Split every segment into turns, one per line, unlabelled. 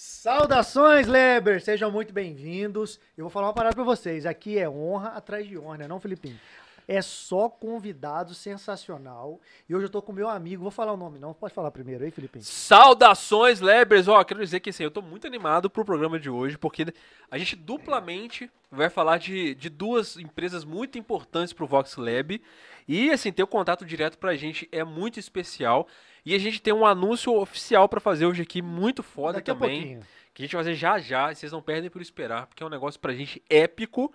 Saudações, Leber! Sejam muito bem-vindos. Eu vou falar uma parada pra vocês. Aqui é honra atrás de honra, né não, Felipinho? É só convidado sensacional. E hoje eu tô com meu amigo, vou falar o nome não, pode falar primeiro aí, Felipinho?
Saudações, Lebres! Ó, quero dizer que assim, eu tô muito animado pro programa de hoje, porque a gente duplamente vai falar de, de duas empresas muito importantes pro Vox Lab. E assim, ter o contato direto pra gente é muito especial. E a gente tem um anúncio oficial pra fazer hoje aqui, muito foda
Daqui a
também.
pouquinho.
que a gente vai fazer já já, e vocês não perdem por esperar, porque é um negócio pra gente épico.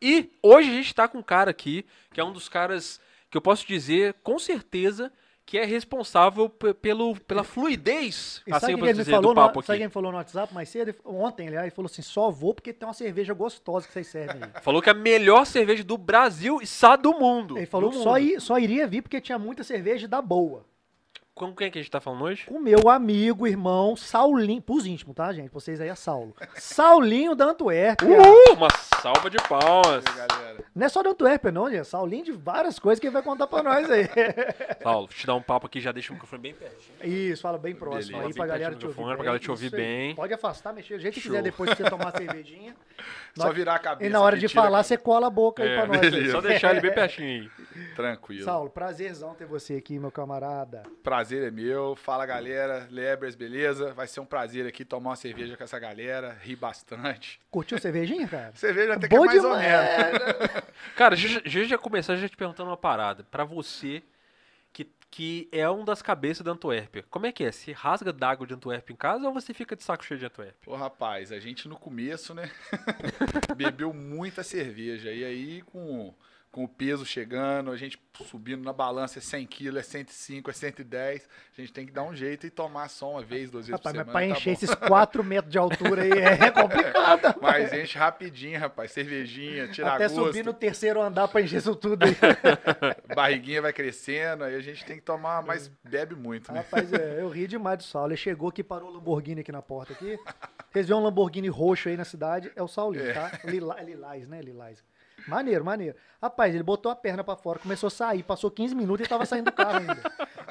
E hoje a gente tá com um cara aqui, que é um dos caras que eu posso dizer com certeza que é responsável pe- pelo, pela fluidez,
E
assim
sabe
eu
quem ele
posso
me
dizer,
falou?
do papo
No, sabe
aqui.
quem falou no WhatsApp mais cedo? Ele- Ontem, aliás, ele falou assim: só vou porque tem uma cerveja gostosa que vocês servem aí.
Falou que é a melhor cerveja do Brasil e só do mundo.
Ele falou
Do
que só,
mundo.
i- só iria vir porque tinha muita cerveja da boa.
Com quem que a gente tá falando hoje?
Com meu amigo, irmão, Saulinho. Pros íntimos, tá, gente? Vocês aí é Saulo. Saulinho da Antuérpia.
Uhul! Uma salva de palmas.
galera.
Não é só da Antuérpia, não, gente. Saulinho de várias coisas que ele vai contar pra nós aí.
Paulo, vou te dar um papo aqui, já deixa o microfone bem pertinho.
Isso, fala bem próximo
Beleza.
aí pra
Bem
galera
pertinho do
te ouvir.
microfone, pra
bem.
galera te ouvir
Isso aí.
bem.
Pode afastar, mexer do jeito que
Show.
quiser depois que você tomar a cervejinha.
Só virar a cabeça.
E na hora
aqui,
de
tira
falar, você cola a boca aí
É,
pra nós.
beleza.
Só deixar ele bem pertinho aí.
aqui. Tranquilo.
Saulo, prazerzão ter você aqui, meu camarada.
Prazer é meu. Fala, galera. Lebres, beleza? Vai ser um prazer aqui tomar uma cerveja com essa galera. Rir bastante.
Curtiu a cervejinha, cara?
Cerveja até que é
Boa
mais ou
demais.
menos.
Cara, deixa deixa eu já começar já te perguntando uma parada. Pra você, que, que é um das cabeças da Antuérpia, como é que é? Se rasga d'água de Antuérpia em casa ou você fica de saco cheio de Antuérpia?
Ô, rapaz, a gente no começo, né? Bebeu muita cerveja. E aí, com, com o peso chegando, a gente subindo na balança, é 100 quilos, é 105, é 110. A gente tem que dar um jeito e tomar só uma vez, duas vezes
Rapaz,
por
mas
semana.
pra
tá
encher
bom.
esses 4 metros de altura aí é complicado. rapaz.
Mas enche rapidinho, rapaz. Cervejinha, tira
é. Até
gosto.
subir no terceiro andar pra encher isso tudo aí.
barriguinha vai crescendo, aí a gente tem que tomar, mas bebe muito, né?
Rapaz, é, eu ri demais do Saulo. Ele chegou aqui, parou o Lamborghini aqui na porta aqui. Vocês viram um Lamborghini roxo aí na cidade, é o Saulinho, tá? Lila- lilás, né? Lilás. Maneiro, maneiro. Rapaz, ele botou a perna pra fora, começou a sair, passou 15 minutos e tava saindo do carro ainda.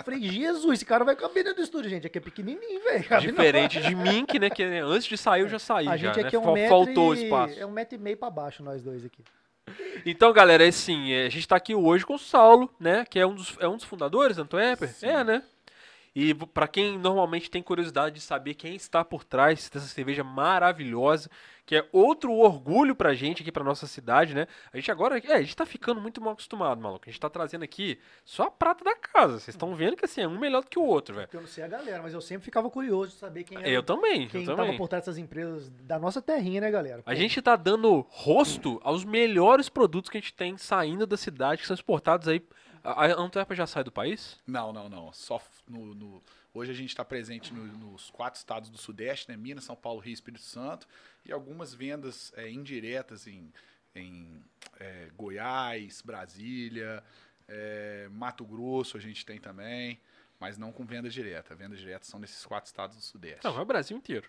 Falei, Jesus, esse cara vai caber dentro do estúdio, gente. Aqui é pequenininho, velho. Cabe na-
Diferente de mim, que, né, que né, antes de sair eu já saí
A
já,
gente
né?
aqui é um
Fal-
metro
Faltou
e...
espaço.
É um metro e meio pra baixo, nós dois aqui.
Então, galera, é assim, é, a gente tá aqui hoje com o Saulo, né? Que é um dos, é um dos fundadores da Antuérpia.
Sim.
É, né? E v- pra quem normalmente tem curiosidade de saber quem está por trás dessa cerveja maravilhosa, que é outro orgulho pra gente aqui, pra nossa cidade, né? A gente agora, é, a gente tá ficando muito mal acostumado, maluco. A gente tá trazendo aqui só a prata da casa. Vocês estão vendo que assim, é um melhor do que o outro, velho.
Porque eu não sei a galera, mas eu sempre ficava curioso de saber quem era
Eu também,
É. quem
eu
tava
também.
por trás dessas empresas da nossa terrinha, né, galera?
A gente tá dando rosto aos melhores produtos que a gente tem saindo da cidade, que são exportados aí. A a Antuérpia já sai do país?
Não, não, não. Só f- no, no- Hoje a gente está presente no- nos quatro estados do Sudeste, né? Minas, São Paulo, Rio e Espírito Santo. E algumas vendas é, indiretas em, em, é, Goiás, Brasília, é, Mato Grosso a gente tem também. Mas não com venda direta. Venda direta são nesses quatro estados do Sudeste.
Não, é o Brasil inteiro.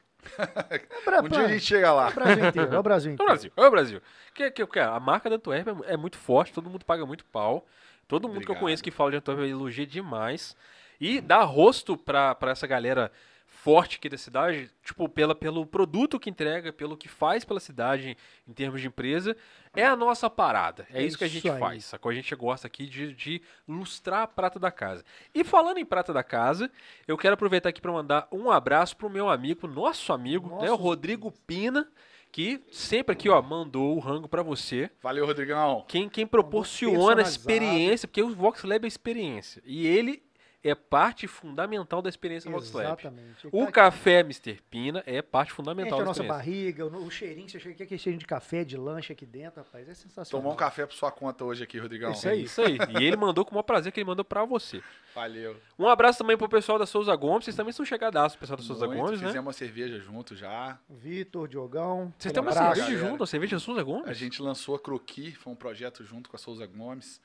É Então, pra-
um
pra-
dia a gente chega
É
lá.
o Brasil inteiro, é o Brasil
É o
inteiro.
Brasil, é o Brasil. Que, que, que a marca da Antuérpia é muito forte, todo mundo paga muito pau. Todo mundo que eu
Obrigado.
conheço que fala de Antuérpia elogia demais. E dá rosto pra, pra essa galera forte aqui da cidade, tipo, pela, pelo produto que entrega, pelo que faz pela cidade em termos de empresa, é a nossa parada. É
É
isso, que a
isso
gente
aí.
faz. Sacou? A gente gosta aqui de, de lustrar a prata da casa. E falando em prata da casa, eu quero aproveitar aqui para mandar um abraço pro meu amigo, nosso amigo, né, o
Nossos
Rodrigo Pina, que sempre aqui, ó, mandou o rango para você.
Valeu, Rodrigão.
Quem, quem proporciona a
personalizado.
experiência, porque o Vox Lab é experiência. E ele é parte fundamental da experiência Vox Lab.
Exatamente.
O
Tá-
café Mr. Pina é parte
enche
fundamental
a
da
nossa
experiência.
barriga, o o cheirinho, você chega aqui, aquele é cheirinho de café, de lanche aqui dentro, rapaz, é sensacional.
Tomar um café por sua conta hoje aqui, Rodrigão.
Isso aí.
Isso aí. E ele mandou com o maior prazer que ele mandou para você.
Valeu.
Um abraço também pro pessoal da Souza Gomes. Vocês também são chegadaços, pessoal da Souza
Muito,
Gomes,
Fizemos
né?
uma cerveja junto já.
Vitor, Diogão.
Vocês
aquele
têm uma
um abraço.
cerveja
galera.
junto, uma cerveja da Souza Gomes?
A gente lançou a Croqui, foi um projeto junto com a Souza Gomes,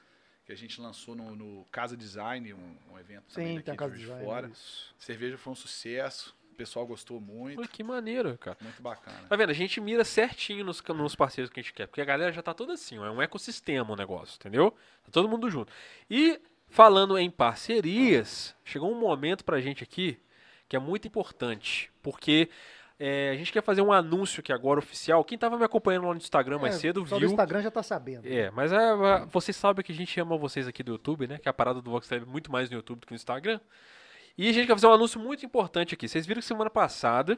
que a gente lançou no, no Casa Design, um, um evento também
Sim,
daqui
tem a casa
de
de
Juiz de fora.
Isso.
A cerveja foi um sucesso, o pessoal gostou muito,
Olha que maneiro, cara.
muito bacana.
Tá vendo? A gente mira certinho nos, ca- nos parceiros que a gente quer, porque a galera já tá toda assim, ó, é um ecossistema o negócio, entendeu? Tá todo mundo junto. E falando em parcerias, chegou um momento pra gente aqui que é muito importante, porque É, a gente quer fazer um anúncio aqui agora oficial. Quem tava me acompanhando lá no Instagram mais
É,
cedo
só
viu.
do Instagram já tá sabendo.
É, mas é, a- vocês sabem que a gente ama vocês aqui do YouTube, né? Que a parada do Vox Lab é muito mais no YouTube do que no Instagram. E a gente quer fazer um anúncio muito importante aqui. Vocês viram que semana passada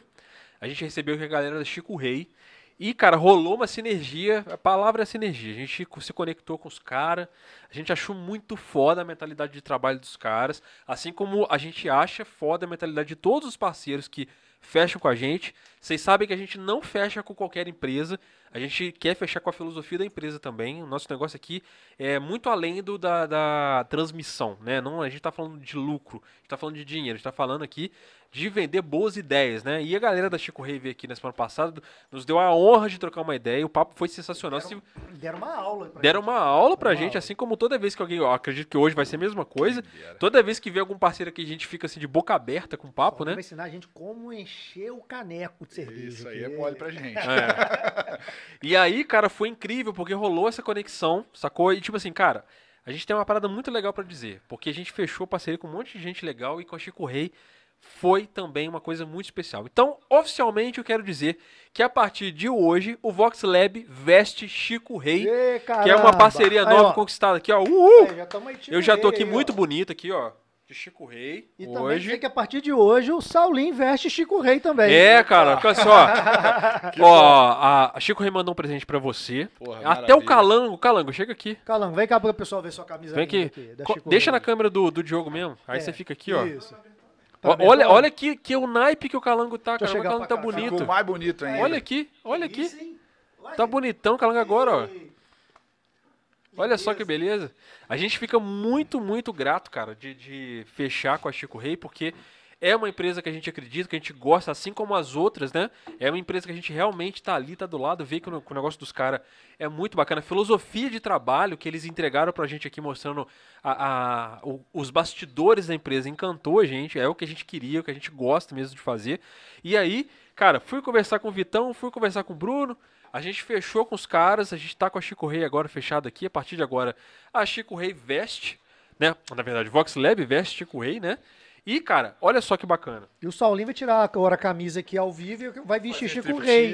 a gente recebeu aqui a galera da Chico Rei. E, cara, rolou uma sinergia. A palavra é sinergia. A gente co- se conectou com os caras. A gente achou muito foda a mentalidade de trabalho dos caras. Assim como a gente acha foda a mentalidade de todos os parceiros que fecham com a gente. Vocês sabem que a gente não fecha com qualquer empresa. A gente quer fechar com a filosofia da empresa também. O nosso negócio aqui é muito além do da, da transmissão, né? Não, a gente tá falando de lucro, a gente tá falando de dinheiro, a gente tá falando aqui de vender boas ideias, né? E a galera da Chico Rei veio aqui na semana passada nos deu a honra de trocar uma ideia. O papo foi sensacional. Se-
Deram uma aula. Pra
Deram um
gente.
uma aula pra
Uma
gente,
aula.
assim como toda vez que alguém. eu acredito que hoje vai ser a mesma coisa.
Quem dera.
Toda vez que vê algum parceiro aqui, a gente fica assim de boca aberta com o papo,
Só
né?
Vai ensinar a gente como encher o caneco de cerveja.
Isso aí
que
é mole pra gente.
É. E aí, cara, foi incrível porque rolou essa conexão, sacou? E tipo assim, cara, a gente tem uma parada muito legal pra dizer, porque a gente fechou parceria com um monte de gente legal e com a Chico Rei foi também uma coisa muito especial. Então, oficialmente eu quero dizer que a partir de hoje o Vox Lab veste Chico Rei,
Ê,
que é uma
caramba!
parceria
Aí,
nova
ó,
conquistada aqui, ó. Uhul!
é, já tamo aí, tipo
Eu já tô
ele
aqui
aí,
muito
ó.
bonito aqui, ó, de Chico Rei
E também dizer
hoje.
que a partir de hoje o Saulinho veste Chico Rei também.
É, cara, olha só. Ó, a- a Chico Rei mandou um presente pra você.
Porra,
Até o
maravilha.
Calango, Calango, chega aqui.
Calango, vem cá pra o pessoal ver sua camisa
Vem
linda
aqui.
da
Co-
Chico
Deixa
Rei.
na câmera do, do Diogo mesmo. Aí
É,
você fica aqui, ó.
Isso.
Ó,
Tá
olha
vendo?
olha que, que o naipe que o Calango tá,
Deixa
cara.
eu
O Calango
chegar pra
tá
cá, cara.
bonito.
Ficou mais bonito ainda.
Olha aqui, olha aqui.
Isso, hein? Olha.
Tá bonitão o Calango agora, ó.
Ih,
Olha só que beleza. A gente fica muito, muito grato, cara, de, de fechar com a Chico Rei, porque é uma empresa que a gente acredita, que a gente gosta, assim como as outras, né? É uma empresa que a gente realmente tá ali, tá do lado, vê que o, que o negócio dos caras é muito bacana. A filosofia de trabalho que eles entregaram pra gente aqui, mostrando a- a- o- os bastidores da empresa, encantou a gente, é o que a gente queria, o que a gente gosta mesmo de fazer. E aí, cara, fui conversar com o Vitão, fui conversar com o Bruno, a gente fechou com os caras, a gente tá com a Chico Rei agora fechado aqui. A partir de agora, a Chico Rei veste, né? Na verdade, Vox Lab veste Chico Rei, né? E, cara, olha só que bacana.
E o Saulinho vai tirar agora a camisa aqui ao vivo e vai vestir
Fazer
Chico Rei.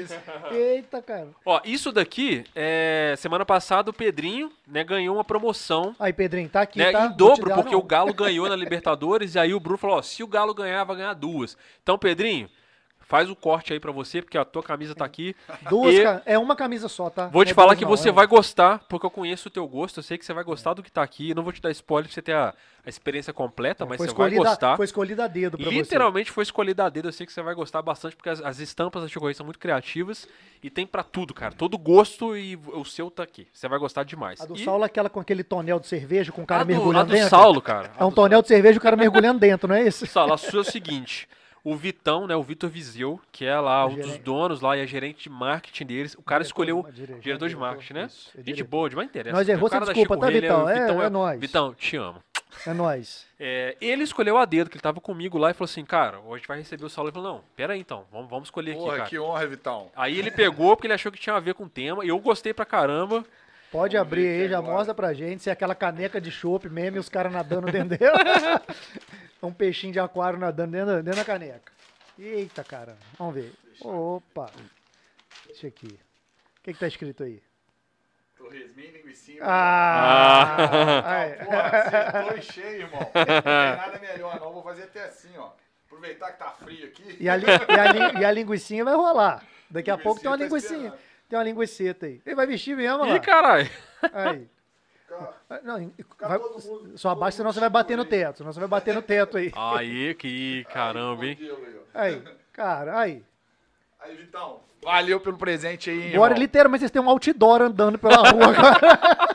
striptease.
Eita, cara.
Ó, isso daqui, é, semana passada o Pedrinho, né, ganhou uma promoção
Aí, Pedrinho, tá aqui,
né,
tá?
em
Vou te
dobro,
dar,
porque
não.
o Galo ganhou na Libertadores, e aí o Bruno falou, ó, se o Galo ganhar, vai ganhar duas. Então, Pedrinho, faz o corte aí pra você, porque a tua camisa tá aqui.
Duas,
E-
ca- é uma camisa só, tá?
Vou
Não
te
é
falar
duas
que
não,
você
é uma.
vai gostar, porque eu conheço o teu gosto, eu sei que você vai gostar do que tá aqui. eu Não vou te dar spoiler pra você ter a, a experiência completa, mas
É, Foi
você vai
escolhida-
gostar.
Foi escolhida a dedo pra você.
Literalmente foi escolhida a dedo, eu sei que você vai gostar bastante, porque as, as estampas da Chicorrei são muito criativas e tem pra tudo, cara. Todo gosto e o seu tá aqui. Você vai gostar demais.
A do
E
Saulo é aquela com aquele tonel de cerveja com o cara
a do- a
mergulhando
do
dentro?
Saulo, cara.
É um tonel de cerveja e o cara mergulhando dentro, não é esse?
Saulo, a sua é o seguinte. O Vitão, né, o Vitor Vizeu, que é lá
O
um dos
gerente.
donos lá e é gerente de marketing deles, o cara escolheu
diretor,
Diretor de marketing, né?
isso, é
Gente
diretor.
boa, demais interessa.
Nós
cara.
errou,
O cara
você
da
desculpa,
Chico
tá,
Rei, ele
Vitão? É-
Vitão
é nóis.
Vitão, te amo.
É nóis.
É, ele escolheu a dedo, que ele tava comigo lá e falou assim, cara, hoje vai receber o Saulo. Ele falou, não, pera aí então, vamos, vamos escolher aqui,
Porra,
cara.
que honra, Vitão.
Aí ele pegou porque ele achou que tinha a ver com o tema e eu gostei pra caramba.
Pode
Vamos
abrir
ver
aí,
aqui
já
agora.
mostra pra gente se é aquela caneca de chopp mesmo e os caras nadando dentro dela. um peixinho de aquário nadando dentro, dentro da caneca. Eita, caramba. Vamos ver. Opa. Deixa aqui. O que, que tá escrito aí?
Torresminho, linguicinha.
Ah! Ai.
tá, acertou e assim, cheio, irmão. Não tem nada melhor, não. Vou fazer até assim, ó. Aproveitar que tá frio aqui.
E a, li, e, a li- e a linguicinha vai rolar. Daqui a
Linguicinha
pouco tem uma
tá
linguicinha.
esperando.
Tem uma linguiceta aí. Ele vai vestir mesmo, olha
Ih,
lá.
caralho.
Aí.
Fica-
Não, vai-
todo mundo-
só
todo
abaixa, senão
mundo
você vai bater no
segura aí.
teto. Senão você vai bater no teto aí.
Aí que caramba, hein?
Aí, escondeu, Leo.
Aí, cara, aí.
Aí, Vitão. Valeu pelo presente aí,
Agora,
irmão.
literalmente, vocês têm um outdoor andando pela rua agora.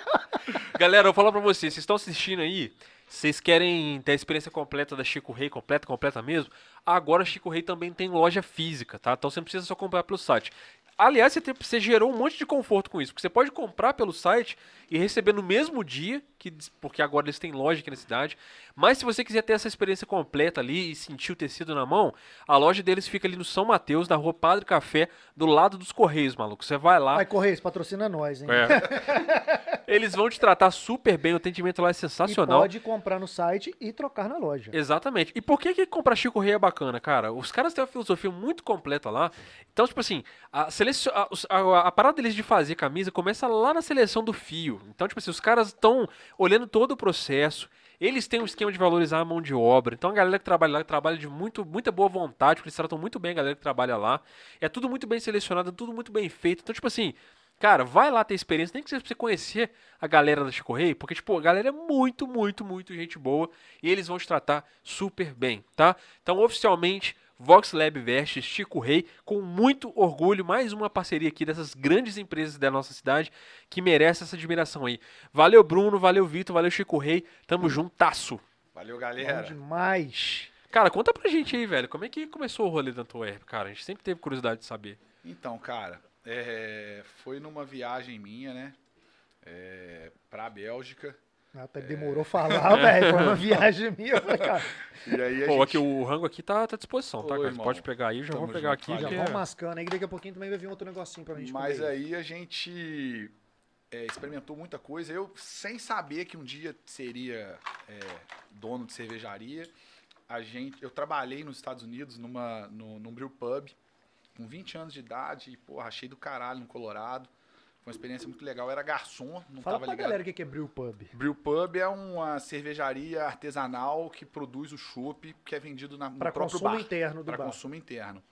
Galera, eu vou falar pra vocês, vocês estão assistindo aí, vocês querem ter a experiência completa da Chico Rei, completa, completa mesmo? Agora a Chico Rei também tem loja física, tá? Então você não precisa só comprar pelo site. Aliás, você, tem- você gerou um monte de conforto com isso, porque você pode comprar pelo site e receber no mesmo dia que, porque agora eles têm loja aqui na cidade. Mas se você quiser ter essa experiência completa ali e sentir o tecido na mão, a loja deles fica ali no São Mateus, na rua Padre Café, do lado dos Correios, maluco. Você vai lá.
Vai, Correios, patrocina nós, hein?
É. eles vão te tratar super bem, o atendimento lá é sensacional.
E pode comprar no site e trocar na loja.
Exatamente. E por que, que comprar Chico Rei é bacana, cara? Os caras têm uma filosofia muito completa lá. Então, tipo assim, a, selecion... a, a, a parada deles de fazer camisa começa lá na seleção do fio. Então, tipo assim, os caras estão olhando todo o processo. Eles têm um esquema de valorizar a mão de obra. Então a galera que trabalha lá trabalha de muito, muita boa vontade, porque eles tratam muito bem a galera que trabalha lá. É tudo muito bem selecionado, tudo muito bem feito. Então, tipo assim, Cara, vai lá ter experiência, nem que seja pra você conhecer a galera da Chico Rei, porque, tipo, a galera é muito, muito, muito gente boa e eles vão te tratar super bem, tá? Então, oficialmente, Vox Lab veste Chico Rei com muito orgulho, mais uma parceria aqui dessas grandes empresas da nossa cidade que merece essa admiração aí. Valeu, Bruno, valeu, Vitor, valeu, Chico Rei, tamo juntasso.
Valeu, galera.
É.
Bom demais.
Cara, conta pra gente aí, velho, como é que começou o rolê da Antwerp, cara? A gente sempre teve curiosidade de saber.
Então, cara, é, foi numa viagem minha, né? É, pra Bélgica.
É.
Até demorou falar, velho. Foi uma viagem minha, cara.
E aí a
Pô,
gente-
aqui o rango aqui tá, tá à disposição, tá,
Ô,
cara?
irmão,
Pode pegar aí, já
tamo
vamos pegar
junto,
aqui.
valeu.
Já
que
vão
é-
mascando aí, que daqui a pouquinho também vai vir outro negocinho pra gente
Mas
comer.
aí a gente é, experimentou muita coisa. Eu, sem saber que um dia seria é, dono de cervejaria, a gente, eu trabalhei nos Estados Unidos numa, no, num brew pub com 20 anos de idade e, porra, achei do caralho no Colorado. Foi uma experiência muito legal. Eu era garçom, não
Fala
tava
pra
ligado.
galera o que que é Brew Pub.
Brew Pub é uma cervejaria artesanal que produz o chopp que é vendido na, no
Pra
próprio
consumo
bar
interno do
para
bar.
consumo interno.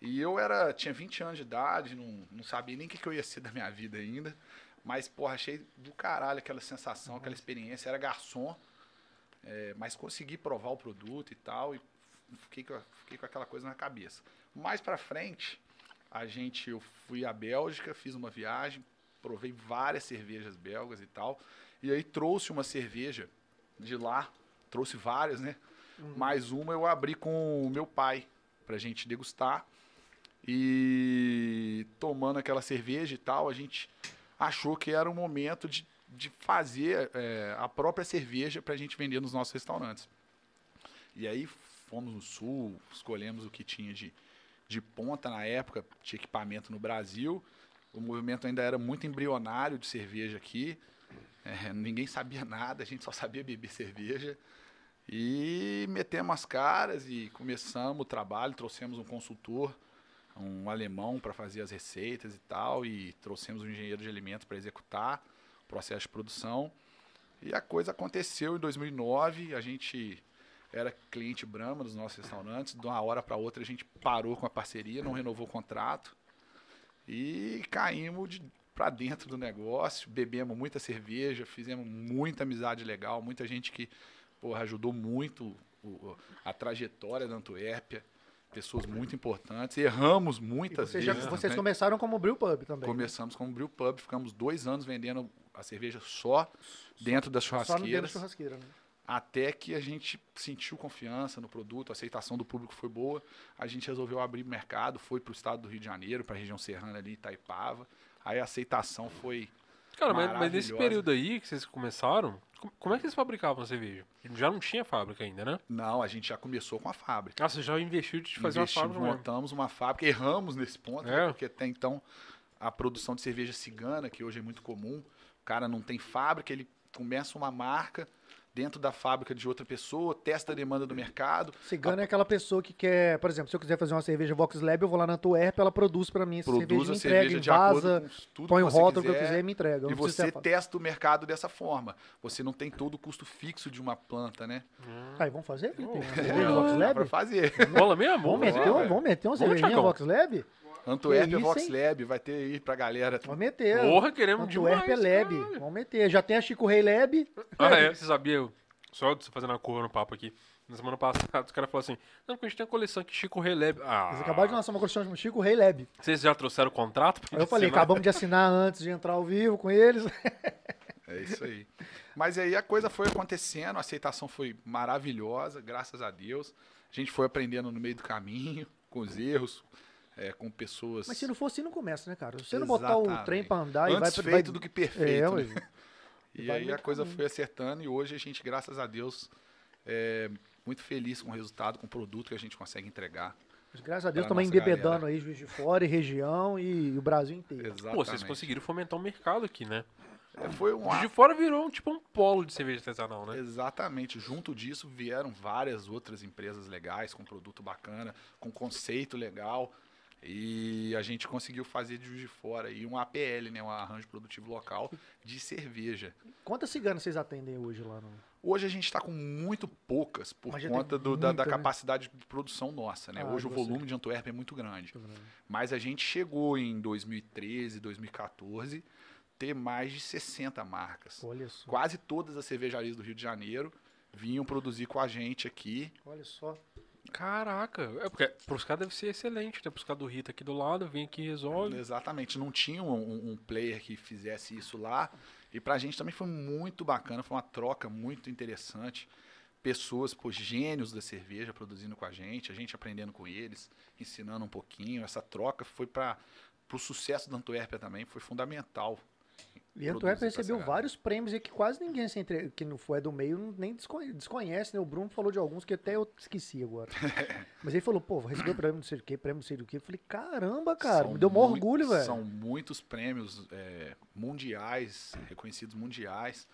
E eu era, tinha 20 anos de idade, não, não sabia nem o que, que eu ia ser da minha vida ainda. Mas, porra, achei do caralho aquela sensação,
Uhum.
aquela experiência. Era garçom, é, mas consegui provar o produto e tal. E fiquei com, a- fiquei com aquela coisa na cabeça. Mais pra frente, a gente, eu fui à Bélgica, fiz uma viagem, provei várias cervejas belgas e tal. E aí trouxe uma cerveja de lá, trouxe várias, né? Mais uma eu abri com o meu pai pra gente degustar. E tomando aquela cerveja e tal, a gente achou que era o momento de, de fazer é, a própria cerveja pra gente vender nos nossos restaurantes. E aí fomos no sul, escolhemos o que tinha de, de ponta na época, de equipamento no Brasil. O movimento ainda era muito embrionário de cerveja aqui. É, ninguém sabia nada, a gente só sabia beber cerveja. E metemos as caras e começamos o trabalho, trouxemos um consultor, um alemão para fazer as receitas e tal, e trouxemos um engenheiro de alimentos para executar o processo de produção. E a coisa aconteceu em 2009, a gente era cliente Brahma dos nossos restaurantes, de uma hora para outra a gente parou com a parceria, não renovou o contrato e caímos de, para dentro do negócio, bebemos muita cerveja, fizemos muita amizade legal, muita gente que porra, ajudou muito o- o- a trajetória da Antuérpia, pessoas muito importantes, erramos
E
muitas
vocês, já-
vezes. né?
vocês
também.
começaram como Brew Pub também.
Começamos com o Brew Pub, ficamos dois anos vendendo a cerveja só dentro das
Só no dedo da
churrasqueiras,
churrasqueira, né?
até que a gente sentiu confiança no produto, a aceitação do público foi boa, a gente resolveu abrir mercado, foi para o estado do Rio de Janeiro, para a região serrana ali, Itaipava, aí a aceitação foi...
Cara, mas, mas nesse
Maravilhosa.
período aí que vocês começaram, com- como é que vocês fabricavam a cerveja? Já não tinha fábrica ainda, né?
Não, a gente já começou com a fábrica.
Ah, você já investiu de fazer
Investimos,
uma fábrica mesmo.
montamos uma fábrica, erramos nesse ponto, né,
É.
porque até então a produção de cerveja cigana, que hoje é muito comum, o cara não tem fábrica, ele começa uma marca dentro da fábrica de outra pessoa, testa a demanda do mercado,
Cigano é aquela pessoa que quer, por exemplo, se eu quiser fazer uma cerveja Vox Lab, eu vou lá na Antwerp, ela produz pra mim essa
produz
cerveja,
a
me entrega,
cerveja de
vaza,
acordo com tudo
põe
que
o
você
rótulo que eu
quiser.
quiser e me entrega. Eu
E
não preciso
você
ter a fa-
testa o mercado dessa forma. Você não tem todo o custo fixo de uma planta, né?
Aí, vamos fazer, Felipe? Vamos fazer
Dá
uma Vox
é, pra é.
Lab?
fazer.
Bola mesmo?
Vamos meter,
velho.
um- vamos meter uma
Vamos,
cervejinha
Chacão.
Vox Lab?
Antuérpia
isso,
Vox
hein?
Lab vai ter aí pra galera.
Vamos meter.
Porra, queremos demais.
Antwerp é Lab,
cara.
vamos meter. Já tem a Chico Rei Lab,
Ah, é, você sabia? eu- Só fazendo a cor no papo aqui. Na semana passada, os caras falaram assim: Não, porque a gente tem uma coleção que Chico Rei Lab. Ah,
Eles acabaram de lançar uma coleção chamada Chico Rei Lab.
Vocês já trouxeram o contrato? pra
Aí eu
gente
falei,
assinar?
acabamos de assinar antes de entrar ao vivo com eles.
É isso aí. Mas aí a coisa foi acontecendo, a aceitação foi maravilhosa, graças a Deus. A gente foi aprendendo no meio do caminho, com os erros, é, com pessoas.
Mas se não for assim, não começa, né, cara? Se você não botar o
Exatamente.
trem pra andar e vai...
Antes
pra-
feito
vai...
do que perfeito.
É,
né? E
Vai
aí a
muito
coisa
caminho.
foi acertando e hoje a gente, graças a Deus, é muito feliz com o resultado, com o produto que a gente consegue entregar.
Mas Graças a Deus
Pra
também
nossa
embebedando aí Juiz de Fora e região e, o Brasil inteiro.
Exatamente.
Pô, vocês conseguiram fomentar o mercado aqui, né?
É, foi um
Juiz
ato.
de Fora virou um, tipo um polo de cerveja artesanal, né?
Exatamente. Junto disso vieram várias outras empresas legais, com produto bacana, com conceito legal. E a gente conseguiu fazer de Juiz de Fora aí um APL, né, um arranjo produtivo local de cerveja.
Quantas ciganas vocês atendem hoje lá no.
Hoje a gente está com muito poucas por
Mas já tem
conta do- da, da
muita, né?
capacidade de produção nossa, né?
Ah,
Hoje o
você.
volume de Antuérpia é muito grande. Mas a gente chegou em 2013, 2014, ter mais de 60 marcas.
Olha só.
Quase todas as cervejarias do Rio de Janeiro vinham produzir com a gente aqui.
Olha só.
Caraca, é porque pros caras deve ser excelente, né? Pros caras do Rita aqui do lado, vem aqui e resolve.
Exatamente, não tinha um, um player que fizesse isso lá. E pra gente também foi muito bacana, foi uma troca muito interessante. Pessoas, pô, gênios da cerveja produzindo com a gente, a gente aprendendo com eles, ensinando um pouquinho. Essa troca foi para o sucesso da Antuérpia também, foi fundamental.
E a
Produzir
Antuérpia
pra
recebeu
essa
vários prêmios aí que quase ninguém se entre... que não foi é do meio nem desco- desconhece, né? O Bruno falou de alguns que até eu esqueci agora. Mas ele falou, pô, recebeu prêmio não sei o quê, prêmio não sei do quê. Eu falei, caramba, cara,
São
me deu maior
mui-
orgulho, velho.
São muitos prêmios é, mundiais, reconhecidos mundiais,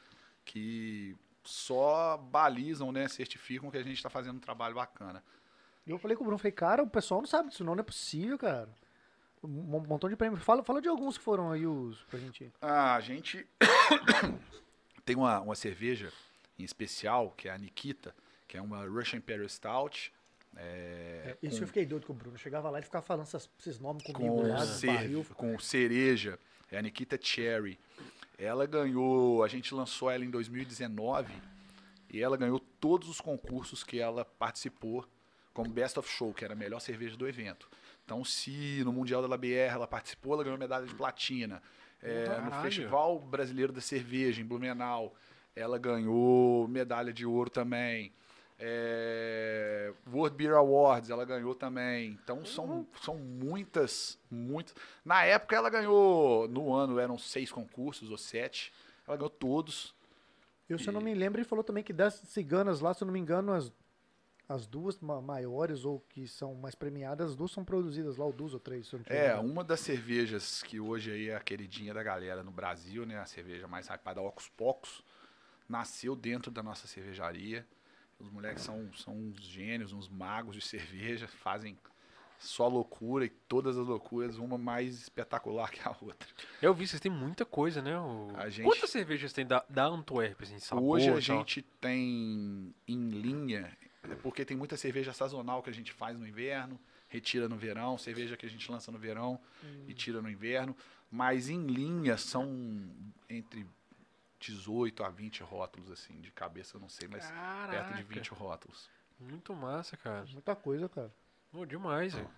que só balizam, né, certificam que a gente está fazendo um trabalho bacana.
E eu falei com o Bruno, falei, cara, o pessoal não sabe disso, não, não é possível, cara. Um mon- montão de prêmio. Fala, fala de alguns que foram aí os pra gente.
Ah, a gente tem uma, uma cerveja em especial, que é a Nikita, que é uma Russian Imperial Stout, é,
isso eu fiquei doido com o Bruno. Eu chegava lá e ficava falando essas- esses nomes comigo,
com,
olhado,
cer-
né? barril.
com cereja, é a Nikita Cherry. Ela ganhou, a gente lançou ela em 2019 e ela ganhou todos os concursos que ela participou como Best of Show, que era a melhor cerveja do evento. Então, se no Mundial da LABR ela participou, ela ganhou medalha de platina. É, no
Caralho.
Festival Brasileiro da Cerveja, em Blumenau, ela ganhou medalha de ouro também. É, World Beer Awards, ela ganhou também. Então são, são muitas, muitas. Na época ela ganhou, no ano eram seis concursos ou sete. Ela ganhou todos.
Eu, se eu não me lembro, ele falou também que das ciganas lá, se eu não me engano, as, as duas ma- maiores ou que são mais premiadas, as duas são produzidas lá, ou duas ou três, se eu não tiver
É,
errado.
uma das cervejas que hoje aí é a queridinha da galera no Brasil, né? A cerveja mais hypada, Ocos Pocos, nasceu dentro da nossa cervejaria. Os moleques são, são uns gênios, uns magos de cerveja, fazem só loucura e todas as loucuras, uma mais espetacular que a outra.
Eu vi, vocês têm muita coisa, né? O-
A gente-
Quantas cervejas tem da, da Antwerp, assim, sabor
Hoje a
e tal?
gente tem em linha, é porque tem muita cerveja sazonal que a gente faz no inverno, retira no verão, cerveja que a gente lança no verão
Hum.
e tira no inverno, mas em linha são entre 18 a 20 rótulos, assim, de cabeça eu não sei, mas perto de
Caraca,
20 rótulos.
Muito massa, cara.
um-
Muita coisa, cara.
Pô, demais, velho.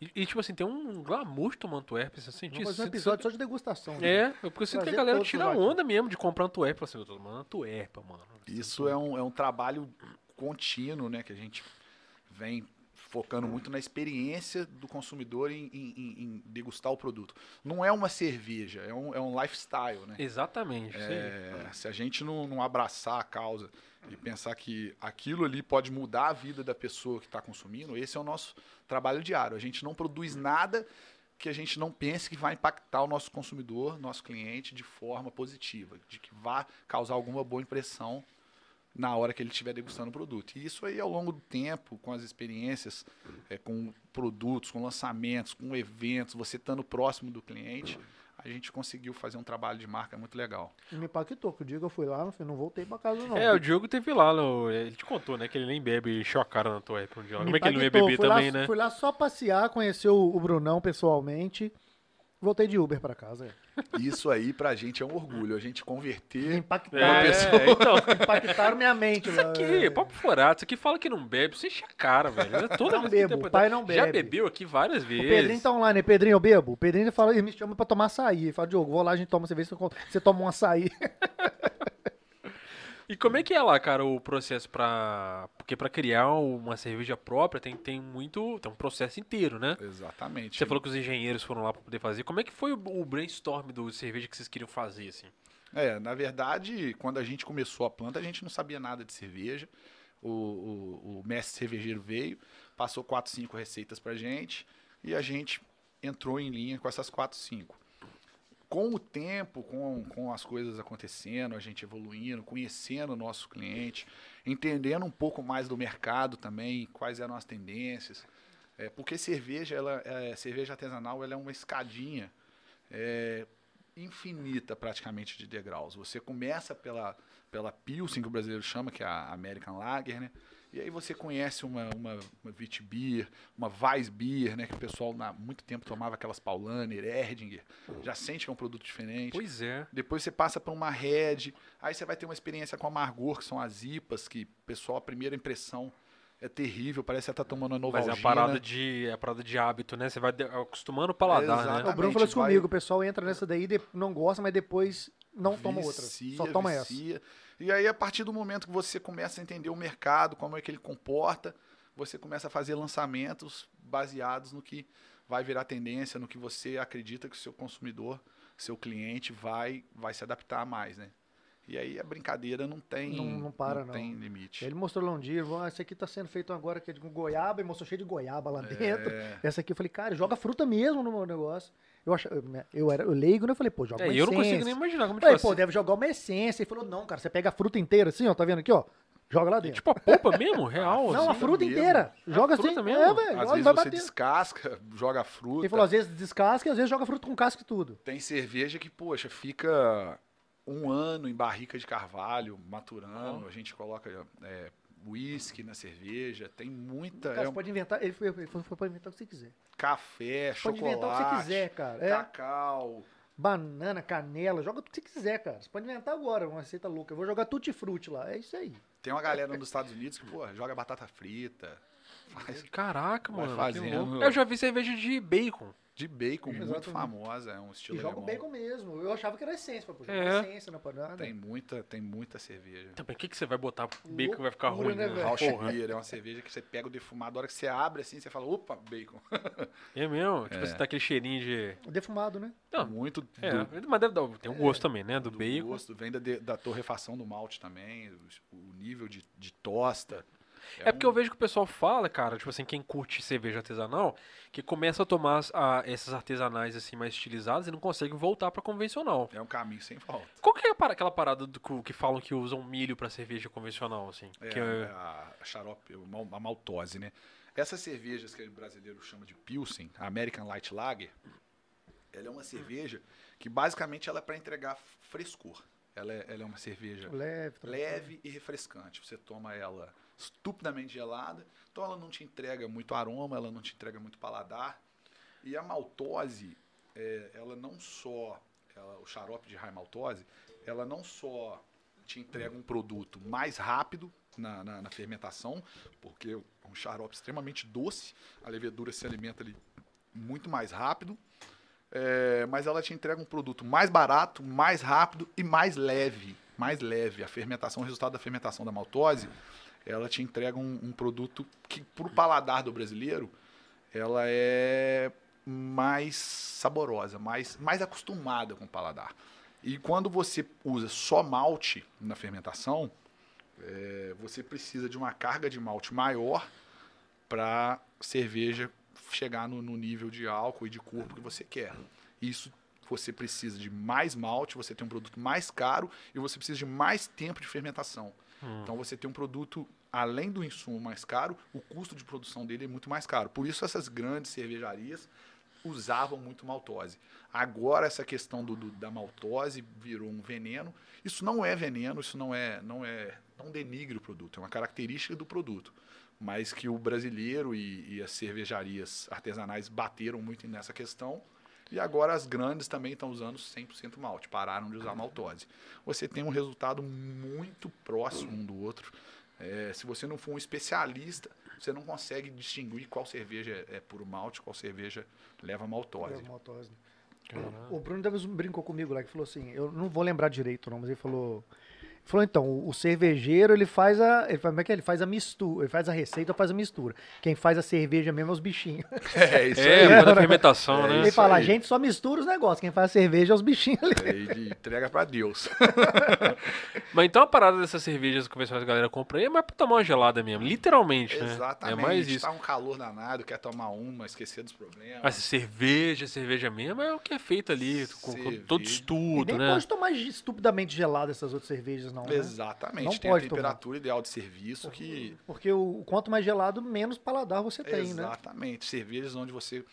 E, e, tipo assim, tem um glamour de tomar Antwerp, você sente
Vamos
isso?
fazer um
Sinto-
episódio só de degustação. né?
É, porque eu sinto que
Trazer
a galera
todos
tira
os
onda mesmo de comprar Antuérpia. Assim, eu tô tomando Antuérpia, mano.
Isso é um, é um trabalho contínuo, né? Que a gente vem focando muito na experiência do consumidor em, em- em- em degustar o produto. Não é uma cerveja, é um, é um lifestyle, né?
Exatamente. isso aí.
É, se a gente não, não abraçar a causa e pensar que aquilo ali pode mudar a vida da pessoa que está consumindo, esse é o nosso trabalho diário. A gente não produz nada que a gente não pense que vai impactar o nosso consumidor, nosso cliente, de forma positiva, de que vá causar alguma boa impressão na hora que ele estiver degustando o produto. E isso aí, ao longo do tempo, com as experiências, é, com produtos, com lançamentos, com eventos, você estando próximo do cliente, a gente conseguiu fazer um trabalho de marca muito legal.
E me impactou, que o dia que eu fui lá, eu falei, não voltei pra casa, não.
É, o Diogo teve lá, no- ele te contou, né? Que ele nem bebe encheu a cara na tua época um dia. lá.
Me
Como é que ele não ia
impactou.
beber
Fui lá-
também, né?
Fui lá só passear, conhecer o, o Brunão pessoalmente. Voltei de Uber pra casa. é.
Isso aí, pra gente, é um orgulho. A gente
Me
converter.
impactou.
É,
pessoa-
então.
Impactaram minha mente. né?
Isso
velho.
aqui, papo furado. Isso aqui fala que não bebe, você enche a cara, velho. É Toda
Não
vez que
bebo,
tem-
o pai não
Já
bebe.
bebeu aqui várias
O
vezes.
Pedrinho tá online, né? Pedrinho, eu bebo. O Pedrinho fala, ele me chama pra tomar açaí. Ele fala, Diogo, vou lá, a gente toma cerveja, você con- você toma um açaí.
E como é que é lá, cara, o processo pra... Porque pra criar uma cerveja própria tem, tem muito... Tem um processo inteiro, né?
Exatamente.
Você falou que os engenheiros foram lá pra poder fazer. Como é que foi o o brainstorm do cerveja que vocês queriam fazer, assim?
É, na verdade, quando a gente começou a planta, a gente não sabia nada de cerveja. O, o, o mestre cervejeiro veio, passou 4, 5 receitas pra gente e a gente entrou em linha com essas 4, 5. Com o tempo, com, com as coisas acontecendo, a gente evoluindo, conhecendo o nosso cliente, entendendo um pouco mais do mercado também, quais eram as tendências. É, porque cerveja, ela, é, cerveja artesanal, ela é uma escadinha é, infinita praticamente de degraus. Você começa pela, pela Pilsen, que o brasileiro chama, que é a American Lager, né? E aí você conhece uma, uma, uma Witbier, uma Weissbier, né? Que o pessoal há muito tempo tomava aquelas Paulaner, Erdinger. Já sente que é um produto diferente.
Pois é.
Depois você passa para uma Red. Aí você vai ter uma experiência com a Margor, que são as IPAs, que pessoal, a primeira impressão é terrível. Parece que você tá tomando a
Mas
Novalgina.
é a parada de, é a parada de hábito, né? Você vai de- acostumando o paladar,
O
né?
Exatamente,
Bruno falou isso
vai-
comigo, o pessoal entra nessa daí, de- não gosta, mas depois não toma outra.
Vicia,
Só toma essa.
vicia. E aí, a partir do momento que você começa a entender o mercado, como é que ele comporta, você começa a fazer lançamentos baseados no que vai virar tendência, no que você acredita que o seu consumidor, seu cliente vai, vai se adaptar mais, né? E aí a brincadeira não tem,
Não- não para, não.
tem limite.
Ele mostrou lá um dia, falou, ah, esse aqui tá sendo feito agora que é de goiaba, e mostrou cheio de goiaba lá dentro.
É,
Essa aqui eu falei, cara, joga fruta mesmo no meu negócio. Eu, achava, eu, né, eu era eu leigo, né? Eu falei, pô, joga
É,
uma
eu não consigo
essência.
nem assim. imaginar como que
Falei,
faz.
pô, deve jogar uma essência. Ele falou, não, cara, você pega a fruta inteira assim, ó, tá vendo aqui, ó? Joga lá dentro.
Tipo a polpa mesmo, real.
não, a
assim.
fruta
mesmo.
inteira. Joga assim.
fruta mesmo.
É, velho,
Às
joga e
vezes
vai
você
bater.
descasca, joga fruta.
Ele falou, assim, às vezes descasca e às vezes joga fruta com casca e tudo.
Tem cerveja que, poxa, fica um ano em barrica de carvalho, maturando. A gente coloca é, whisky na cerveja. Tem muita.
Cara,
é
você
um
Então, pode inventar. Ele foi, ele falou, pode inventar o que você quiser.
Café,
Pode
chocolate.
inventar o que você quiser, cara. É.
Cacau.
Banana, canela, joga tudo que você quiser, cara. Você pode inventar agora uma receita louca. Eu vou jogar tutti frutti lá. É isso aí.
Tem uma galera nos Estados Unidos que, pô, joga batata frita. Faz
Caraca,
Vai
mano. que
fazendo.
louco. Eu já vi cerveja de bacon.
de bacon, muito
Exatamente.
famosa. É um
E
estilo
joga o
alemão.
bacon né? mesmo. Eu achava que era essência, mas pô, joga
É.
essência na panela.
Tem muita, tem muita cerveja.
Também, o que, que você vai botar? Bacon vai ficar
Loucura,
ruim, né?
né, velho?
Porra.
Rauschbier é uma cerveja que você pega o defumado, a hora que você abre assim, você fala, opa, bacon.
É mesmo? Tipo, você tá aquele cheirinho de...
Defumado, né?
Ah,
muito
É,
do,
mas deve dar, tem um gosto também, né? Do,
do
bacon.
gosto, vem da, de- da torrefação do malte também, o, o nível de, de tosta. um,
É porque eu vejo que o pessoal fala, cara, tipo assim, quem curte cerveja artesanal, que começa a tomar as- a- essas artesanais assim mais estilizadas e não consegue voltar pra convencional.
É um caminho sem volta.
Qual que é a para- aquela parada do que- que falam que usam milho pra cerveja convencional, assim?
É,
Que
a-
é-
a xarope, o mal- a maltose, né? Essas cervejas que o brasileiro chama de Pilsen, a American Light Lager, ela é uma cerveja que basicamente ela é para entregar frescor. Ela é, ela é uma cerveja
Leve. tranquilo.
leve e refrescante. Você toma ela estupidamente gelada, então ela não te entrega muito aroma, ela não te entrega muito paladar. E a maltose, é, ela não só, ela- o xarope de high maltose, ela não só te entrega um produto mais rápido na, na- na fermentação, porque é um xarope extremamente doce, a levedura se alimenta ali muito mais rápido, é, mas ela te entrega um produto mais barato, mais rápido e mais leve. Mais leve. A fermentação, o resultado da fermentação da maltose, ela te entrega um, um produto que, pro paladar do brasileiro, ela é mais saborosa, mais, mais acostumada com o paladar. E quando você usa só malte na fermentação, é, você precisa de uma carga de malte maior para cerveja chegar no, no nível de álcool e de corpo que você quer. Isso você precisa de mais malte, você tem um produto mais caro e você precisa de mais tempo de fermentação. Então você tem um produto, além do insumo mais caro, o custo de produção dele é muito mais caro. Por isso essas grandes cervejarias usavam muito maltose. Agora essa questão do, do- da maltose virou um veneno. Isso não é veneno, isso não é, não é, não denigre o produto, é uma característica do produto. Mas que o brasileiro e, e as cervejarias artesanais bateram muito nessa questão. E agora as grandes também estão usando 100% malte, pararam de usar maltose. Você tem um resultado muito próximo um do outro. É, se você não for um especialista, você não consegue distinguir qual cerveja é puro malte, qual cerveja leva maltose.
Leve maltose.
Caralho.
É. O Bruno Davis brincou comigo lá, que falou assim, eu não vou lembrar direito não, mas ele falou, Falou, então, o cervejeiro, ele faz a. Ele faz, como é que é? Ele faz a mistura. Ele faz a receita, faz a mistura. Quem faz a cerveja mesmo é os bichinhos.
É, isso
É,
aí.
por causa da fermentação,
É
né?
ele
isso
fala,
aí.
a gente só mistura os negócios. Quem faz a cerveja é os bichinhos ali.
Aí de entrega pra Deus.
É,
Mas então a parada dessas cervejas convencionais que a galera compra aí é mais pra tomar uma gelada mesmo, literalmente, né?
Exatamente.
É mais isso.
Tá um calor danado, quer tomar uma, esquecer dos problemas.
Mas cerveja, cerveja mesmo é o que é feito ali, com- com, todo
Cerveja.
E
estudo,
nem
né?
pode tomar ge- estupidamente gelado essas outras cervejas, não. né?
Exatamente.
Não
tem
pode
a temperatura ideal de serviço que.
Porque o, quanto mais gelado, menos paladar você tem, né?
Exatamente. Cervejas onde você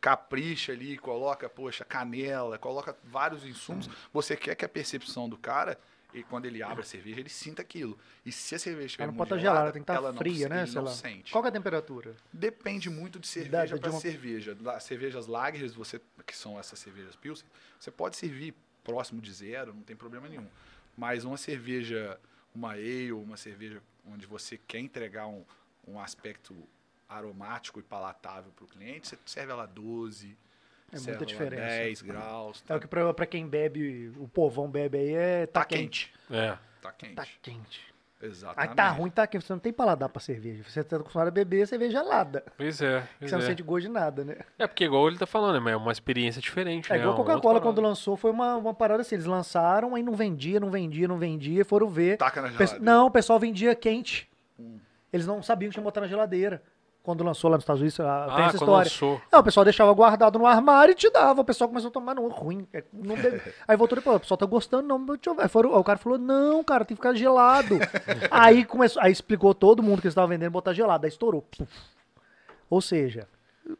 capricha ali, coloca, poxa, canela, coloca vários insumos.
Hum.
Você quer que a percepção do cara. E quando ele abre a cerveja, ele sinta aquilo. E se a cerveja estiver
Ela É. não
muito
pode estar
gelada,
gelada, tem que estar
ela não-
fria, né?
ele
Sei
não
lá.
sente.
Qual que é a temperatura?
Depende muito de
Da-
cerveja
de
para
uma-
cerveja. Lá, Cervejas lagers, você, que são essas cervejas pilsen, você pode servir próximo de zero, não tem problema nenhum. Mas uma cerveja, uma ale, uma cerveja onde você quer entregar um, um aspecto aromático e palatável para o cliente, você serve ela 12,
É
serve
muita
ela
diferença.
10 graus.
É o que pra, pra quem bebe, o povão bebe aí, é tá,
Tá
quente.
quente.
É.
Tá quente.
Tá quente.
Exatamente.
Ah,
Aí tá ruim, tá quente. Você não tem paladar pra cerveja. Você tá acostumado a beber cerveja gelada.
Pois é.
que
Pois
Você não
é.
sente gosto de nada, né?
é porque igual ele tá falando, né, mas é uma experiência diferente,
É
né?
igual a
uma outra
Coca-Cola
parada.
quando lançou, foi uma, uma parada assim. Eles lançaram, aí não vendia, não vendia, não vendia, foram ver.
Tá
Taca na
Pe-
Tá geladeira.
Não, o pessoal vendia quente.
Hum.
Eles não sabiam que tinha que botar na geladeira. Quando lançou lá nos Estados Unidos, ah, tem
Ah,
essa
quando
história.
lançou.
Não, o pessoal deixava guardado no armário e te dava. O pessoal começou a tomar, não, ruim. é, não deve- Aí voltou depois, o pessoal tá gostando, não. mas Deixa eu ver. Aí foram- aí o cara falou, não, cara, tem que ficar gelado. aí começou, aí explicou todo mundo que eles estavam vendendo botar gelado, aí estourou. Puf. Ou seja,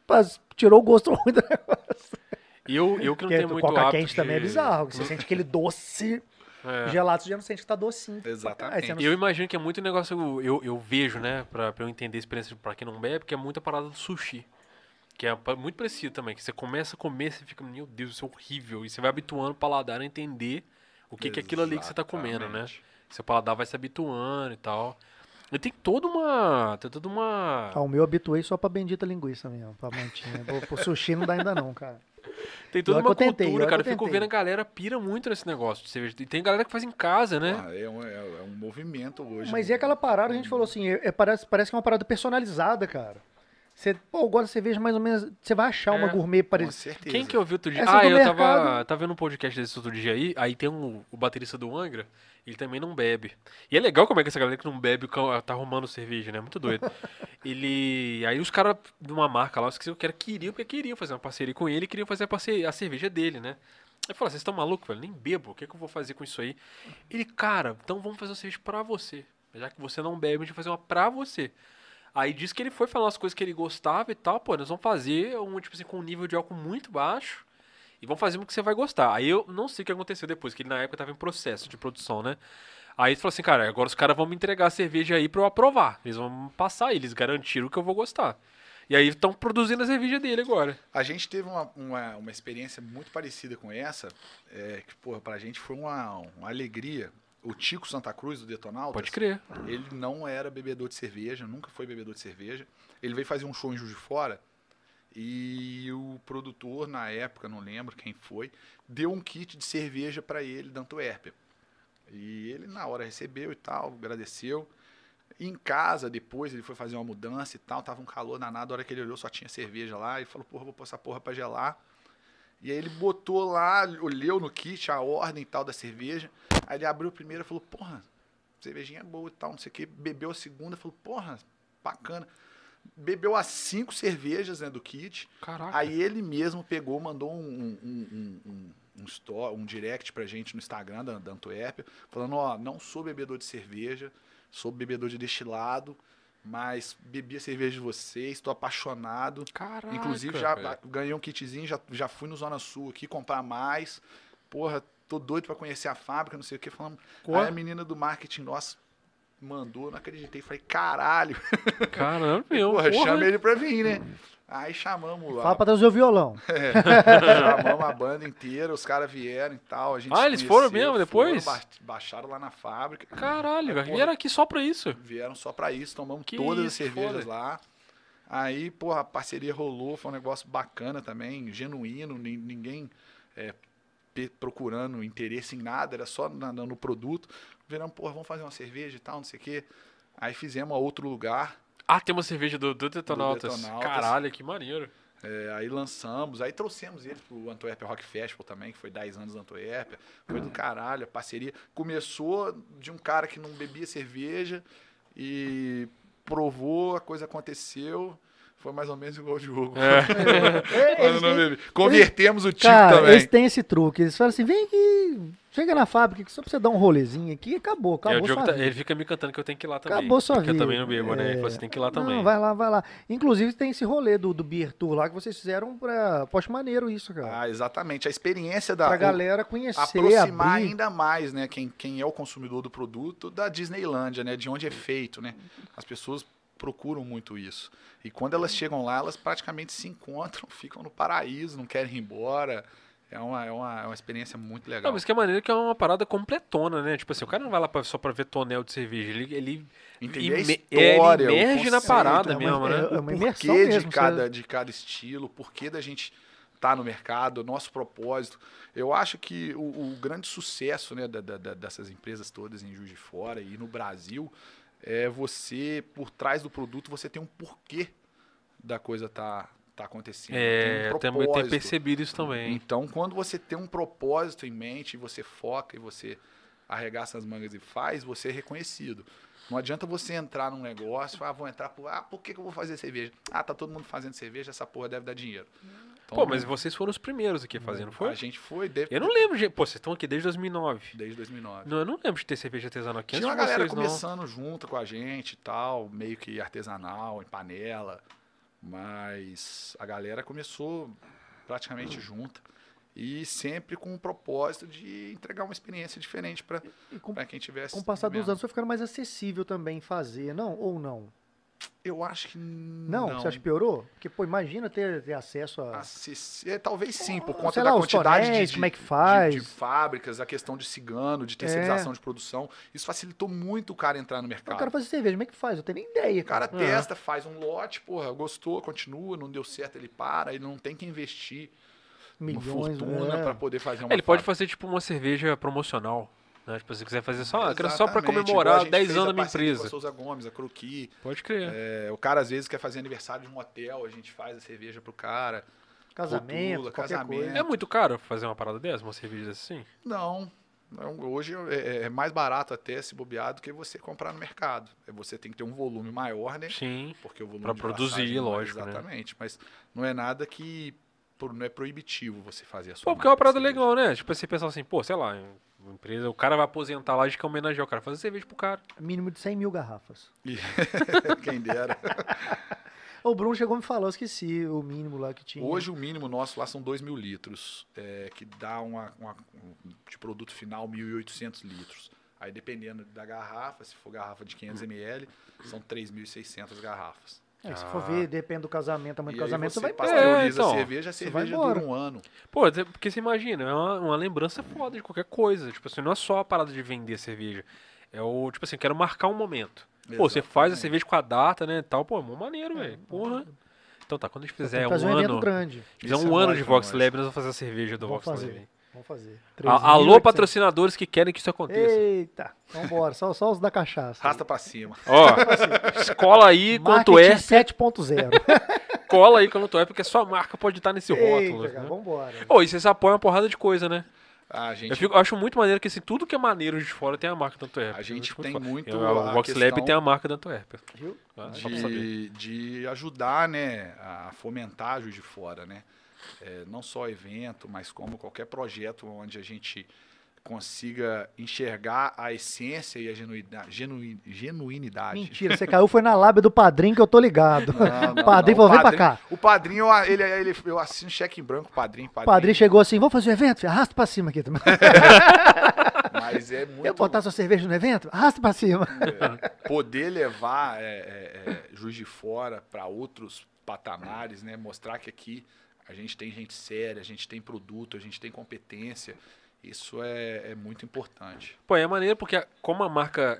pas- tirou o gosto ruim do negócio.
E eu, eu que não
Porque
tenho
o
muito
coca
hábito
quente também é
de-
bizarro, que você sente aquele doce.
É.
Gelado, você já não sente que tá docinho.
Exatamente.
Aí você não-
E Eu imagino que é muito negócio, eu, eu vejo, né, pra, pra eu entender a experiência pra quem não bebe, que é muita parada do sushi. Que é pa- muito parecido também, que você começa a comer, você fica, meu Deus, isso é horrível. E você vai habituando o paladar a entender o que, que é aquilo ali que você tá comendo, né?
Exatamente.
Seu paladar vai se habituando e tal. E tem toda uma. Tem toda uma.
Ah, o meu eu habituei só pra bendita linguiça mesmo, pra mantinha. Pro- Pro sushi não dá ainda não, cara.
Tem toda
olha que
uma
eu tentei,
cultura,
olha
cara.
que
Eu
eu
fico
tentei.
vendo a galera pira muito nesse negócio de cerveja. E tem galera que faz em casa, né?
Ah, é, um, é- é um movimento hoje.
Mas
né?
é aquela parada, a gente falou assim, é- é- parece, parece que é uma parada personalizada, cara. Você, pô, eu gosto de cerveja mais ou menos, você vai achar uma
É.
gourmet
Com
parecida.
certeza.
Quem que eu vi outro dia?
Essa
ah,
do
eu tava,
mercado-
tava vendo um podcast desse outro dia aí, aí tem um, o baterista do Angra, ele também não bebe. E é legal como é que essa galera que não bebe ca- tá arrumando cerveja, né? Muito doido. ele. Aí os caras de uma marca lá, eu esqueci o que era, queriam, porque queriam fazer uma parceria com ele, queriam fazer a, parceria, a cerveja dele, né? Aí falou, vocês estão malucos, velho? Nem bebo, o que, que eu vou fazer com isso aí? Ele, cara, então vamos fazer uma cerveja pra você. Já que você não bebe, a gente vai fazer uma pra você. Aí disse que ele foi falar as coisas que ele gostava e tal, pô, nós vamos fazer um, tipo assim, com um nível de álcool muito baixo e vamos fazer um que você vai gostar. Aí eu não sei o que aconteceu depois, que ele na época tava em processo de produção, né? Aí ele falou assim, cara, agora os caras vão me entregar a cerveja aí pra eu aprovar. Eles vão me passar, eles garantiram que eu vou gostar. E aí estão produzindo a cerveja dele agora.
A gente teve uma, uma, uma experiência muito parecida com essa, é, que, porra, pra gente foi uma, uma alegria. O Tico Santa Cruz, do Detonautas,
Pode crer.
ele não era bebedor de cerveja, nunca foi bebedor de cerveja. Ele veio fazer um show em Juiz de Fora e o produtor, na época, não lembro quem foi, deu um kit de cerveja pra ele da Antuérpia. E ele, na hora, recebeu e tal, agradeceu. Em casa, depois, ele foi fazer uma mudança e tal, tava um calor danado. A hora que ele olhou, só tinha cerveja lá. E falou, porra, vou pôr essa porra pra gelar. E aí ele botou lá, olhou no kit a ordem e tal da cerveja. Aí ele abriu o primeiro e falou, porra, cervejinha é boa e tal, não sei o quê. Bebeu a segunda, falou, porra, bacana. Bebeu as cinco cervejas né, do kit.
Caraca.
Aí ele mesmo pegou, mandou um, um, um, um, um, um store, um direct pra gente no Instagram da, da Antuérpia, falando, ó, não sou bebedor de cerveja, sou bebedor de destilado, mas bebi a cerveja de vocês, estou apaixonado.
Caraca.
Inclusive, já
velho.
ganhei um kitzinho, já, já fui no Zona Sul aqui comprar mais. Porra, tô doido pra conhecer a fábrica, não sei o que. Falando.
Pô.
Aí a menina do marketing nossa mandou, não acreditei. Falei, caralho.
Caramba, meu.
Porra,
Porra,
chama ele pra vir, né? Aí chamamos lá.
Fala pra trazer o violão.
Chamamos a banda inteira, os caras vieram e tal. A gente
Ah,
se
eles foram
conheceu,
mesmo depois?
foram, ba- baixaram lá na fábrica.
Caralho,
Aí,
velho.
porra,
E era aqui só pra isso.
Vieram só pra isso, tomamos
Que
todas as
isso,
cervejas
foda.
lá. Aí, porra, a parceria rolou, foi um negócio bacana também, genuíno, nin- ninguém é, pe- procurando interesse em nada, era só na- na- no produto. Viramos, porra, vamos fazer uma cerveja e tal, não sei o quê. Aí fizemos a outro lugar.
Ah, tem uma cerveja do, do Detonautas.
Do Detonautas.
Caralho, que maneiro.
É, aí lançamos, aí trouxemos ele pro Antuérpia Rock Festival também, que foi 10 anos Antuérpia. Foi do caralho, a parceria. Começou de um cara que não bebia cerveja e provou, a coisa aconteceu. Foi mais ou menos igual o jogo.
É.
Eles, eles-
Convertemos o time
cara,
também.
eles têm esse truque. Eles falam assim: vem aqui, chega na fábrica que só pra você dar um rolezinho aqui e acabou.
É,
Acabou
o Diogo
sua
tá-
vida.
ele fica me cantando que eu tenho que ir lá também.
Acabou sua
porque
vida. É.
eu também não bebo, né? Ele falou, você tem que ir lá também.
Não, vai lá, vai lá. Inclusive tem esse rolê do, do Beer Tour lá que vocês fizeram pra. Poxa, maneiro isso, cara.
Ah, exatamente. A experiência da.
pra
o-
galera conhecer,
aproximar
abrir.
ainda mais, né, quem, quem é o consumidor do produto da Disneylândia, né, de onde é feito, né? As pessoas procuram muito isso. E quando elas chegam lá, elas praticamente se encontram, ficam no paraíso, não querem ir embora. É uma, é uma, é uma experiência muito legal.
Não, mas que é maneiro que é uma parada completona, né? Tipo assim, o cara não vai lá pra- só pra ver tonel de cerveja. Ele, ele
Entender a
ime-
história,
ele
o
emerge na
conceito,
parada
é uma-
mesmo, né?
é-
o
uma imersão
porquê de
mesmo,
cada, de cada estilo, o porquê da gente estar no mercado, o nosso propósito. Eu acho que o, o grande sucesso né, da- da- da- dessas empresas todas em Juiz de Fora e no Brasil é você, por trás do produto, você tem um porquê da coisa tá, tá acontecendo.
É, eu
tem um
tenho, eu tenho
propósito.
percebido isso também.
Então, quando você tem um propósito em mente, e você foca e você arregaça as mangas e faz, você é reconhecido. Não adianta você entrar num negócio, falar, ah, vou entrar por. Ah, por que, que eu vou fazer cerveja? Ah, tá todo mundo fazendo cerveja, essa porra deve dar dinheiro. Então,
Pô, mas vocês foram os primeiros aqui a fazer, não
A
foi?
gente foi deve,
Eu não lembro, de... Pô, vocês estão aqui desde 2009.
desde 2009.
Não, eu não lembro de ter cerveja artesanal aqui
Tinha uma
antes de
galera
vocês, não.
começando junto com a gente e tal, meio que artesanal, em panela, mas a galera começou praticamente junta e sempre com o propósito de entregar uma experiência diferente para
E com,
Pra quem tivesse.
com o passar dos
menos.
anos foi ficando mais acessível também fazer, não? Ou não?
Eu acho que.
Não?
Não,
Você acha que piorou? Porque, pô, imagina ter, ter acesso a.
Acessi- é, talvez sim, por
Sei
conta
lá,
da
os
quantidade de-
tonéis,
de,
como é que
de-
faz. É.
de, fábricas, a questão de cigano, de terceirização de produção. Isso facilitou muito o cara entrar no
Eu
mercado.
quero fazer cerveja, como é que faz? Eu tenho nem ideia.
O cara
É.
testa, faz um lote, porra, gostou, continua, não deu certo, ele para, ele não tem que investir uma
Ah, Milhões,
fortuna
é.
para poder fazer uma
É, ele pode
fábrica.
fazer tipo uma cerveja promocional. Né? Tipo, se você quiser fazer só, eu quero só pra
Exatamente, igual a
comemorar
gente
10
fez
anos
a
da minha
parceria com
empresa.
a Souza Gomes, a Croqui,
Pode crer.
É, o cara às vezes quer fazer aniversário de um hotel, a gente faz a cerveja pro cara.
Casamento,
Rotula,
qualquer
casamento.
coisa.
É. muito caro fazer uma parada dessa, uma cerveja assim?
Não. Não, Hoje é, é mais barato até se bobear do que você comprar no mercado. É, Você tem que ter um volume maior, né?
Sim.
Porque o volume
Pra
de
produzir,
passagem não é
lógico, né?
Exatamente. Mas não é nada que. pro- Não é proibitivo você fazer a sua.
Pô, porque é uma
marca de
parada
cerveja.
legal, né? Tipo, você pensar assim, pô, sei lá, uma empresa, o cara vai aposentar lá, a gente quer homenagear o cara, fazer cerveja pro cara.
Mínimo de 100 mil garrafas.
E- Quem dera.
O Bruno chegou e me falou, eu esqueci o mínimo lá que tinha.
Hoje o mínimo nosso lá são 2 mil litros, é, que dá uma, uma- um- de produto final 1.800 litros. Aí dependendo da garrafa, se for garrafa de 500 ml, são 3.600 garrafas.
É, se
Ah.
for ver, depende do casamento, tamanho
E
do
aí
casamento, você vai embora.
É,
pasteuriza
então.
a cerveja, a
vai
cerveja
embora.
dura um ano.
Pô, até porque você imagina, é uma, uma lembrança foda de qualquer coisa. Tipo assim, não é só a parada de vender cerveja. É o, tipo assim, quero marcar um momento. Pô, você faz a
Exatamente.
cerveja com a data, né, e tal. Pô, é mó maneiro, velho. Porra. Então tá, quando a gente fizer
Tem que
um
fazer um, evento
ano...
grande.
Fizer
Isso é
um ano
nóis
de
pra
Vox
nós.
Lab, nós vamos fazer a cerveja do
Vamos
Vox
fazer.
Lab.
Vamos fazer.
A- Alô,
3.800.
patrocinadores que querem que isso aconteça.
Eita, vambora, só, só os da cachaça. Tipo assim,
Rasta pra cima.
Ó, escola aí quanto é,
7.0.
cola aí quanto é, porque a sua marca pode estar nesse rótulo.
Eita, cara,
Né?
vambora.
Pô, e vocês apoiam uma porrada de coisa, né?
A
Eu,
Ah, gente,
fico- eu acho muito maneiro que assim, tudo que é maneiro de fora tem a marca da Antuérpia.
a
Eu
gente
acho muito
tem
foda.
muito
Eu- o
a
Vox Lab
questão
tem a marca da Antuérpia.
Viu?
tá? Só pra saber.
de, de ajudar né, a fomentar Juiz de Fora, né? É, não só evento, mas como qualquer projeto onde a gente consiga enxergar a essência e a genuida- genui- genuinidade.
Mentira, você caiu, foi na lábia do padrinho que eu tô ligado.
Não, não,
o padrinho
não.
falou,
O
vem pra
padrinho-
cá.
O padrinho, eu- ele, ele, eu assino cheque em branco, padrinho,
O
padrinho.
padrinho chegou assim, vamos fazer um evento? Arrasta pra cima aqui também.
Mas é muito.
Quer botar sua cerveja no evento? Arrasta pra cima.
É. poder levar é, é, é, Juiz de Fora para outros patamares, né? Mostrar que aqui a gente tem gente séria, a gente tem produto, a gente tem competência. Isso é, é muito importante.
Pô, é maneiro porque a- como a marca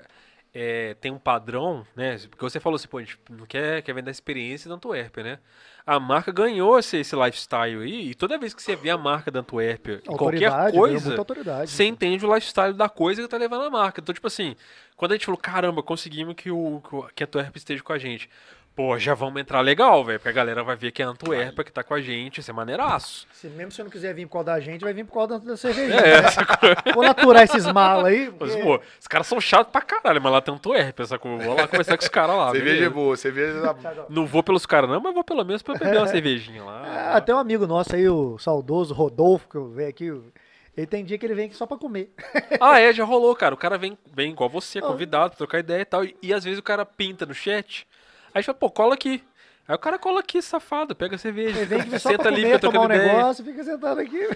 é, tem um padrão, né? Porque você falou assim, pô, a gente não quer, quer vender a experiência da Antwerp, né? A marca ganhou esse, esse lifestyle aí, e toda vez que você vê a marca da Antwerp em qualquer
Autoridade, ganhou muita
coisa,
autoridade.
você entende o lifestyle da coisa que tá levando a marca. Então, tipo assim, quando a gente falou, caramba, conseguimos que, o, que o- que a Antwerp esteja com a gente. Pô, já vamos entrar legal, velho, porque a galera vai ver que é a Antwerp que tá com a gente, isso é maneiraço.
Se mesmo se você não quiser vir por causa da gente, vai vir por causa da- da cervejinha.
É,
né? Vou naturar esses malas aí.
Pô,
porque-
pô, os caras são chatos pra caralho, mas lá tem Antwerp, sacou? Vou lá conversar com os caras lá.
cerveja é
beleza.
boa, cerveja tá boa.
Não vou pelos caras, não, mas vou pelo menos pra beber uma cervejinha
Ah,
lá.
Até um amigo nosso aí, o saudoso Rodolfo, que eu vejo aqui, o- ele tem dia que ele vem aqui só pra comer.
Ah, é, já rolou, cara. O cara vem, vem igual você,
Ah.
convidado, pra trocar ideia e tal. E, e às vezes o cara pinta no chat. Aí a gente fala, pô, cola aqui. Aí o cara cola aqui, safado, pega a cerveja,
Ele vem aqui
fica-
só pra
senta ali,
comer,
fica
tomar um
trocando ideia.
negócio, fica sentado aqui.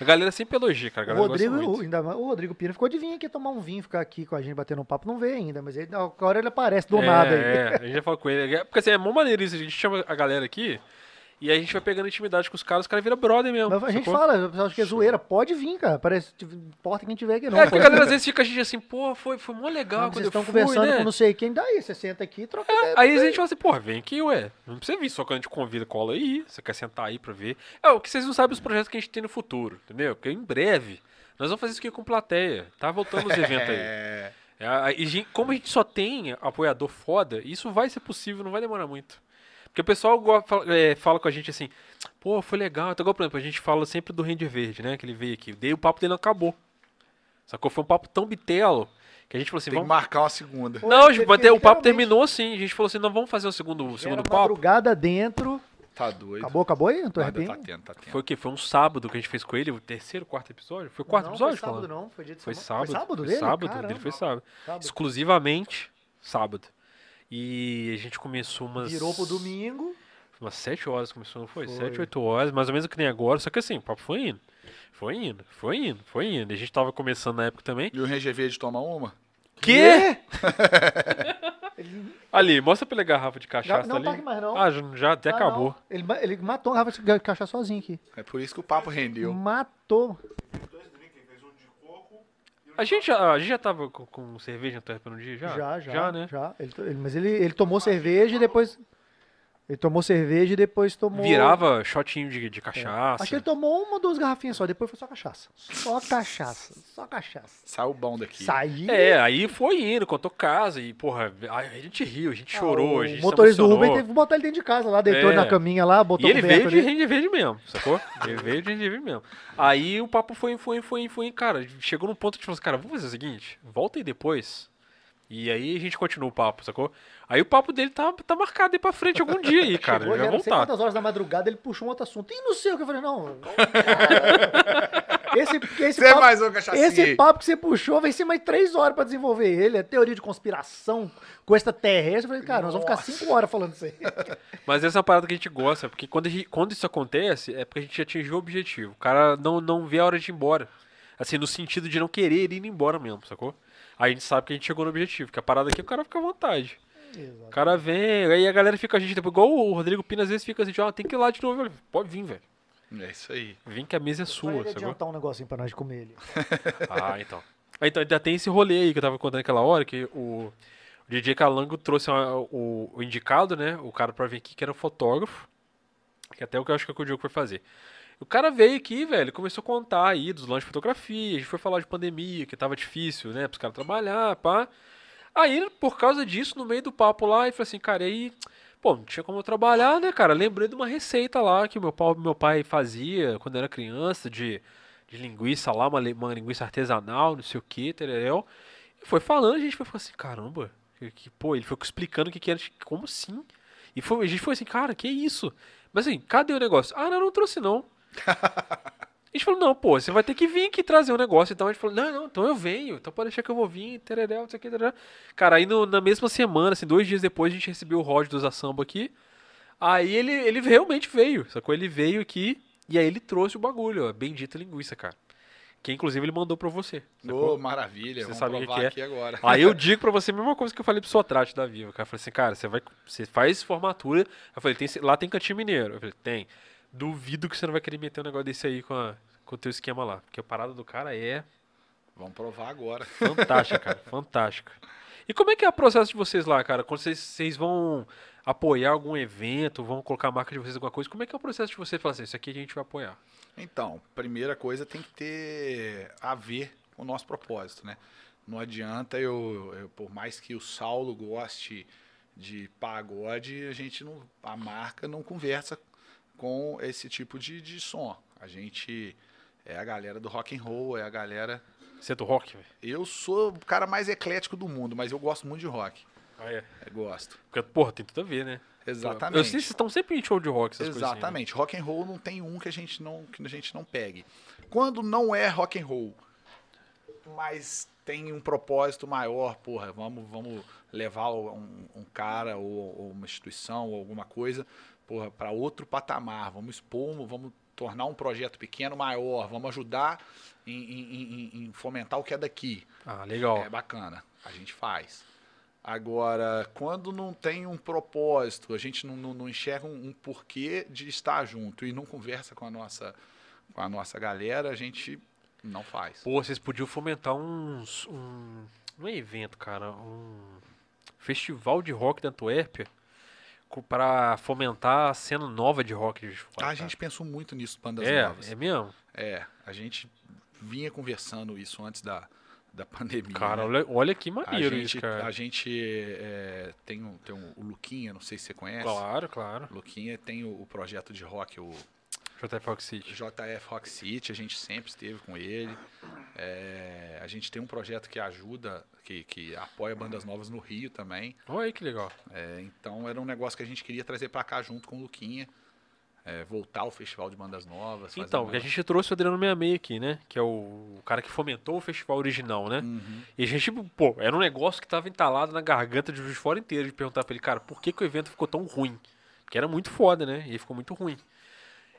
A galera sempre elogia, cara. A
O
galera gosta
Rodrigo, o,
muito.
ainda, mais- o Rodrigo Pina ficou de vir aqui tomar um vinho, ficar aqui com a gente batendo um papo, não veio ainda, mas ele, na hora ele aparece do
é,
nada aí.
É, a gente já falou com ele. É, Porque assim, é mó maneiro isso. A gente chama a galera aqui e a gente vai pegando intimidade com os caras, os caras viram brother mesmo.
Mas a gente
sacou?
fala, o pessoal acha que é zoeira, pode vir, cara. Parece, tipo, importa quem tiver aqui não.
É, porque a
Pode-
galera às vezes fica a gente assim, pô, foi, foi mó legal
Não,
quando
né? vocês
eu
estão
fui,
conversando
né?
com não sei quem, daí você senta aqui e troca ideia.
Aí
é
a gente fala assim, porra, vem aqui, ué. Não precisa vir só quando a gente convida, cola aí. Você quer sentar aí pra ver. É, o que vocês não sabem os projetos que a gente tem no futuro, entendeu? Porque em breve, nós vamos fazer isso aqui com plateia. Tá voltando os eventos aí.
É,
É, a- e gen- como a gente só tem apoiador foda, isso vai ser possível, não vai demorar muito. Porque o pessoal go- fala, é, fala com a gente assim, pô, foi legal. Então, igual, por exemplo, a gente fala sempre do Rende Verde, né? Que ele veio aqui. Daí o papo dele não acabou. Sacou? Foi um papo tão bitelo que a gente falou assim,
tem que
vamos
marcar uma segunda.
Foi,
não, gente,
porque
mas o papo
literalmente
terminou assim. A gente falou assim: não, vamos fazer um segundo, um
era
segundo papo.
madrugada dentro.
Tá doido.
Acabou, acabou aí? Antônio
Nada,
Arpino?
tá tendo, tá tendo.
Foi o quê? Foi um sábado que a gente fez com ele, o terceiro, quarto episódio? Foi o quarto
não,
episódio,
Foi sábado,
falando?
não. Foi dia de
Foi
semana.
sábado.
Foi sábado
foi
dele?
Sábado,
Caramba.
dele foi sábado.
Sábado.
Exclusivamente sábado. E a gente começou umas.
Virou pro domingo.
Umas 7 horas começou, não foi?
Foi.
7, 8 horas, mais ou menos que nem agora. Só que assim, o papo foi indo. Foi indo, foi indo, foi indo. E a gente tava começando na época também.
E o RGV de tomar uma?
Quê? ali, mostra pela garrafa de cachaça
não
ali.
tá aqui mais, não.
Ah, já, já até
Ah,
acabou.
não. Ele, ma- ele matou a garrafa de cachaça sozinho aqui.
É por isso que o papo
Hum.
rendeu.
Matou.
A gente, já- a gente já tava com, com cerveja Antwerp no dia já?
Já, já.
Já, né?
já. Ele to- ele- mas ele, ele tomou cerveja e depois. Ele tomou cerveja e depois tomou.
Virava shotinho de, de cachaça.
Acho que ele tomou uma ou duas garrafinhas só, depois foi só cachaça. Só cachaça. Só cachaça.
Saiu bom daqui.
Saiu.
É, aí foi indo, contou casa e, porra, a a gente riu, a gente chorou, a gente
Ah, O
se
motorista do
emocionou.
Uber teve que botar ele dentro de casa lá, deitou
É.
ele na caminha lá, botou
E ele
o Humberto
veio de
ali.
rende verde mesmo, sacou? Ele veio de rende verde mesmo. Aí o papo foi, foi, foi, foi, cara, chegou num ponto que a gente falou assim, cara, vamos fazer o seguinte, volta aí depois. E aí a gente continua o papo, sacou? Aí o papo dele tá, tá marcado aí pra frente algum dia aí, cara.
Chegou,
Ele
já
vai
era não sei
voltar.
quantas horas da madrugada, ele puxou um outro assunto. E não sei o que eu falei, não. vamos, cara. esse, esse,
Você é
papo,
mais um cachaçinho
esse
aí.
papo que você puxou vai ser mais três horas pra desenvolver ele. É teoria de conspiração com extraterrestre. Eu falei, cara, nós vamos ficar cinco horas falando isso aí.
Mas essa é uma parada que a gente gosta, porque quando, a gente- quando isso acontece, é porque a gente atingiu o objetivo. O cara não, não vê a hora de ir embora. Assim, no sentido de não querer ir embora mesmo, sacou? Aí a gente sabe que a gente chegou no objetivo, que a parada aqui o cara fica à vontade. O cara vem, aí a galera fica a gente, depois, igual o Rodrigo Pina às vezes fica assim, ó, tem que ir lá de novo. Eu falei, Pode vir, velho.
É isso aí.
Vem que a mesa é
Só
sua,
ele
sacou?
adiantar um negocinho pra nós de comer ele.
Ah, então. Ah, Então, ainda tem esse rolê aí que eu tava contando aquela hora, que o, o DJ Calango trouxe uma- o, o indicado, né? O cara pra vir aqui, que era um fotógrafo. Que até o que eu acho que é o que o Diogo foi fazer. O cara veio aqui, velho, começou a contar aí dos lances de fotografia, a gente foi falar de pandemia, que tava difícil, né, pros caras trabalhar, pá. Aí, por causa disso, no meio do papo lá, ele falou assim, cara, e aí, pô, não tinha como eu trabalhar, né, cara? Lembrei de uma receita lá que meu pai, meu pai fazia quando eu era criança, de, de linguiça lá, uma, le- uma linguiça artesanal, não sei o que, tereréu. E foi falando, a gente foi falando assim, caramba, que, que- pô, ele foi explicando o que, que era, como assim? E foi, a gente foi assim, cara, que isso? Mas assim, cadê o negócio? Ah, não, não trouxe não. A gente falou, não, pô, você vai ter que vir aqui trazer o negócio. Então a gente falou, não, não, então eu venho, então pode deixar que eu vou vir, tereréu, não sei o que, tereréu. Cara, aí no- na mesma semana, assim, dois dias depois, a gente recebeu o Rod dos Assamba aqui. Aí ele, ele realmente veio, sacou? Ele veio aqui e aí ele trouxe o bagulho, ó, bendita linguiça, cara. Que inclusive ele mandou pra você.
Ô,
sacou? Você
maravilha. Vamos
sabe o que
provar
que é?
aqui agora.
Aí eu digo pra você a mesma coisa que eu falei pro Sotrate da Viva, cara. Eu falei assim, cara, você vai. Você faz formatura. Eu falei, tem, lá tem cantinho mineiro. Eu falei, tem. Duvido que você não vai querer meter um negócio desse aí com, a- com o teu esquema lá. Porque a parada do cara é
Vamos provar agora.
fantástica, cara. Fantástica. E como é que é o processo de vocês lá, cara? Quando vocês, vocês vão apoiar algum evento, vão colocar a marca de vocês em alguma coisa, como é que é o processo de vocês falar assim, isso aqui a gente vai apoiar?
Então, primeira coisa tem que ter a ver com o nosso propósito, né? Não adianta eu, eu- por mais que o Saulo goste de pagode, a gente não, a marca não conversa com esse tipo de, de som. A gente é a galera do rock and roll, é a galera.
Você é do rock, velho?
Eu sou o cara mais eclético do mundo, mas eu gosto muito de rock.
Ah, é.
Eu gosto.
Porque, porra, tem tudo a ver, né?
Exatamente.
Eu sei que vocês estão sempre em show de rock, essas né? coisas. assim,
Exatamente. Rock and roll não tem um que a gente não que a gente não pegue. Quando não é rock and roll, mas tem um propósito maior, porra, vamos vamos levar um, um cara ou, ou uma instituição ou alguma coisa, porra, para outro patamar. Vamos expor, vamos tornar um projeto pequeno maior, vamos ajudar em, em- em- em- em fomentar o que é daqui.
Ah, legal.
É bacana, a gente faz. Agora, quando não tem um propósito, a gente não, não- não enxerga um, um porquê de estar junto e não conversa com a nossa, com a nossa galera, a gente não faz.
Pô, vocês podiam fomentar uns. Um, não é evento, cara. Um festival de rock da Antuérpia co- pra fomentar a cena nova de rock de fora.
A
cara.
gente pensou muito nisso, bandas
é,
novas.
é mesmo?
É, a gente vinha conversando isso antes da, da pandemia.
Cara,
né?
olha, olha que
a
maneiro
gente,
isso, cara.
a gente é, tem, um, tem um, o Luquinha, não sei se você conhece.
Claro, claro.
O Luquinha tem o, o projeto de rock, o
JF Rock City.
JF Rock City, a gente sempre esteve com ele. É, a gente tem um projeto que ajuda, que, que apoia bandas novas no Rio também.
Olha aí que legal.
É, então era um negócio que a gente queria trazer pra cá junto com o Luquinha. É, voltar ao Festival de Bandas Novas. fazer
Então,
uma-
porque a gente trouxe o Adriano 66 aqui, né? Que é o, o cara que fomentou o festival original, né?
Uhum.
E a gente, pô, era um negócio que tava entalado na garganta de Juiz de Fora inteiro, de perguntar pra ele, cara, por que, que o evento ficou tão ruim? Porque era muito foda, né? E aí ficou muito ruim.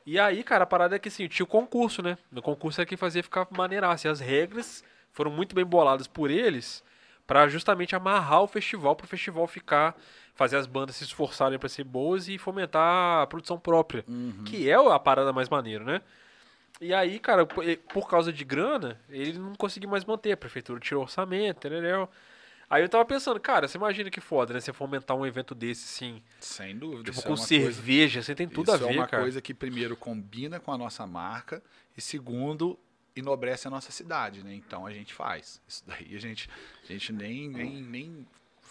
E aí, cara, a parada é que assim, tinha o concurso, né? No concurso era que fazia ficar maneirasse. As regras foram muito bem boladas por eles pra justamente amarrar o festival, pro festival ficar, fazer as bandas se esforçarem pra ser boas e fomentar a produção própria.
Uhum.
Que é a parada mais maneira, né? E aí, cara, po- e- por causa de grana, ele não conseguiu mais manter. A prefeitura tirou orçamento, entendeu? Aí eu tava pensando, cara, você imagina que foda, né? Você fomentar um evento desse, assim,
Sem dúvida.
tipo,
isso é
com
uma coisa-
cerveja, você tem tudo
isso
a ver,
é uma
cara.
coisa que, primeiro, combina com a nossa marca e, segundo, enobrece a nossa cidade, né? Então a gente faz. Isso daí a gente, a gente nem, nem, nem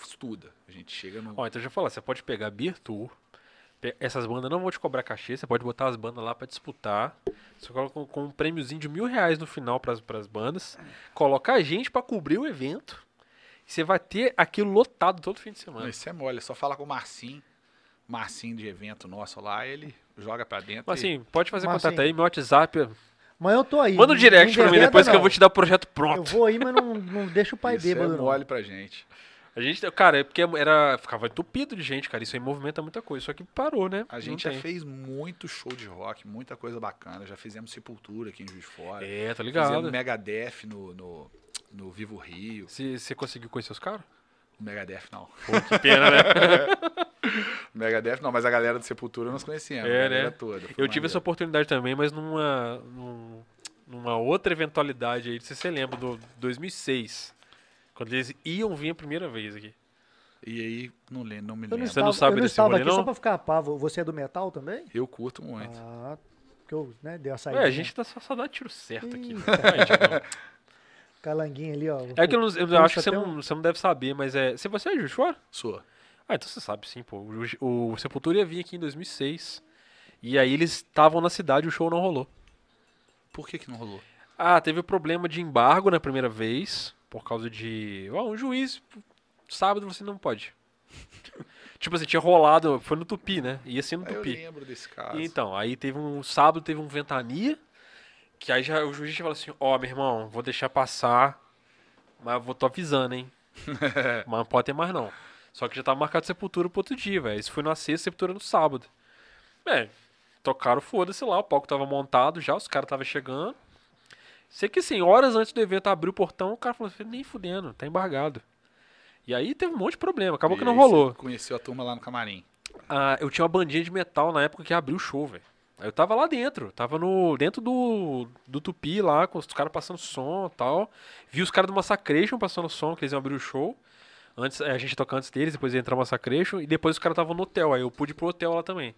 estuda. A gente chega no.
Ó, então já falar, você pode pegar Beer Tour, pe- essas bandas não vão te cobrar cachê, você pode botar as bandas lá pra disputar. Você coloca com, com um prêmiozinho de mil reais no final pras, pras bandas, coloca a gente pra cobrir o evento. E você vai ter aquilo lotado todo fim de semana.
Não, Isso é mole, é só falar com o Marcinho. Marcinho de evento nosso lá, ele joga pra dentro.
Mas, assim, pode fazer
Mas,
contato
assim,
aí, meu WhatsApp. é
Mas eu tô aí.
Manda um
não
direct pra mim
envereda,
depois que eu
não.
vou te dar o projeto pronto.
Eu vou aí, mas não, não deixa o
e
pai
isso
bêbado,
é
não.
mole pra gente.
A gente, cara, é porque era, ficava entupido de gente, cara. Isso aí movimenta muita coisa. Só que parou, né?
A
Não
gente é já
tem.
fez muito show de rock, muita coisa bacana. Já fizemos Sepultura aqui em Juiz de Fora.
É, tá
Fizemos
ligado.
Megadeth no, no, no Vivo Rio.
Você você conseguiu conhecer os caras?
O Megadeth não.
Que pena, né?
O Megadeth não, mas a galera do Sepultura nós conhecíamos.
É,
a galera
né?
toda. Foi
Eu tive essa
maneiro.
oportunidade também, mas numa, num- numa outra eventualidade aí. Não sei se você lembra, do 2006. Quando eles iam vir a primeira vez aqui.
E aí, não, lembro, não me
Eu não,
lembro.
Você não
estava,
sabe
eu não
desse
estava
rolê,
aqui
não?
só pra ficar pavo. Você é do metal também?
Eu curto muito.
Ah, porque eu, né, dei a saída.
Ué, a gente tá só, só dá tiro certo aqui.
Ih.
Não vai, Diego, não.
Calanguinho ali, ó.
É que eu, não- eu
Puxa,
acho que você
até
não, você não deve saber, mas é. Se você é juiz de fora?
Sou.
Ah, então você sabe sim, pô. O, o Sepultura ia vir aqui em 2006. E aí eles estavam na cidade e o show não rolou.
Por que, que não rolou?
Ah, teve o problema de embargo na primeira vez, por causa de. Ó, um juiz, sábado você não pode. tipo assim, tinha rolado, foi no Tupi, né? Ia ser no
Ah, eu
Tupi.
lembro desse caso.
E Então, aí teve um sábado, teve um ventania, que aí já o juiz já falou assim, ó, meu irmão, vou deixar passar, mas vou tô avisando, hein? mas não pode ter mais não. Só que já tava marcado sepultura pro outro dia, velho. Isso foi na sexta, sepultura no sábado. É, tocaram foda-se lá, o palco tava montado já, os caras tava chegando. Sei que assim, horas antes do evento abrir o portão, o cara falou assim, nem fudendo, tá embargado. E aí teve um monte de problema, acabou
E
que não
aí você
rolou.
Conheceu a turma lá no camarim.
Ah, eu tinha uma bandinha de metal na época que abriu o show, velho. Aí eu tava lá dentro, tava no dentro do, do Tupi lá, com os caras passando som e tal. Vi os caras do Massacration passando som, que eles iam abrir o show. Antes, é, a gente tocou antes deles, depois ia entrar o Massacration, e depois os caras estavam no hotel, aí eu pude ir pro hotel lá também.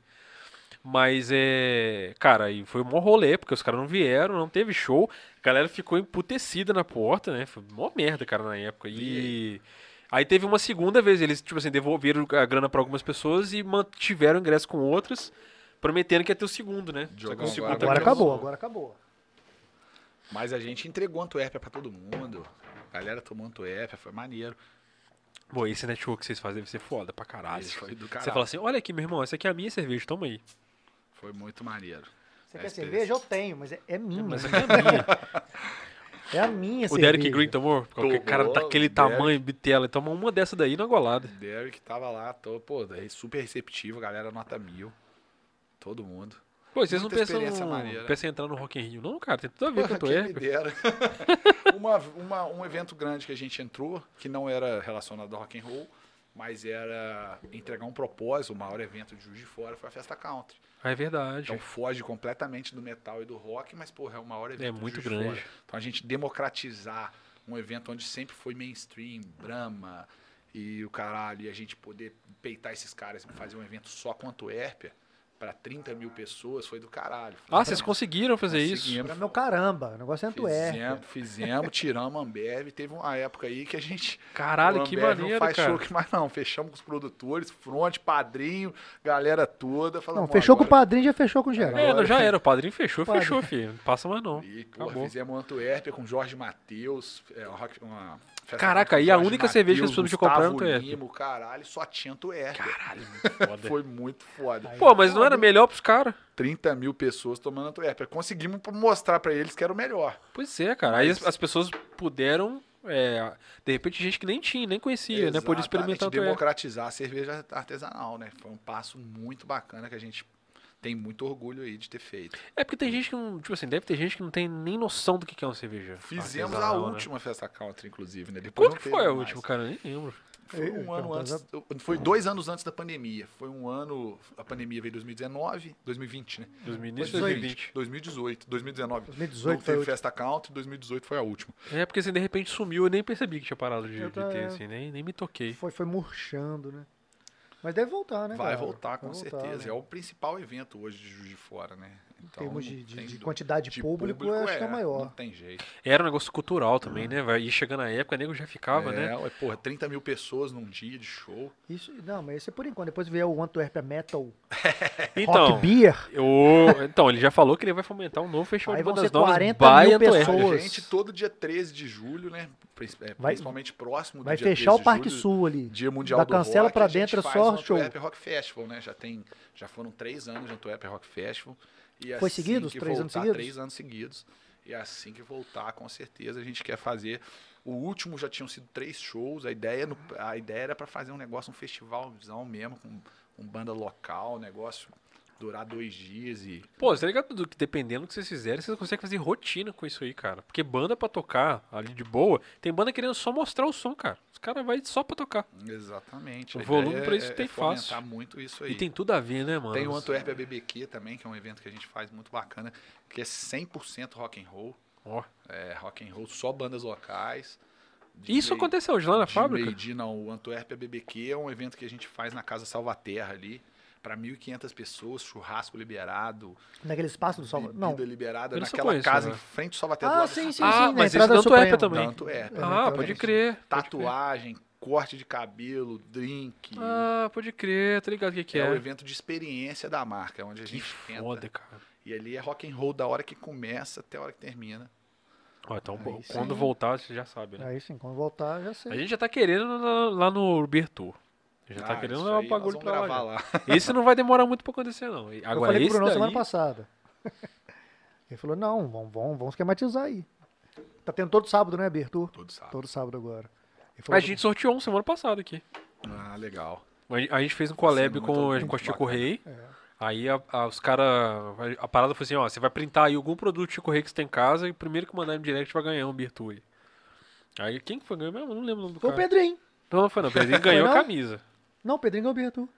Mas é. Cara, aí foi um maior rolê, porque os caras não vieram, não teve show. A galera ficou emputecida na porta, né? Foi mó merda, cara, na época. E. Aí teve uma segunda vez, eles, tipo assim, devolveram a grana pra algumas pessoas e mantiveram o ingresso com outras, prometendo que ia ter o segundo, né? que
Jogão
o segundo
um Agora
Agora acabou,
cancelou.
agora acabou.
Mas a gente entregou Antuérpia pra todo mundo. A galera tomou Antuérpia, foi maneiro.
Pô, esse network que vocês fazem deve ser foda pra caralho.
Esse foi do
Você
caralho.
fala assim, olha aqui, meu irmão, essa aqui é a minha cerveja, toma aí.
Foi muito maneiro.
Você
É
quer
a
cerveja? Eu tenho, mas é, é minha.
Mas essa aqui é a minha.
É a minha
o
cerveja.
Derek Green tá- tomou? Qualquer
Tomou,
cara tá daquele
Derek.
tamanho, bitela, ele toma uma dessa daí na golada.
Derek tava lá, tô, pô, daí super receptivo, a galera nota mil. Todo mundo.
Pô, vocês não
Muita
pensam,
experiência maneira.
pensam em entrar no Rock in Rio? Não, cara, tem tudo a ver com a tua
Quem me
época.
dera. uma, uma- um evento grande que a gente entrou, que não era relacionado ao rock and roll, mas era entregar um propósito, o maior evento de Juiz de Fora foi a Festa Country.
Ah, é verdade.
Então foge completamente do metal e do rock, mas porra, é o maior evento.
É
de
muito
Juiz de
grande.
Fora. Então a gente democratizar um evento onde sempre foi mainstream, Brahma e o caralho, e a gente poder peitar esses caras e fazer um evento só com Antuérpia para 30 mil pessoas foi do caralho.
ah, vocês conseguiram fazer isso?
Conseguimos.
Pra meu caramba, o negócio é Antuérpia.
Fizemos, fizemos, tiramos a Ambev. Teve uma época aí que a gente.
Caralho,
o
que
Ambev
maneiro,
Não faz
cara.
show que mais não. Fechamos com os produtores, front, padrinho, galera toda. Falamos,
Não, fechou com o
agora...
padrinho, já fechou com o geral.
É, não, já era, o padrinho fechou,
Padre.
fechou, filho. Não passa mais não.
E, porra,
Acabou.
fizemos Antuérpia com Jorge Matheus. é, uma rock- uma festa
Caraca,
com
e a
Jorge
única cerveja que as pessoas
Matheus,
podiam comprar era
Gustavo
Antuérpia.
Lima, o caralho, só tinha Antuérpia.
Caralho, muito foda.
Foi muito foda.
Pô, mas não era melhor pros caras?
30 mil pessoas tomando Antuérpia. Conseguimos mostrar pra eles que era o melhor.
Pois é, cara. Aí as, as pessoas puderam. é, de repente, gente que nem tinha, nem conhecia, né? Pôde
Exatamente,
experimentar o Antuérpia.
democratizar a cerveja artesanal, né? Foi um passo muito bacana que a gente tem muito orgulho aí de ter feito.
É porque tem gente que não. Tipo assim, deve ter gente que não tem nem noção do que que é uma cerveja.
Fizemos a
artesanal, né?
última festa country, inclusive, né? Depois
Quando
não
que
teve
foi a
mais.
última, cara? Eu Nem lembro.
Foi um
Então,
ano
tá
antes. Foi dois anos antes da pandemia. Foi um ano. A pandemia veio em 2019, 2020, né?
2020,
2020,
2020.
2018, 2019.
2018
não
foi a
Então, teve
última.
festa country, 2018 foi a última.
É porque assim, de repente sumiu, eu nem percebi que tinha parado de,
Eu
de
tô-
ter, assim, nem, nem me toquei.
Foi, foi murchando, né? Mas deve voltar, né?
Vai
cara?
voltar, com
Vai voltar,
certeza.
né?
É o principal evento hoje de Juiz de Fora, né?
Em
Então,
termos
não
de, de-
tem
de
dú-
quantidade de, público, eu acho que é o
Não
maior.
tem jeito.
Era um negócio cultural também, né? velho? E chegando a época, o nego já ficava,
Ah. é,
né?
ué, porra, 30 mil pessoas num dia de show.
Isso, não, mas esse é por enquanto. Depois vier o Antuérpia Metal
Então,
Rock Beer.
eu, então, ele já falou que ele vai fomentar um novo festival
Aí
de
vão
bandas
ser
novas.
40
by
mil
Antuérpia.
É. pessoas.
A gente, todo dia 13 de julho, né? prin- é,
Vai-
principalmente próximo do
Vai
dia
fechar
13
o
de
Parque
julho,
Sul ali.
Dia Mundial
Da
do
cancela
Rock,
pra
a gente
dentro é
faz
só
um
show.
Antuérpia Rock Festival, né? Já, tem, já foram três anos de Antuérpia Rock Festival. E
Foi
assim
seguido, os
que
três anos
voltar,
seguidos?
Três anos seguidos. E assim que voltar, com certeza, a gente quer fazer. O último já tinham sido três shows. A ideia, no- a ideia era pra fazer um negócio, um festivalzão mesmo, com, com banda local, um negócio durar dois dias e
Pô, você tá ligado do que dependendo do que vocês fizerem, vocês conseguem fazer rotina com isso aí, cara. Porque banda pra tocar ali de boa, tem banda querendo só mostrar o som, cara. Os caras vai só pra tocar.
Exatamente.
O
A
volume
ideia
pra isso
é-
tem
é fomentar
fácil.
muito isso aí.
E tem tudo a ver, né, mano?
Tem um o Antuérpia BBQ também, que é um evento que a gente faz muito bacana, que é 100% rock and roll.
Ó.
É, rock and roll, só bandas locais. De
Isso
meio-
aconteceu hoje lá na
de
fábrica?
meio-dia, não, o Antuérpia BBQ é um evento que a gente faz na Casa Salvaterra ali, para 1.500 pessoas, churrasco liberado,
Naquele espaço do Salvador.
bebida
Não.
liberada,
Eu não sei
naquela
qual é isso,
casa
né?
em frente ao Salvaterra. do
Ah,
lado da
sim, sim, sim.
Salvaterra.
Ah,
na
mas
entrada
esse
do
da Antuérpia
Supremo.
também.
Da Antuérpia.
É,
Ah,
então,
pode
é.
crer. pode crer.
Tatuagem, corte de cabelo, drink.
Ah, pode crer, tá ligado o que, que
é o
é.
evento né? de experiência da marca, é onde a
Que
gente tenta.
foda, cara.
E ali é rock and roll da hora que começa até a hora que termina.
Ó,
É
então,
Aí
bom,
sim.
quando voltar, você já sabe, né?
Aí sim, quando voltar, já
A
sei.
gente já tá querendo lá, lá no Bertur. Já tá
Ah,
querendo
isso
levar
aí
o bagulho
nós vamos
pra lá.
gravar
já.
lá.
Esse não vai demorar muito pra acontecer, não. E
Eu
Agora,
falei pro
esse
Bruno semana
daí,
passada. Ele falou, não, vamos, vamos, vamos esquematizar aí. Tá tendo todo sábado, né, Bertur?
Todo sábado.
Todo sábado agora. Ele falou,
a gente sorteou um semana passada aqui.
Ah, legal.
A a gente fez um collab
Sendo
com,
muito-
com a
muito
Chico
bacana.
Rei.
É.
Aí a- a- os caras. A parada foi assim: ó, você vai printar aí algum produto Chico Rei que você tem em casa e o primeiro que mandar no direct vai ganhar um Birtu aí. Aí quem que foi ganhar mesmo? Eu Não lembro o nome do
Foi o
cara.
Pedrinho.
Não, não foi não. O Pedrinho ganhou a
não?
camisa.
Não, o Pedrinho é o Bertur.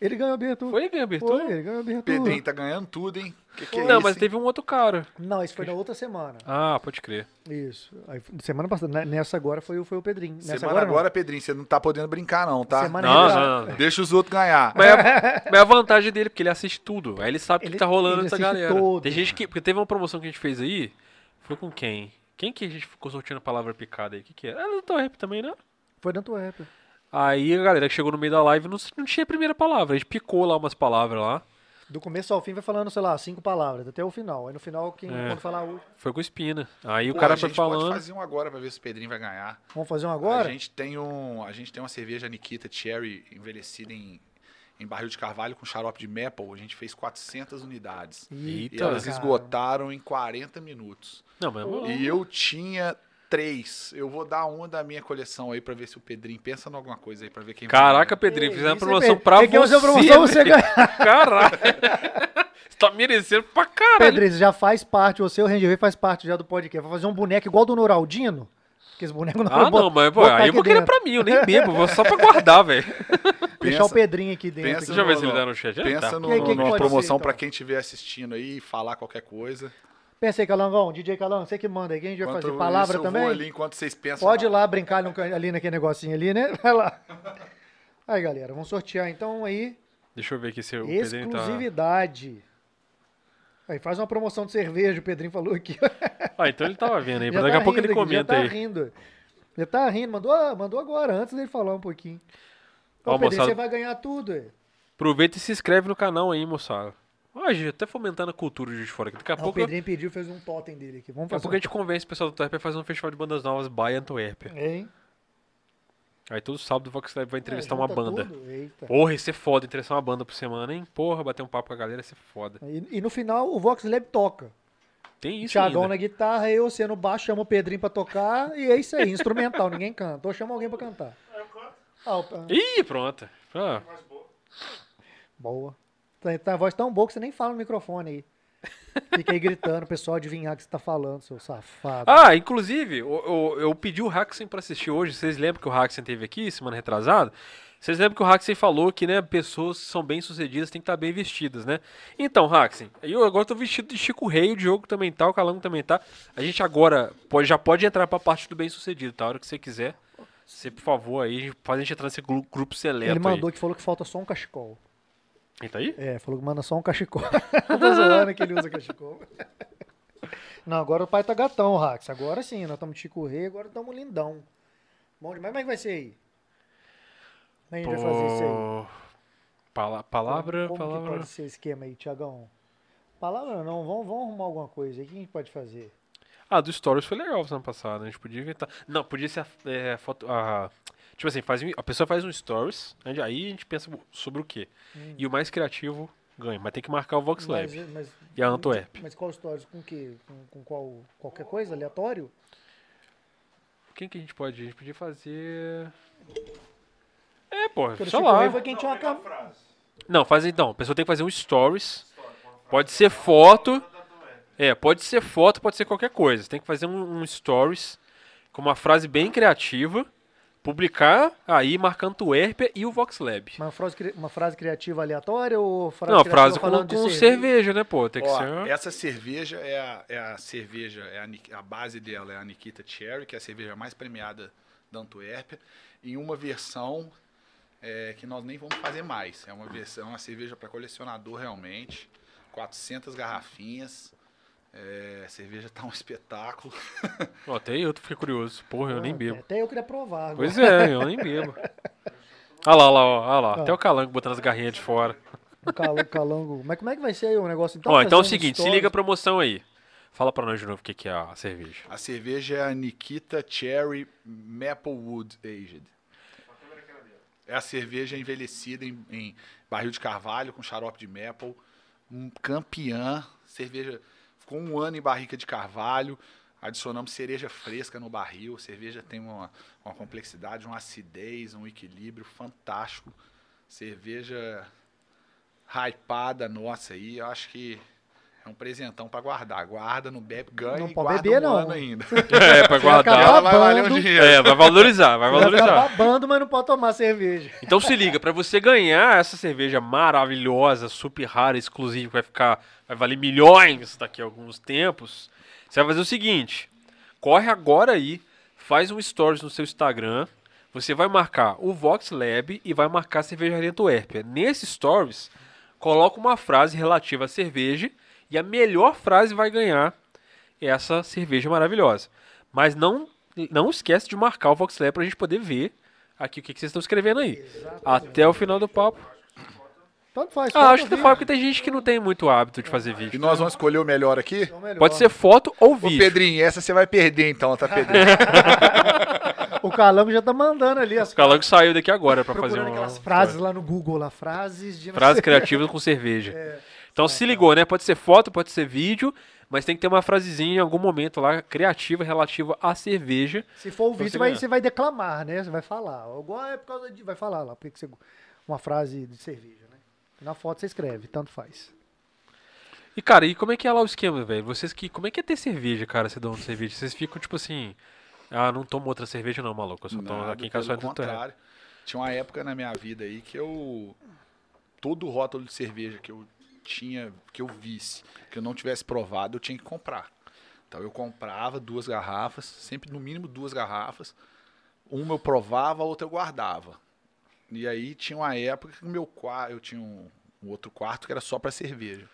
Ele ganhou a Birtu.
Foi ele ganhou a Bertu?
ele ganhou a Birtu.
Pedrinho tá ganhando tudo, hein? Que que é
não,
isso,
mas
hein?
teve um outro cara.
Não, isso foi na outra semana.
Ah, pode crer.
Isso. Aí, semana passada. né, Nessa agora foi, o- foi o Pedrinho. Nessa
Semana agora,
não.
Pedrinho, você não tá podendo brincar, não, tá?
Semana
Não,
retrasada.
não, não, não.
Deixa os outros ganhar.
Mas é, mas é a vantagem dele, porque ele assiste tudo. Aí ele sabe o que
Ele-
tá rolando
ele
nessa
assiste
galera.
todo.
Tem gente que. Porque teve uma promoção que a gente fez aí. Foi com quem? Quem que a gente ficou sorteando a palavra picada aí? O que, que é? Ah, não tô rap também, né?
Foi da Antuérpia.
Aí a galera que chegou no meio da live não, não tinha a primeira palavra. A gente picou lá umas palavras lá.
Do começo ao fim vai falando, sei lá, cinco palavras, até o final. Aí no final, quem
É.
quando falar o.
Foi com espina. Aí
Pô,
o cara
a
foi
gente
falando.
pode fazer um agora pra ver se o Pedrinho vai ganhar.
Vamos fazer um
A
agora?
gente tem, um, a gente tem uma cerveja Nikita Cherry envelhecida em, em barril de carvalho com xarope de maple. A gente fez 400 unidades.
Ih,
E
Eita.
elas
cara.
esgotaram em 40 minutos.
Não, mas é
E eu tinha três. Eu vou dar uma da minha coleção aí pra ver se o Pedrinho pensa em alguma coisa aí pra ver quem vai
Caraca,
ganhar.
Pedrinho,
Que
fizeram uma
isso,
promoção
Pedro.
pra
Você
você.
quer fazer uma promoção, você
velho.
ganha.
Caralho. Você tá merecendo pra caralho.
Pedrinho, você já faz parte, você, o Ranger Verde, faz parte já do podcast. Vai fazer um boneco igual do Noraldino? Porque esse boneco não
Ah, não, mas pô,
botar
aí eu
aqui
vou querer
dentro.
pra mim, eu nem bebo, vou só pra guardar, velho.
Deixar o
Pensa-
Pedrinho aqui dentro.
pensa
aqui.
Deixa eu ver se
no-
ele dá no chat.
Pensa
Tá.
no,
E aí, quem que
numa
pode ser,
promoção
então?
pra quem estiver assistindo aí e falar qualquer coisa.
Pensa aí, Calangão. DJ Calangão, você que manda aí. Quem a gente vai
Enquanto
fazer?
isso,
Palavra
eu vou
também?
ali enquanto vocês pensam.
Pode ir
na-
lá brincar no- ali naquele negocinho ali, né? Vai lá. Aí, galera, vamos sortear então aí.
Deixa eu ver aqui se o Pedrinho tá.
Exclusividade. Aí faz uma promoção de cerveja, o Pedrinho falou aqui.
Ah, então ele tava vendo aí,
Já
daqui
tá
a pouco
rindo
ele
aqui,
comenta
já tá
aí.
rindo. Já tá rindo. Mandou, mandou agora, antes dele falar um pouquinho. Ô,
Ó,
Pedrinho,
moçada.
você vai ganhar tudo. ué.
Aproveita e se inscreve no canal aí, moçada. Ó, gente, até fomentando a cultura de fora aqui. Daqui a
Ah, o
pouco. Daqui
Pedrinho pediu, fez um totem dele aqui. Vamos
a
fazer.
pouco a gente convence o pessoal do Antuérpia a fazer um festival de bandas novas by Antuérpia.
um- Hein?
Aí todo sábado o Vox Lab vai entrevistar
Ah,
uma
junta
banda.
tudo? Eita.
Porra, ia ser foda entrevistar uma banda por semana, hein? Porra, bater um papo com a galera ia ser foda.
E, e no final o Vox Lab toca.
Tem isso
Thiagão
ainda.
na guitarra, eu você no baixo, chama o Pedrinho pra tocar e é isso aí, instrumental, ninguém canta. Ou chama alguém pra cantar. Ah, o-
Ih, pronto. Ah,
boa. Tá, tá a voz tão boa que você nem fala no microfone aí. Fica aí gritando, o pessoal adivinhar o que você tá falando, seu safado.
Ah, inclusive, eu, eu- eu pedi o Haxen pra assistir hoje. Vocês lembram que o Haxen teve aqui semana retrasada? Vocês lembram que o Haxen falou que, né, pessoas que são bem-sucedidas têm que estar bem vestidas, né? Então, Haxen, eu agora tô vestido de Chico Rei, o Diogo também tá, o Calango também tá. A gente agora pode- já pode entrar pra parte do bem-sucedido, tá? A hora que você quiser. Você, por favor, aí faz a gente entrar nesse gru- grupo seleto
Ele mandou
aí.
que falou que falta só um cachecol.
Ele tá aí?
É, falou que manda só um cachecol. Tô zoando que ele usa cachecol. Não, agora o pai tá gatão, Rax. Agora sim, nós estamos de Chico Rei, agora estamos lindão. Bom demais, como é que vai ser aí? Como é que a gente vai fazer isso aí?
Pô, pala- palavra,
como, como
palavra...
Que pode ser o esquema aí, Tiagão? Palavra não, vamos, vamos arrumar alguma coisa aí. O que a gente pode fazer?
Ah, do Stories foi legal semana passada. A gente podia inventar. Não, podia ser a é, foto. a- tipo assim, faz, um- a pessoa faz um Stories, aí a gente pensa sobre o quê. E o mais criativo ganha. Mas tem que marcar o Vox Lab.
Mas- é mas-
E a Antuérpia.
Mas qual histórias? Com que? Com, com qual? Qualquer coisa? Aleatório?
Quem que a gente pode? A gente podia fazer. É, pô,
Porque
sei
Chico Rei
lá.
foi quem tinha uma cam-
Não, faz então. A pessoa tem que fazer um Stories. Pode ser foto. É, pode ser foto, pode ser qualquer coisa. Tem que fazer um, um Stories com uma frase bem criativa. Publicar aí, marcando o Herpia e o Vox Lab.
Uma frase, cri- uma frase criativa aleatória ou frase
Não, a
criativa
frase com,
falando de
com cerveja. né, pô? Tem que
Ó,
ser. uma-
Essa cerveja é a, é a cerveja, é a, Ni- a base dela é a Nikita Cherry, que é a cerveja mais premiada da Antuérpia, em uma versão é, que nós nem vamos fazer mais. É uma versão, uma cerveja para colecionador realmente, 400 garrafinhas. É, a cerveja tá um espetáculo.
Ó, até eu fiquei curioso. Porra, eu nem
Ah,
bebo.
Até eu queria provar. agora.
Pois é, eu nem bebo. Olha lá, olha lá, ó, olha lá.
Ah.
Até o calango botando as garrinhas de fora.
Um calo- calango. Mas como é que vai ser aí o negócio?
é. ó, então é o
fazer um
seguinte: se
stories-
liga a promoção aí. Fala pra nós de novo o que, que é a cerveja.
A cerveja é a Nikita Cherry Maplewood Aged. É a cerveja envelhecida em, em barril de carvalho com xarope de maple. Um campeã. Cerveja ficou um ano em barrica de carvalho. Adicionamos cereja fresca no barril. A cerveja tem uma, uma complexidade, uma acidez, um equilíbrio fantástico. Cerveja hypada nossa aí. Eu acho que É um presentão pra guardar. Guarda, não bebe, ganha
Não
e
pode
guarda
beber,
um
não.
ano ainda.
É, pra guardar.
acabar-
Ela vai valer um
Acabando.
dinheiro.
É, vai valorizar, vai
Vai ficar
valorizar.
babando, mas não pode tomar cerveja.
Então se liga, pra você ganhar essa cerveja maravilhosa, super rara, exclusiva, que vai ficar, vai valer milhões daqui a alguns tempos, você vai fazer o seguinte: corre agora aí, faz um stories no seu Instagram, você vai marcar o Vox Lab e vai marcar a cervejaria Antuérpia. Nesse stories, coloca uma frase relativa à cerveja e a melhor frase vai ganhar essa cerveja maravilhosa. Mas não não esquece de marcar o Vox Lab pra gente poder ver aqui o que, que vocês estão escrevendo aí. Até o final do papo.
Tanto faz.
Ah,
foto
acho que
ou
tem fábio que tem gente que não tem muito hábito de fazer
E
vídeo.
nós vamos escolher o melhor aqui?
vídeo, é o melhor.
Pode ser foto ou
Ô,
vídeo.
Pedrinho, essa você vai perder então, tá, Pedrinho?
O Calango já tá mandando ali as
O Calango saiu daqui agora pra fazer
procurando
uma
aquelas frases lá no Google, lá, frases de não
Frases
sei-
criativas com cerveja.
É,
Então se ligou, né? Pode ser foto, pode ser vídeo, mas tem que ter uma frasezinha em algum momento lá criativa relativa à cerveja.
Se for o
Pra você
vídeo, vai,
ganhar.
você vai declamar, né? Você vai falar. Igual é por causa de. Vai falar lá, porque que você. Uma frase de cerveja, né? Na foto você escreve, tanto faz.
E cara, e como é que é lá o esquema, velho? Vocês que como é que é ter cerveja, cara, se dão cerveja? Vocês ficam tipo assim, ah, não tomo outra cerveja não, maluco, eu só tomo
Nada,
aqui em casa só
pelo
é tudo errado.
contrário. Tinha uma época na minha vida aí que eu. Todo rótulo de cerveja que eu tinha, que eu visse, que eu não tivesse provado, eu tinha que comprar. Então eu comprava duas garrafas, sempre no mínimo duas garrafas. Uma eu provava, a outra eu guardava. E aí tinha uma época que o meu quarto, eu tinha um, um outro quarto que era só para cerveja.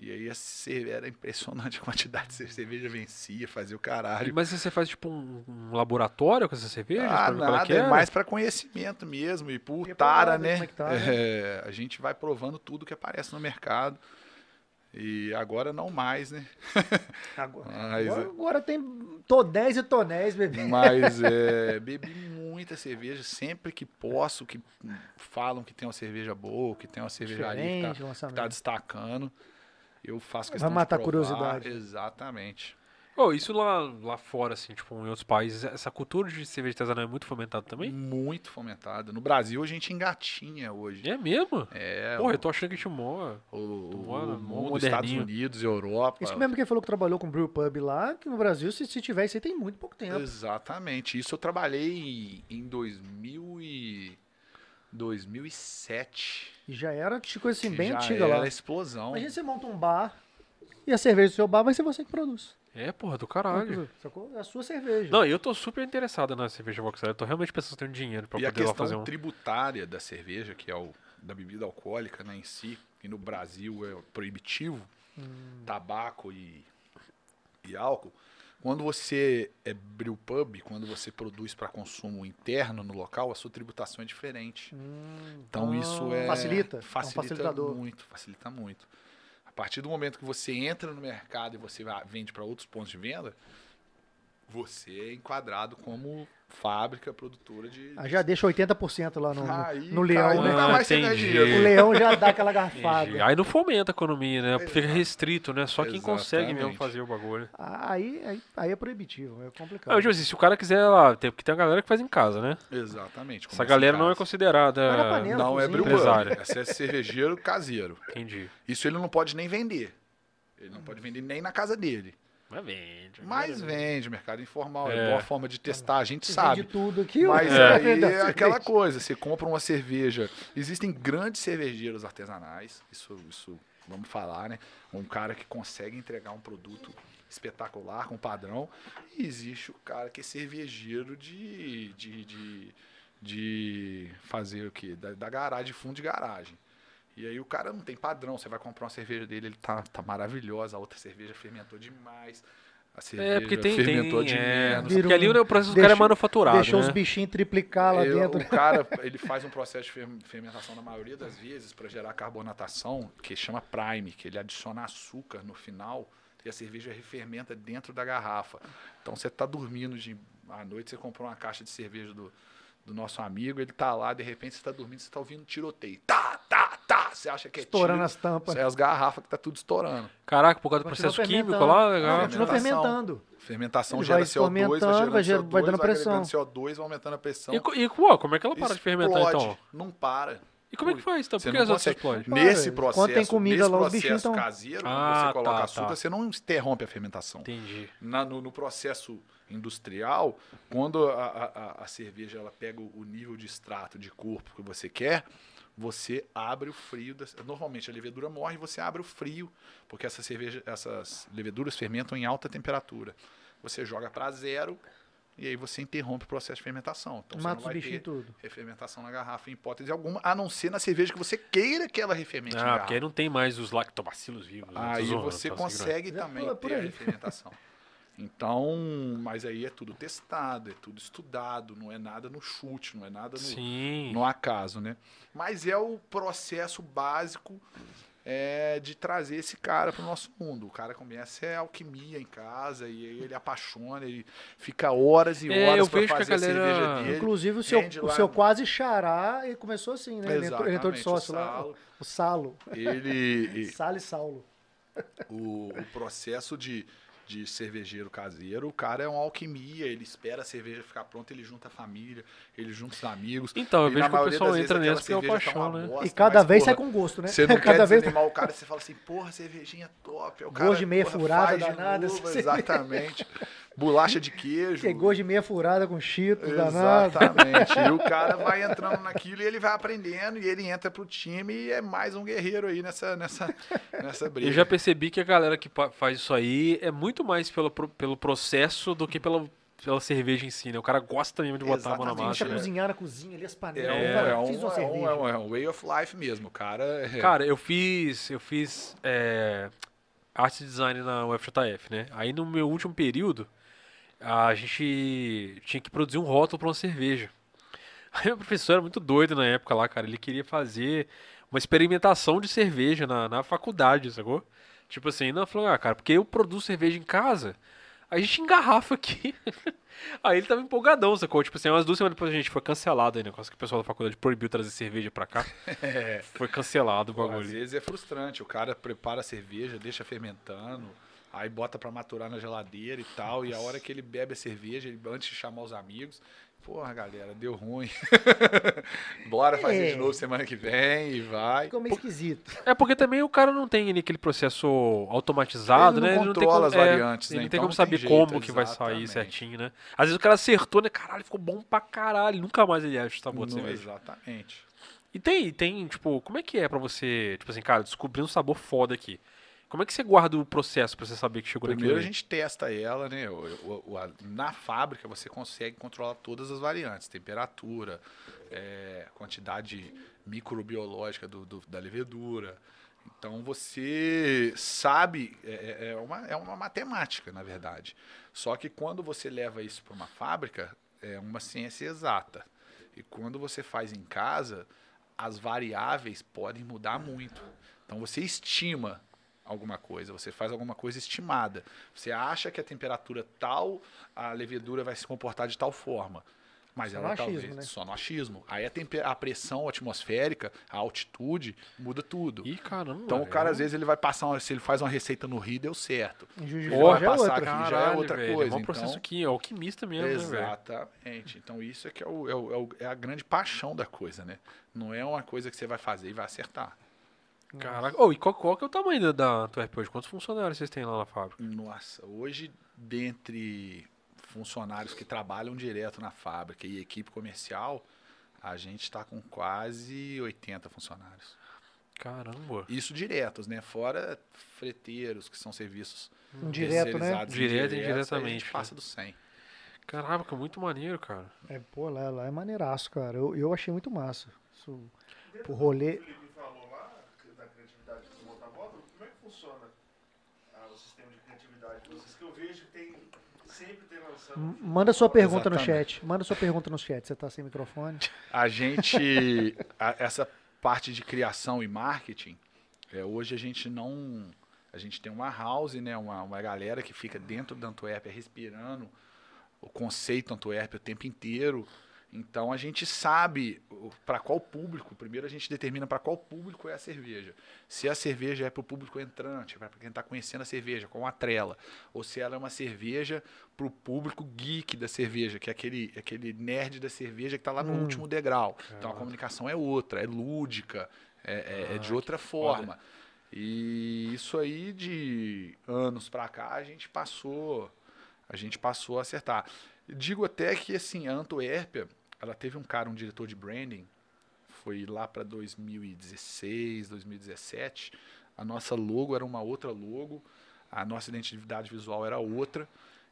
E aí a cerve- era impressionante a quantidade de cerveja vencia, fazia o caralho.
Mas você faz tipo um, um laboratório com essas cervejas?
Ah,
pra ver qual
nada,
que
é
era?
mais pra conhecimento mesmo e por
E é
tara,
provado,
né?
como é que tá, né?
É, a gente vai provando tudo que aparece no mercado. E agora não mais, né?
Agora,
Mas,
Ah,
é-
agora, agora tem tonéis e tonéis, bebê.
mas é, bebi muita cerveja sempre que posso, que falam que tem uma cerveja boa, que tem uma cervejaria que
Diferente, um
tá, que
lançamento.
tá destacando. Eu faço questão
matar a
de provar.
curiosidade.
Exatamente.
Oh, isso lá, lá fora, assim, tipo, em outros países, essa cultura de cerveja artesanal é muito fomentada também?
Muito fomentada. No Brasil a gente engatinha hoje.
É mesmo?
É,
Porra, eu tô achando que a gente mora.
o, o,
Mó- mó
o mundo, Estados
moderninho.
Unidos, Europa.
Isso mesmo que ele falou que trabalhou com Brew Pub lá, que no Brasil, se, se tiver, isso aí tem muito pouco tempo.
Exatamente. Isso eu trabalhei em 2000 e 2007.
E já era tipo assim,
que
bem
já
antiga
era
lá.
explosão.
Imagina você monta um bar e a cerveja do seu bar vai ser você que produz.
É, porra, do caralho.
Sacou? É a sua
Uhum.
cerveja.
Não, eu tô super interessado na cerveja Vox Eu tô realmente pensando em ter um dinheiro pra
E a
poder lá fazer
questão
um.
tributária da cerveja, que é o da bebida alcoólica, né, em si, e no Brasil é proibitivo,
Hum.
tabaco e, e álcool. Quando você é brew pub, quando você produz para consumo interno no local, a sua tributação é diferente.
Hum,
Então isso é
Facilita? É um
facilita
facilitador.
muito, facilita muito. A partir do momento que você entra no mercado e você va- vende para outros pontos de venda, você é enquadrado como fábrica produtora de
Aí Ah, já deixa 80% lá no, no-
Aí,
no leão,
cara,
né?
nunca mais você
Ah,
ganha
entendi.
O
dinheiro.
leão já dá aquela
Entendi.
garfada.
Aí não fomenta a economia, né? Fica restrito, né? Só quem consegue mesmo
Exatamente.
fazer o bagulho.
Aí, aí, aí é proibitivo, é complicado.
Não, tipo assim, se o cara quiser lá, tem, porque tem a galera que faz em casa, né?
Exatamente.
Essa
começa em
galera não
Vai
é
casa.
na
considerada.
panela.
não é
cozinha.
brew pub,
Empresário.
Essa é cervejeiro caseiro.
Entendi.
Isso ele não pode nem vender. Ele não pode vender nem na casa dele.
Mas vende.
Mas vende, mercado informal. É,
É.
uma boa forma de testar, a gente
Você
sabe.
vende tudo aqui,
Mas
você vai
aí
vender
é
a
aquela
cerveja.
coisa, você compra uma cerveja. Existem grandes cervejeiros artesanais, isso, isso vamos falar, né? Um cara que consegue entregar um produto espetacular, com padrão. E existe o cara que é cervejeiro de. de, de, de fazer o quê? Da, da garagem, de fundo de garagem. E aí o cara não tem padrão. Você vai comprar uma cerveja dele, ele tá, tá maravilhosa, a outra cerveja fermentou demais. A cerveja
É, porque tem.
fermentou
tem
de
é,
menos.
Vira
porque ali
um-
o processo do
deixa-
cara é manufaturado.
Deixou
né?
os bichinhos triplicar lá
Eu-
dentro.
É, O cara, ele faz um processo de fer- fermentação na maioria das vezes para gerar carbonatação, que chama prime, que ele adiciona açúcar no final e a cerveja refermenta dentro da garrafa. Então você tá dormindo de à noite, você comprou uma caixa de cerveja do, do nosso amigo, ele tá lá, de repente você tá dormindo, você tá ouvindo tiroteio. Tá, tá, tá. Você acha que é
Estourando
tiro,
as tampas.
É as garrafas que tá tudo estourando.
Caraca, por causa do
Continua
processo químico
fermentando.
lá.
Não,
legal.
Continua
Fermentação.
fermentando.
Fermentação
Ele
gera
vai
CO2, vai gerando
fermentando, vai ger-
CO2,
vai dando pressão.
agregando CO2, vai aumentando a pressão.
E, co- e, pô, como é que ela para de fermentar
Explode,
então?
Não para.
E como é que foi isso? Então?
Você
Por que
não
as outras
consegue-
explodem?
Nesse
Quando
processo,
tem comida
nesse
lá, os
processo
bichinhos tão-
caseiro, quando
Ah,
você coloca
tá,
açúcar,
tá.
você não interrompe a fermentação.
Entendi.
Na- no, no processo industrial, quando a, a- a- a cerveja ela pega o o nível de extrato de corpo que você quer, você abre o frio. da- normalmente a levedura morre e você abre o frio, porque essa cerveja, essas leveduras fermentam em alta temperatura. Você joga para zero e aí você interrompe o processo de fermentação. Então
Mata
você
os
não vai
bichinhos
ter
tudo.
refermentação na garrafa em hipótese alguma, a não ser na cerveja que você queira que ela refermente em
Ah,
garrafa.
porque aí não tem mais os lactobacilos vivos. né?
Aí
Tô zoando,
você
tô zoando.
consegue
Já
também
tô- é por
ter a
aí.
refermentação. Então, mas aí é tudo testado, é tudo estudado, não é nada no chute, não é nada no,
Sim.
no acaso, né? Mas é o processo básico é, de trazer esse cara para o nosso mundo. O cara começa é alquimia em casa e aí ele apaixona, ele fica horas e
É, eu
horas para
vejo que a
fazer a,
galera-
cerveja dele.
Inclusive o seu,
rende
o
lá
seu
no-
quase xará e começou assim, né? Ele entrou, ele entrou de
Exatamente,
sócio
o
lá.
Saulo,
O Salo.
Ele,
Salo e Saulo.
o, o processo de, de cervejeiro caseiro, o cara é uma alquimia, ele espera a cerveja ficar pronta, ele junta a família, ele junta os amigos.
Então, eu
E
vejo
na
que o
maioria
pessoal
das
entra
vezes
nessa porque é uma
aquela cerveja tá
paixão,
uma
né?
bosta,
e cada
mas,
vez
porra,
sai com gosto, né?
Você não
cada
quer
vez
desanimar o cara, você fala assim, porra, cervejinha top. Aí O cara,
Gosto de meia
porra,
furada
faz de
danada,
novo,
assim.
exatamente. Bolacha de queijo.
tem gosto de meia furada com cheetos danado.
Exatamente. E o cara vai entrando naquilo e ele vai aprendendo e ele entra pro time e é mais um guerreiro aí nessa, nessa, nessa briga.
Eu já percebi que a galera que pa- faz isso aí é muito mais pelo, pro- pelo processo do que pela, pela cerveja em si, né? O cara gosta mesmo de botar a mão na
Exatamente,
Deixa
massa.
é.
né?
cozinhar na cozinha ali as panelas.
É,
Cara,
é um,
fiz uma
é um-
cerveja.
é um- é um way of life mesmo, cara. é-
Cara, eu fiz. Eu fiz é, arte e design na UFJF, né? Aí no meu último período, a gente tinha que produzir um rótulo pra uma cerveja. Aí meu professor era muito doido na época lá, cara. Ele queria fazer uma experimentação de cerveja na, na faculdade, sacou? Tipo assim, não, falou, ah, cara, porque eu produzo cerveja em casa, a gente engarrafa aqui. Aí ele tava empolgadão, sacou? Tipo assim, umas duas semanas depois a gente foi cancelado aí, negócio que o pessoal da faculdade proibiu trazer cerveja pra cá. Foi cancelado o
Pô, às
bagulho.
vezes é frustrante. O cara prepara a cerveja, deixa fermentando, aí bota pra maturar na geladeira e tal. E a hora que ele bebe a cerveja, ele, antes de chamar os amigos, porra, galera, deu ruim. Bora fazer
É.
de novo semana que vem e vai.
Ficou meio esquisito.
É porque também o cara não tem ali aquele processo automatizado,
Ele não
né?
controla
como-
as
é,
variantes, né?
Ele não tem
Então
como
não
saber
tem jeito,
como que vai sair
exatamente.
certinho, né? Às vezes o cara acertou, né? Caralho, ficou bom pra caralho. Nunca mais ele acha o sabor de
Não,
cerveja.
exatamente.
E tem, tem, tipo, como é que é pra você, tipo assim, cara, descobrir um sabor foda aqui? Como é que você guarda o processo pra você saber que chegou
Primeiro a
naquele?
gente testa ela, né? O- o- o- a- na fábrica você consegue controlar todas as variantes, temperatura, é, quantidade microbiológica do- do- da levedura. Então você sabe, é, é- é uma, é uma matemática, na verdade. Só que quando você leva isso para uma fábrica, é uma ciência exata. E quando você faz em casa, as variáveis podem mudar muito. Então você estima alguma coisa, você faz alguma coisa estimada. Você acha que a temperatura tal, a levedura vai se comportar de tal forma. Mas
Só
ela
no achismo,
talvez
né?
só no achismo. Aí a, tempe- a pressão atmosférica, a altitude, muda tudo.
Ih, caramba.
Então o
é.
velho.
cara, às vezes, ele vai passar, uma- se ele faz uma receita no Rio, deu certo.
Em Juiz de
Ele
Fora
vai
já é
passar
outra.
aqui. já é
Caralho,
outra
velho, É
coisa,
um processo
então-
aqui, é alquimista mesmo, né, velho?
Exatamente. Então isso é que é, o- é o- é o- é a grande paixão da coisa, né? Não é uma coisa que você vai fazer e vai acertar.
Caraca. Ô, e qual, qual que é o tamanho da, da tua RP hoje? Quantos funcionários vocês têm lá na fábrica?
Nossa, hoje, dentre funcionários que trabalham direto na fábrica e equipe comercial, a gente está com quase 80 funcionários.
Caramba.
Isso diretos, né? Fora freteiros, que são serviços
Um direto, né?
terceirizados
Direto e né?
indiretos, aí A
indiretamente,
gente passa do 100.
Caraca, muito maneiro, cara.
É, pô, lá, lá é maneiraço, cara. Eu, eu achei muito massa. Isso- o rolê.
Felipe falou lá, da criatividade do Motamóvel, como é que funciona ah, o sistema de criatividade de vocês? Que eu vejo que tem, sempre tem lançando.
M- Manda sua pergunta no
Exatamente.
chat. Manda sua pergunta no chat. Você tá sem microfone.
A gente. a- essa parte de criação e marketing, é, hoje a gente não. A gente tem uma house, né? Uma, uma galera que fica dentro da Antuérpia respirando o conceito Antuérpia o tempo inteiro. Então a gente sabe para qual público, primeiro a gente determina para qual público é a cerveja. Se a cerveja é para o público entrante, para quem está conhecendo a cerveja, com a trela, ou se ela é uma cerveja para o público geek da cerveja, que é aquele, aquele nerd da cerveja que está lá no
Hum.
último degrau. Então a comunicação é outra, é lúdica, é, é- é de outra forma. E isso aí de anos para cá a gente passou, a gente passou a acertar. Digo até que assim, a Antuérpia, ela teve um cara, um diretor de branding, foi lá para 2016, 2017. A nossa logo era uma outra logo, a nossa identidade visual era outra,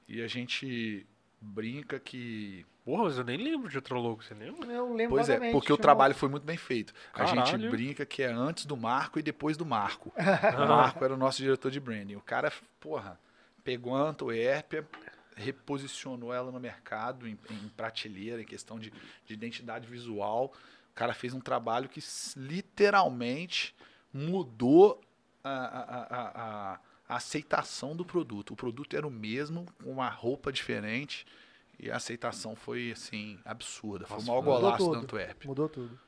e a gente brinca que
Porra, mas eu nem lembro de outro logo, você lembra?
Eu lembro
Pois é,
vagamente,
porque o
tinha um-
trabalho foi muito bem feito. A gente
Caralho.
brinca que é antes do Marco e depois do Marco. O Marco era o nosso diretor de branding. O cara, porra, pegou a Antuérpia, reposicionou ela no mercado, em, em prateleira, em questão de, de identidade visual. O cara fez um trabalho que s- literalmente mudou a- a- a- a- a- a aceitação do produto. O produto era o mesmo, com uma roupa diferente. E a aceitação foi, assim, absurda. Foi
Nossa,
o maior
mudou
golaço
tudo.
da Antuérpia.
Mudou tudo.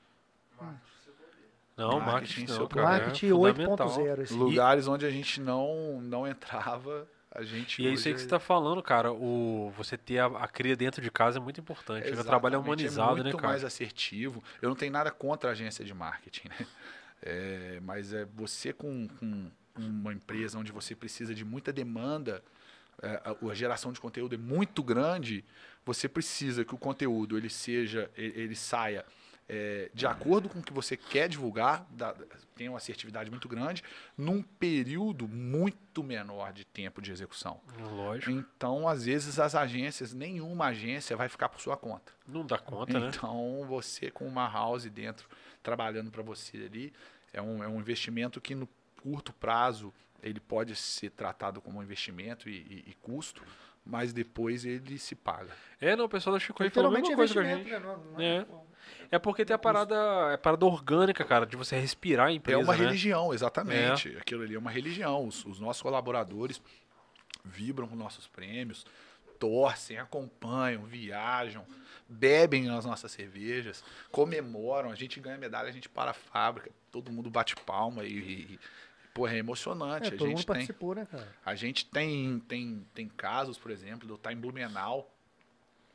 Não, marketing,
Marketing,
não,
seu
cara, é
Marketing
fundamental.
8.0. esse.
Lugares onde a gente não, não entrava, a gente.
E é
hoje
isso aí que você tá falando, cara. O, você ter a, a cria dentro de casa é muito importante. O trabalho é
Exatamente,
humanizado,
muito
né, cara?
mais assertivo. Eu não tenho nada contra a agência de marketing, né? É, mas é você com, com uma empresa onde você precisa de muita demanda, é, a, a geração de conteúdo é muito grande, você precisa que o conteúdo ele seja, e- ele, saia é, de acordo com o que você quer divulgar, da- tem uma assertividade muito grande, num período muito menor de tempo de execução.
Lógico.
Então, às vezes, as agências, nenhuma agência vai ficar por sua conta.
Não dá conta, né?
Então, você com uma house dentro, trabalhando para você ali, é um, é um investimento que no curto prazo ele pode ser tratado como um investimento e, e- e custo, mas depois ele se paga.
É, não, o pessoal da Chico aí falou a
Literalmente
mesma coisa que a
investimento,
gente.
né? Não- não-
É. É porque tem a parada, é a parada orgânica, cara, de você respirar a
É
empresa,
uma
né?
religião, exatamente. Aquilo ali é uma religião. Os, os nossos colaboradores vibram com nossos prêmios, torcem, acompanham, viajam, bebem as nossas cervejas, comemoram. A gente ganha medalha, a gente para a fábrica, todo mundo bate palma e, e- e, porra, é emocionante.
É,
a
todo
gente
mundo
tem,
participou, né, cara?
a gente tem, tem, tem casos, por exemplo, de eu estar em Blumenau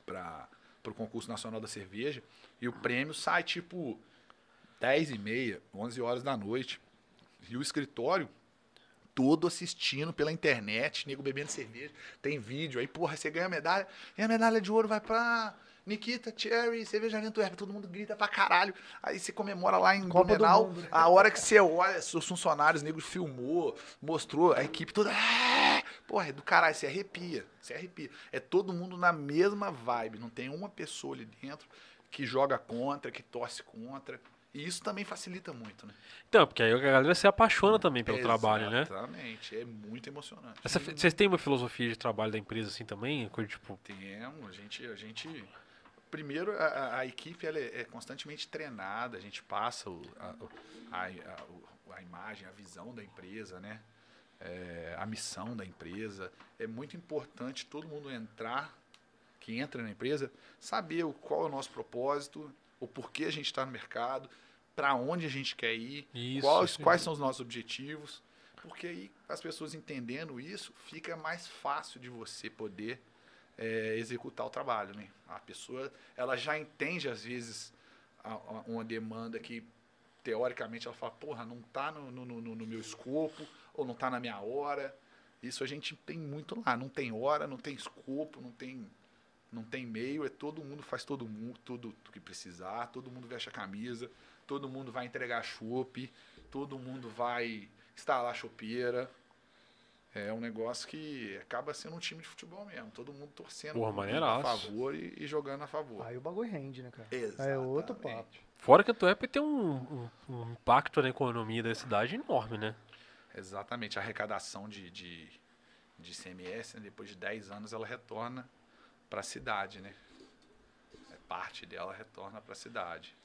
para o concurso nacional da cerveja e o prêmio sai tipo 10 e meia, 11 horas da noite. E o escritório todo assistindo pela internet, nego bebendo cerveja, tem vídeo. Aí, porra, você ganha a medalha e a medalha de ouro vai pra Nikita, Cherry, Cervejaria Antwerp. Todo mundo grita pra caralho. Aí você comemora lá em
Copa do
Blumenau.
Mundo. né?
A hora que você olha, seus funcionários, nego filmou, mostrou, a equipe toda... "Ah!" Porra, é do caralho, você arrepia, você arrepia. É todo mundo na mesma vibe, não tem uma pessoa ali dentro que joga contra, que torce contra. E isso também facilita muito, né?
Então, porque aí a galera se apaixona também pelo trabalho, né?
Exatamente, é muito emocionante.
Essa- vocês têm uma filosofia de trabalho da empresa assim também? Coisa tipo.
Temos, é um, a gente, a gente primeiro a- a, a equipe ela é, é constantemente treinada, a gente passa o- a, o- a, a- o- a imagem, a visão da empresa, né? É, a missão da empresa é muito importante todo mundo entrar que entra na empresa saber o, qual é o nosso propósito, o porquê a gente está no mercado, para onde a gente quer ir,
Isso,
quais,
isso
quais são os nossos objetivos, porque aí as pessoas entendendo isso, fica mais fácil de você poder é, executar o trabalho, né? A pessoa, ela já entende às vezes a- a- uma demanda que teoricamente ela fala, porra, não tá no, no- no- no meu escopo ou não tá na minha hora. Isso a gente tem muito lá, não tem hora, não tem escopo, não tem não tem meio, é todo mundo faz todo mundo, tudo que precisar, todo mundo veste a camisa, todo mundo vai entregar chopp, todo mundo vai instalar chopeira. É um negócio que acaba sendo um time de futebol mesmo, todo mundo torcendo
Porra,
a
maneiraço.
favor e, e jogando a favor.
Aí o bagulho rende, né, cara?
Exatamente.
outro papo.
Fora que a Antuérpia tem um, um- um impacto na economia da cidade enorme, né?
Exatamente, a arrecadação de, de, de ICMS, né, depois de 10 anos, ela retorna para a cidade, né? É, Parte dela retorna para a cidade.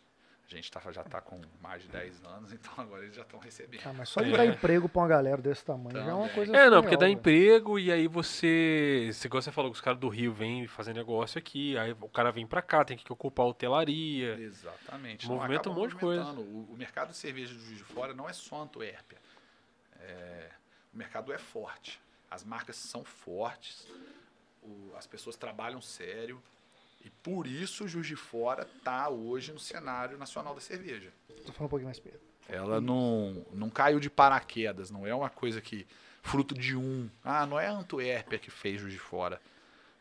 A gente tá, já tá com mais de 10 anos, então agora eles já estão recebendo.
Ah, mas só de dar emprego pra uma galera desse tamanho já é uma
É. Também.
coisa
É, não, porque
surreal,
dá
velho.
emprego e aí você. Se você falou que os caras do Rio vêm fazer negócio aqui, aí o cara vem pra cá, tem que ocupar a hotelaria.
Exatamente.
Movimenta
acaba
um monte de coisa.
movimentando. O, o mercado de cerveja de Juiz de Fora não é só Antuérpia. É, o mercado é forte. As marcas são fortes. o- as pessoas trabalham sério. E por isso Juiz de Fora está hoje no cenário nacional da cerveja.
Tô falando um pouquinho mais perto.
Ela não, não caiu de paraquedas, não é uma coisa que fruto de um. Ah, não é a Antuérpia que fez Juiz de Fora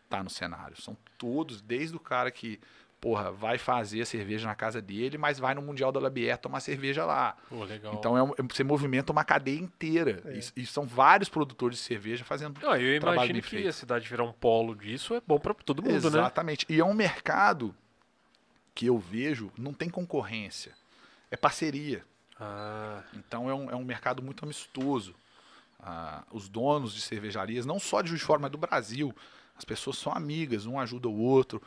tá no cenário. São todos, desde o cara que, porra, vai fazer a cerveja na casa dele, mas vai no Mundial da Labier tomar cerveja lá.
Pô, legal.
Então é um- você movimenta uma cadeia inteira.
É.
E, e são vários produtores de cerveja fazendo.
Não, eu
trabalho
imagino
bem
que
feito.
a cidade virar um polo disso é bom pra todo mundo, né?
Exatamente. E é um mercado que eu vejo, não tem concorrência. É parceria.
Ah,
Então é um, é um mercado muito amistoso. Ah, os donos de cervejarias, não só de Juiz de Fora, mas do Brasil, as pessoas são amigas, um ajuda o outro,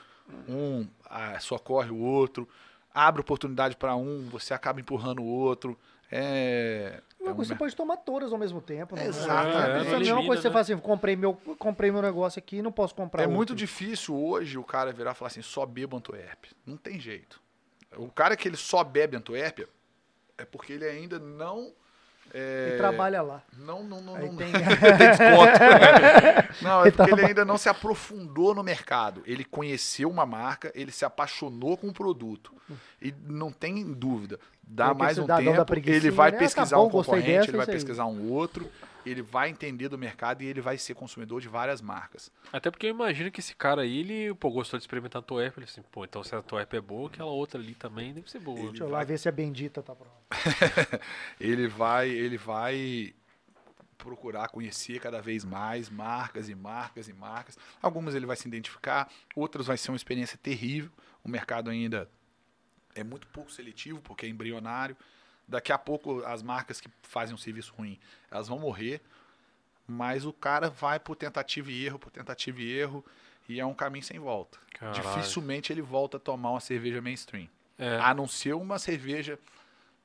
um ah, socorre o outro, abre oportunidade para um, você acaba empurrando o outro. É, é
Uma
um
coisa, você
mer-
pode tomar todas ao mesmo tempo. né?
Exatamente.
É, Isso é a mesma
Elimina,
coisa que você
né?
faz assim, comprei meu, comprei meu negócio aqui e não posso comprar
é
outro.
muito difícil hoje o cara virar e falar assim, só bebo Antuérpia. Não tem jeito. O cara que ele só bebe Antuérpia é porque ele ainda não... é,
E trabalha lá.
Não, não, não,
Aí
não-
tem-
tem desconto. não, é
Ele
porque
tava-
ele ainda não se aprofundou no mercado. Ele conheceu uma marca, ele se apaixonou com o produto. E não tem dúvida.
É
Dá
aquele
mais um
cidadão da
tempo,
preguicinha,
ele vai
né? Ah, tá
pesquisar
bom,
um
gostei
concorrente,
dessa,
ele vai
isso aí.
pesquisar um outro, ele vai entender do mercado e ele vai ser consumidor de várias marcas.
até porque eu imagino que esse cara aí, ele pô, gostou de experimentar a Toerp. Ele assim, pô, então se a Toerp é boa, aquela outra ali também deve ser boa.
Deixa eu lá ver se a bendita tá pronta.
Ele vai, ele vai procurar conhecer cada vez mais marcas e marcas e marcas. Algumas ele vai se identificar, outras vai ser uma experiência terrível. O mercado ainda é muito pouco seletivo porque é embrionário. Daqui a pouco as marcas que fazem um serviço ruim, elas vão morrer. Mas o cara vai por tentativa e erro, por tentativa e erro, e é um caminho sem volta.
Caralho.
Dificilmente ele volta a tomar uma cerveja mainstream.
É.
A não ser uma cerveja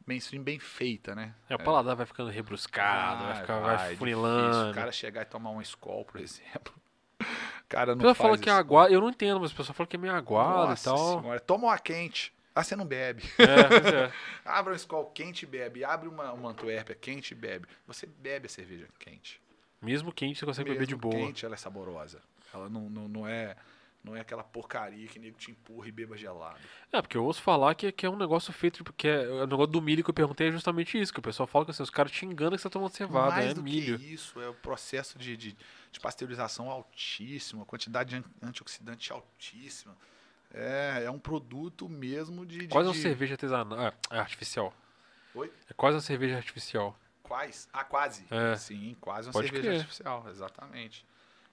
mainstream bem feita, né?
É, o paladar vai ficando rebruscado, vai, ficar, vai,
Ah, é difícil.
funilando.
O cara chegar e tomar um Skol, por exemplo. O cara
A
não
pessoa
faz
fala que é
isso.
aguado, eu não entendo, mas a pessoa fala que é meio aguado
Nossa
e tal.
senhora, toma uma quente. Ah, você não bebe.
É, pois é.
Abre um Skol quente e bebe. Abre uma, uma Antuérpia quente e bebe. Você bebe a cerveja quente.
Mesmo quente, você consegue beber de
Mesmo
boa.
quente, ela é saborosa. Ela não, não, não é... Não é aquela porcaria que nego te empurra e beba gelado.
É, porque eu ouço falar que, que é um negócio feito, porque é, o negócio do milho que eu perguntei é justamente isso, que o pessoal fala que assim, os caras te enganam que você tá tomando cevada,
Mais
é
do
milho.
que isso, é o processo de, de, de pasteurização altíssimo, a quantidade de an- antioxidante altíssima. É, é um produto mesmo de. de-
Quase um uma
de-
cerveja artesanal, é, é artificial.
Oi?
É quase uma cerveja artificial.
Quais? Ah, quase.
É.
Sim, quase uma
Pode
cerveja
crer.
artificial, exatamente.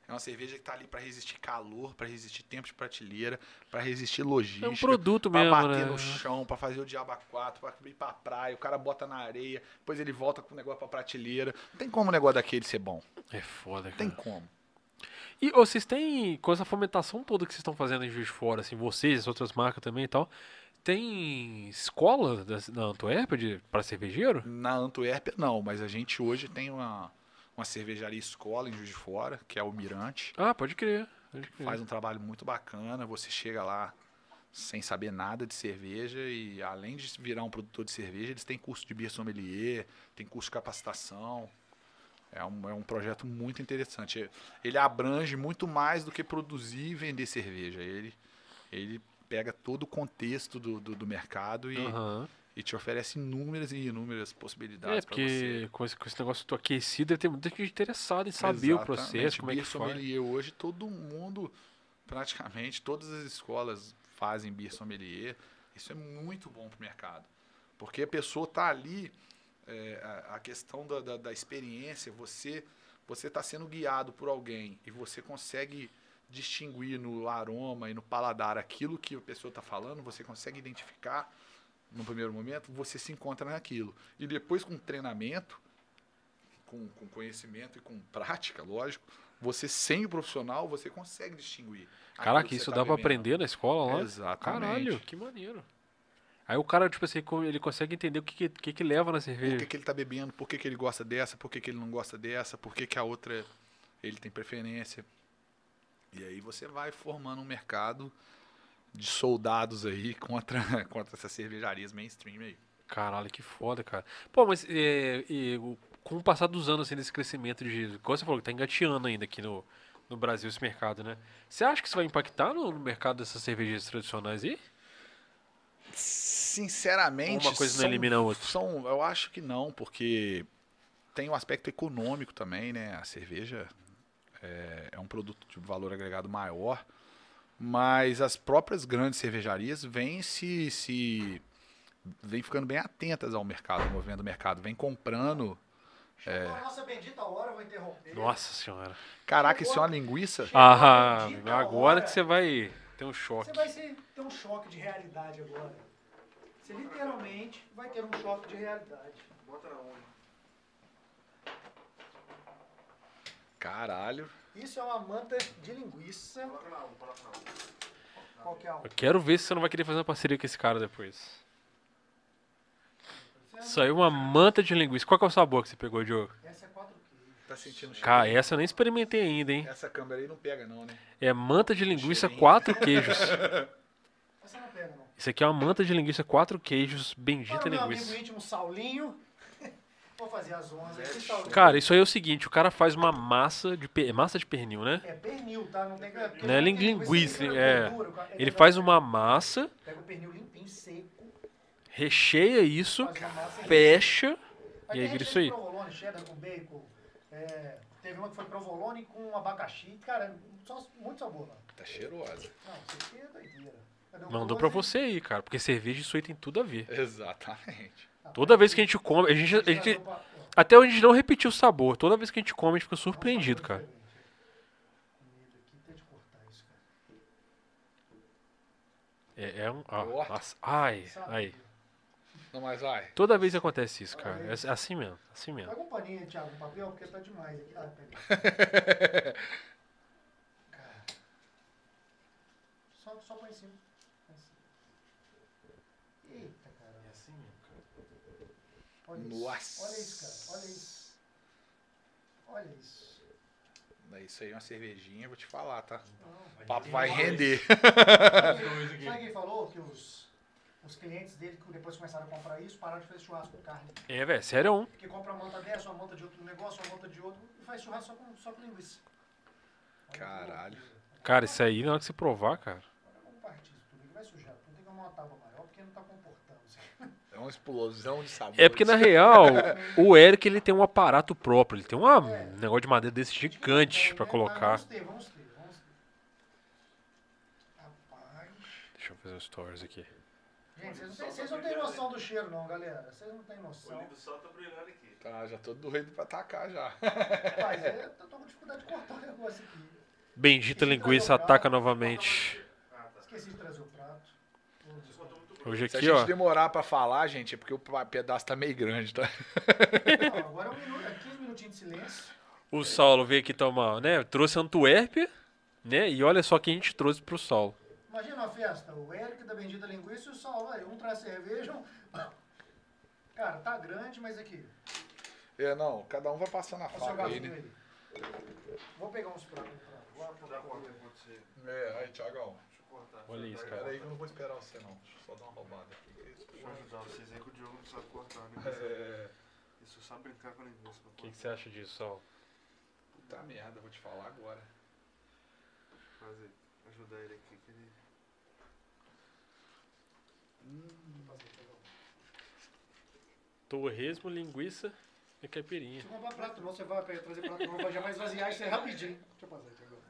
É uma cerveja que tá ali para resistir calor, para resistir tempo de prateleira, para resistir logística.
É um produto
Pra
mesmo,
bater
né?
no chão, pra fazer o diabo a quatro, pra ir pra praia, o cara bota na areia, depois ele volta com o negócio pra prateleira. Não tem como o negócio daquele ser bom.
É foda,
Não
cara.
tem como.
E ô, vocês têm, com essa fomentação toda que vocês estão fazendo em Juiz de Fora, assim, vocês, as outras marcas também e tal, tem escola da, na Antuérpia de, pra cervejeiro?
Na Antuérpia, não, mas a gente hoje tem uma, uma cervejaria escola em Juiz de Fora, que é o Mirante.
Ah, pode crer. Pode crer.
Faz um trabalho muito bacana, você chega lá sem saber nada de cerveja e além de virar um produtor de cerveja, eles têm curso de beer sommelier, tem curso de capacitação. É um, é um projeto muito interessante. Ele abrange muito mais do que produzir e vender cerveja. Ele, ele pega todo o contexto do, do, do mercado e,
Aham.
e te oferece inúmeras e inúmeras possibilidades
É,
para você.
porque com esse, com esse negócio todo aquecido, deve ter muita gente interessada em saber o processo,
Exatamente.
como é que
Beer
faz.
sommelier hoje todo mundo, praticamente todas as escolas fazem beer sommelier. Isso é muito bom para o mercado, porque a pessoa tá ali é, a, a questão da, da, da experiência. Você você está sendo guiado por alguém e você consegue distinguir no aroma e no paladar aquilo que a pessoa está falando. Você consegue identificar no primeiro momento. Você se encontra naquilo e depois com treinamento com, com conhecimento e com prática, lógico, você sem o profissional, você consegue distinguir. aquilo
Caraca,
que
isso
você tá
dá pra
bebendo.
aprender na escola lá?
Exatamente.
Caralho, que maneiro. Aí o cara, tipo assim, co- ele consegue entender o que, que, que que leva na cerveja.
Por que, que ele tá bebendo, por que, que ele gosta dessa, por que, que ele não gosta dessa, por que, que a outra ele tem preferência. E aí você vai formando um mercado de soldados aí contra, contra essas cervejarias mainstream aí.
Caralho, que foda, cara. Pô, mas é, e o- com o passar dos anos, assim, nesse crescimento de. Como você falou, que tá engateando ainda aqui no, no Brasil esse mercado, né? Você acha que isso vai impactar no, no mercado dessas cervejas tradicionais aí?
Sinceramente,
Uma coisa não
são-
elimina a outra.
São, eu acho que não, porque tem um aspecto econômico também, né? A cerveja é, é um produto de valor agregado maior, mas as próprias grandes cervejarias vêm se, se vêm ficando bem atentas ao mercado, ao movimento do mercado, vêm comprando. É.
Chegou a nossa bendita hora, eu vou interromper.
Nossa senhora.
Caraca, isso é uma linguiça?
Chegou a
Ah,
bendita
agora
hora.
que você vai ter um choque.
Você vai se- ter um choque de realidade agora. Você literalmente vai ter um choque de realidade.
Bota na unha.
Caralho.
Isso é uma manta de linguiça.
Coloca na unha, coloca na unha.
Qual que é a
Eu quero ver se você não vai querer fazer uma parceria com esse cara depois. Saiu uma manta de linguiça. Qual que é o sabor que você pegou, Diogo?
Essa é quatro queijos.
Tá sentindo
Cara, essa eu nem experimentei ainda, hein?
Essa câmera aí não pega não, né?
É manta de linguiça,
Cheirinho.
quatro queijos.
Essa não pega, não.
Isso aqui é uma manta de linguiça, quatro queijos, bendita
Para o meu
linguiça.
amigo íntimo, Saulinho. Vou fazer as 11 aqui, Saulinho.
Cara, isso aí é o seguinte, o cara faz uma massa de per- massa de pernil, né?
É pernil, tá? Não tem que... porque
Não é
tem
linguiça,
tem
é.
gordura, o cara-
Ele faz uma massa,
Pega o pernil limpinho, seco.
recheia isso,
Faz uma massa
fecha
Mas
e aí
tem recheio
vira isso aí.
de Provolone, cheddar com bacon. É, teve uma que foi provolone com abacaxi. Cara, só, muito sabor lá.
Tá cheirosa.
Não, isso aqui é doideira. Cadê o
Mandou pra
close?
você aí, cara, porque cerveja isso aí tem tudo a ver.
Exatamente.
Toda vez que a gente come, a gente, a gente- até hoje a gente não repetiu o sabor. Toda vez que a gente come, a gente fica surpreendido, cara.
Medo aqui até de cortar isso, cara.
É, é um, ah,
Ó.
nossa, ai,
Sabe?
ai.
Não, mas vai.
Toda vez acontece isso, cara. É assim mesmo, assim mesmo.
Pega um paninho, Thiago, um papel, porque tá demais aqui. Ah, pega. Cara. Só, só põe em cima. Põe em cima. Eita, cara. É assim mesmo, cara. Olha isso.
Nossa.
Olha isso, cara. Olha isso. Olha isso.
Daí Isso aí é uma cervejinha, eu vou te falar, tá?
Não,
O papo vai render.
Sabe sabe quem falou que os, os clientes dele, que depois começaram a comprar isso, pararam de fazer churrasco com carne?
É, velho, sério, um.
Porque compra uma manta dessa, uma manta de outro negócio, uma manta de outro, e faz churrasco só com, só com linguiça. Olha que
Caralho.
loucura.
Cara, isso aí na hora que você provar, cara.
Olha como parte isso tudo, ele vai sujar tudo, tem que arrumar uma tábua maior, porque não tá comportando. isso aqui.
É uma explosão de sabor.
É porque na real, o Eric ele tem um aparato próprio, ele tem uma- um negócio de madeira desse gigante pra
né? Mas
colocar.
Vamos ter, vamos ter, vamos ter. Rapaz.
Deixa eu fazer os stories aqui.
Gente, vocês não, têm, vocês não têm noção do cheiro não, galera. Vocês não têm
O
noção.
livro só tá brilhando aqui.
Tá, já tô doido pra atacar já.
Rapaz, eu tô com dificuldade de cortar o negócio aqui.
Bendita linguiça ataca novamente.
Esqueci de trazer o prato.
Botou muito brilho.
Hoje
Se a
aqui,
gente
ó.
demorar pra falar, gente, é porque o pa- pedaço tá meio grande, tá?
Não, agora é um minuto, é 15 minutinhos de silêncio.
O Saulo veio aqui tomar, né? Trouxe Antuérpia, né? E olha só quem a gente trouxe pro Saulo.
Imagina uma festa, o Eric da Bendita Linguiça e o Saul. Aí, um traz cerveja, um... Cara, tá grande, mas aqui.
É, não, cada um vai passando a
Olha o seu
faca aí,
garfinho
né?
aí. Vou pegar uns pratos. pra-
Bora pro dar conta enquanto você.
É, aí, Tiagão.
Deixa eu cortar.
Olha isso,
Pera
cara.
aí que eu não vou esperar você, não. Deixa eu só dar uma roubada aqui.
Deixa eu ajudar vocês aí que o Diogo não sabe cortar, né?
É,
Isso só brincar com a linguiça. pra
O que,
cortar.
que você acha disso, Saulo?
puta tá merda, eu vou te falar agora.
Faz aí. Ajudar ele aqui. Que ele...
Torresmo, linguiça e caipirinha.
Se eu comprar prato não, você vai trazer prato não, já vai esvaziar isso aí rapidinho. Deixa eu passar aqui agora.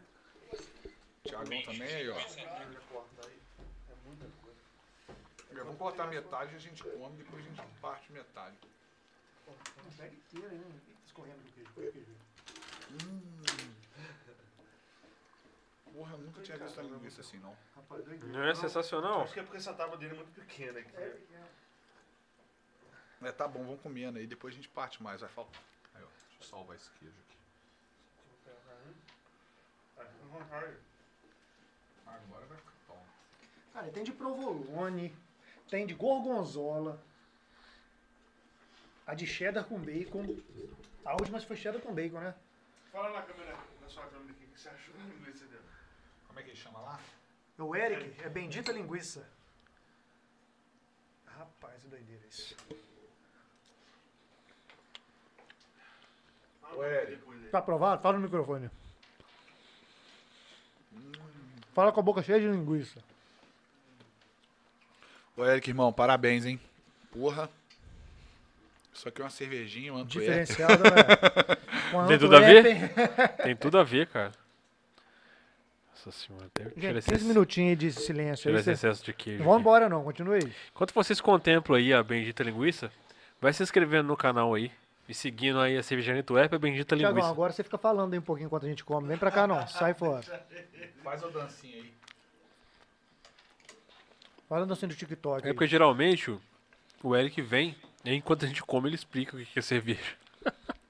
Tiagão também aí, ó.
Ele vai cortar aí. É muita coisa.
Vamos cortar metade e a gente come, depois a gente parte metade.
Não pega inteiro, hein? Fica Escorrendo do queijo. põe o queijo.
Porra, eu nunca tinha visto a linguiça assim, não.
Rapaz, doideira.
Não é sensacional?
Acho que é porque essa tábua dele é muito pequena aqui.
É, é.
É, tá bom, vamos comendo aí, depois a gente parte mais. Vai falar. Aí, ó, deixa eu salvar esse queijo aqui.
Aqui
Agora vai ficar bom.
Cara, tem de provolone, Tem de gorgonzola, a de cheddar com bacon. A última foi cheddar com bacon, né?
Fala na câmera, na sua câmera aqui, o que você achou da linguiça dela?
Como é que ele chama lá?
É O Eric, é bendita linguiça. Rapaz, é doideira isso.
Fala
Ô, Eric.
depois aí.
Tá aprovado? Fala no microfone. Fala com a boca cheia de linguiça.
é?
Ô, Eric, irmão, parabéns, hein? Porra. Isso aqui é uma cervejinha, um Antwerp.
Diferenciada, né? Com
Tem tudo a ver?
Antwerpen.
Tem tudo a ver, cara. Nossa senhora, até tira
Gente,
é esse,
15 minutinhos aí de silêncio.
tira
Aí,
é esse
vocês-
excesso de queijo.
Não vão
aqui.
embora não, continue aí.
Enquanto vocês contemplam aí a Bendita Linguiça, vai se inscrevendo no canal aí. E seguindo aí a Cervejaria Tuerpa e a Bendita
Tiagão,
Linguiça.
agora você fica falando aí um pouquinho enquanto a gente come. Vem pra cá não, sai fora.
Faz a dancinha aí.
Falando assim do TikTok.
É porque
aí.
geralmente o- o Eric vem e enquanto a gente come ele explica o que que é cerveja.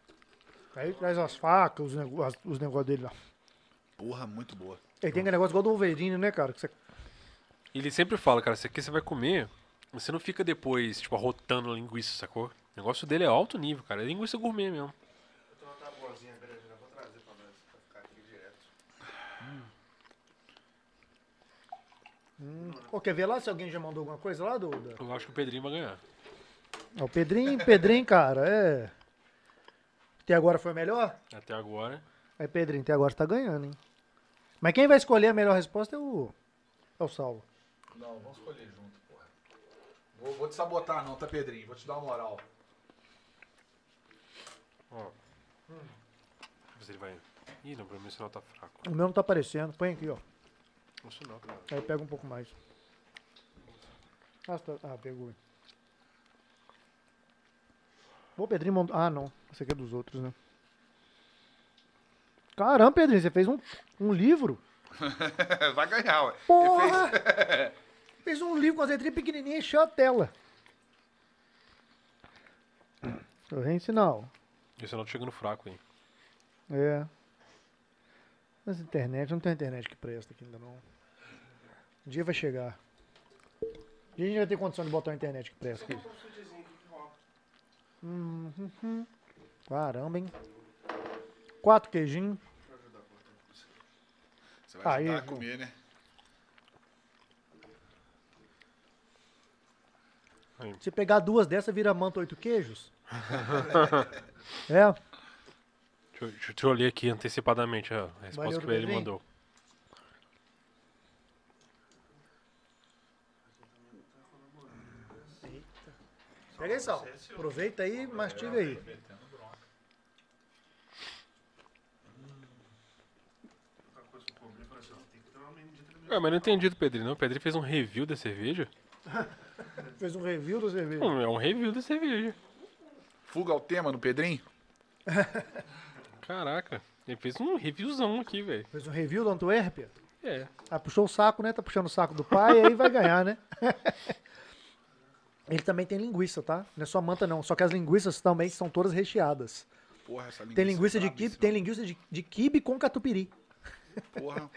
Aí traz as facas, os, nego- as- os negócios dele lá.
Porra, muito boa.
Ele tem aquele negócio igual do Wolverine, né, cara? Que você-
Ele sempre fala, cara, isso aqui você vai comer, você não fica depois, tipo, arrotando a linguiça, sacou? O negócio dele é alto nível, cara. É linguiça gourmet mesmo.
Eu tenho uma tabuazinha grande, tá né? Vou trazer pra nós, pra ficar aqui direto.
Ô, quer ver lá se alguém já mandou alguma coisa lá, Duda?
Eu acho que o Pedrinho vai ganhar.
Ó, o Pedrinho, Pedrinho, cara, é... Até agora foi o melhor?
Até agora.
Aí, Pedrinho, até agora você tá ganhando, hein? Mas quem vai escolher a melhor resposta é o... É o Saulo.
Não, vamos escolher junto, porra. Vou, vou te sabotar não, tá, Pedrinho? Vou te dar uma moral.
Ó. Deixa eu ver se ele vai. Ih, não, pra mim o sinal tá fraco.
O meu não tá aparecendo. Põe aqui, ó.
O sinal tá
Aí pega um pouco mais. Ah, tá- ah, pegou. Ô, Pedrinho mandou. Ah, não. Esse aqui é dos outros, né? Caramba, Pedrinho, você fez um, um livro?
É, Vai ganhar, ué.
Porra! Fez um livro com as letrinhas pequenininhas e encheu a tela. Tô vendo sinal.
E o sinal tá chegando fraco aí.
É. Mas internet, não tem internet que presta aqui ainda não. Um dia vai chegar. Um dia a gente vai ter condição de botar uma internet que presta aqui.
Vou um sujezinho aqui que rola.
Hum, hum, hum. Caramba, hein? Quatro queijinhos.
Você vai
Aí,
ajudar a
irmão.
comer, né?
Se pegar duas dessas, vira manta oito queijos. é.
Deixa eu, deixa eu- deixa eu ler aqui antecipadamente a
Valeu,
resposta que ele
Pedrinho.
mandou.
Pega aí, Sal. Aproveita aí e mastiga aí.
Outra coisa que eu comprei, falei assim, ó, tem que ter uma medida
Ué, Ah, mas não entendi do Pedrinho, não. O Pedrinho fez um review da cerveja?
Fez um review da cerveja.
Hum, é um review da cerveja.
Fuga ao tema no Pedrinho?
Caraca, ele fez um reviewzão aqui, velho.
Fez um review da Antuérpia.
É.
Ah, puxou o saco, né? Tá puxando o saco do pai, aí vai ganhar, né? Ele também tem linguiça, tá? Não é só manta, não. Só que as linguiças também são todas recheadas.
Porra, essa linguiça.
Tem linguiça
é
de
brabíssima.
quibe, tem linguiça de, de quibe com catupiry.
Porra.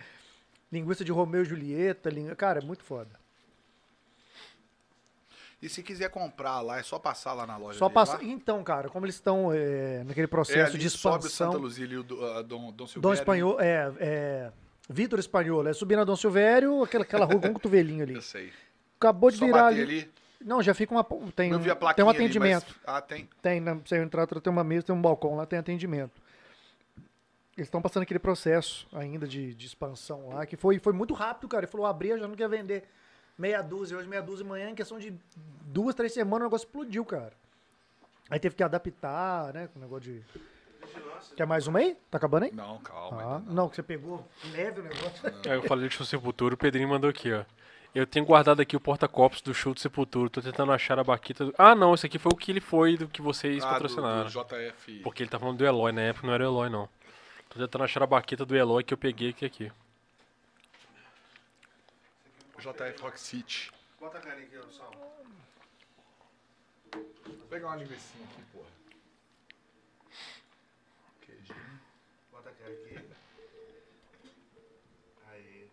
Linguiça de Romeu e Julieta, lingu... cara, é muito foda.
E se quiser comprar lá, é só passar lá na loja
Só
dele
passa...
lá?
Então, cara, como eles estão é, naquele
É,
processo
ali
de
sobe o Santa
expansão,
Luzia e o do- a Dom, Dom
Dom
Silvério.
Espanhol, é, é, Vitor Espanhol, é subindo a Dom Silvério, aquela, aquela rua com um cotovelinho ali.
Eu sei.
Acabou de
Só
virar
bater
ali.
ali.
Não, já fica uma... Tem,
Eu vi a
tem
plaquinha
um
ali, mas-
atendimento.
Ah, tem.
Tem, na, se eu entrar, tem uma mesa, tem um balcão lá, tem atendimento. Eles estão passando aquele processo ainda de, de expansão lá, que foi, foi muito rápido, cara. Ele falou, abrir, já não quer vender meia dúzia, hoje meia dúzia, amanhã, em questão de duas, três semanas, o negócio explodiu, cara. Aí teve que adaptar, né, com o negócio de... Quer mais uma aí? Tá acabando aí?
Não, calma.
Ah,
ainda não.
não, que você pegou leve o negócio.
Aí eu falei de show Sepultura, o Pedrinho mandou aqui, ó. Eu tenho guardado aqui o porta-copos do show do Sepultura, tô tentando achar a baqueta do... Ah, não, esse aqui foi o que ele foi do que vocês
Ah, do,
patrocinaram.
do JF.
Porque ele tá falando do Eloy, na época não era o Eloy, não. Tô tentando achar a baqueta do Eloy que eu peguei aqui. aqui.
JF Rock City.
Bota a carinha aqui, ó, Sal.
Vou pegar uma linguiça aqui, porra. Queijinho.
Bota a cara aqui. Aí.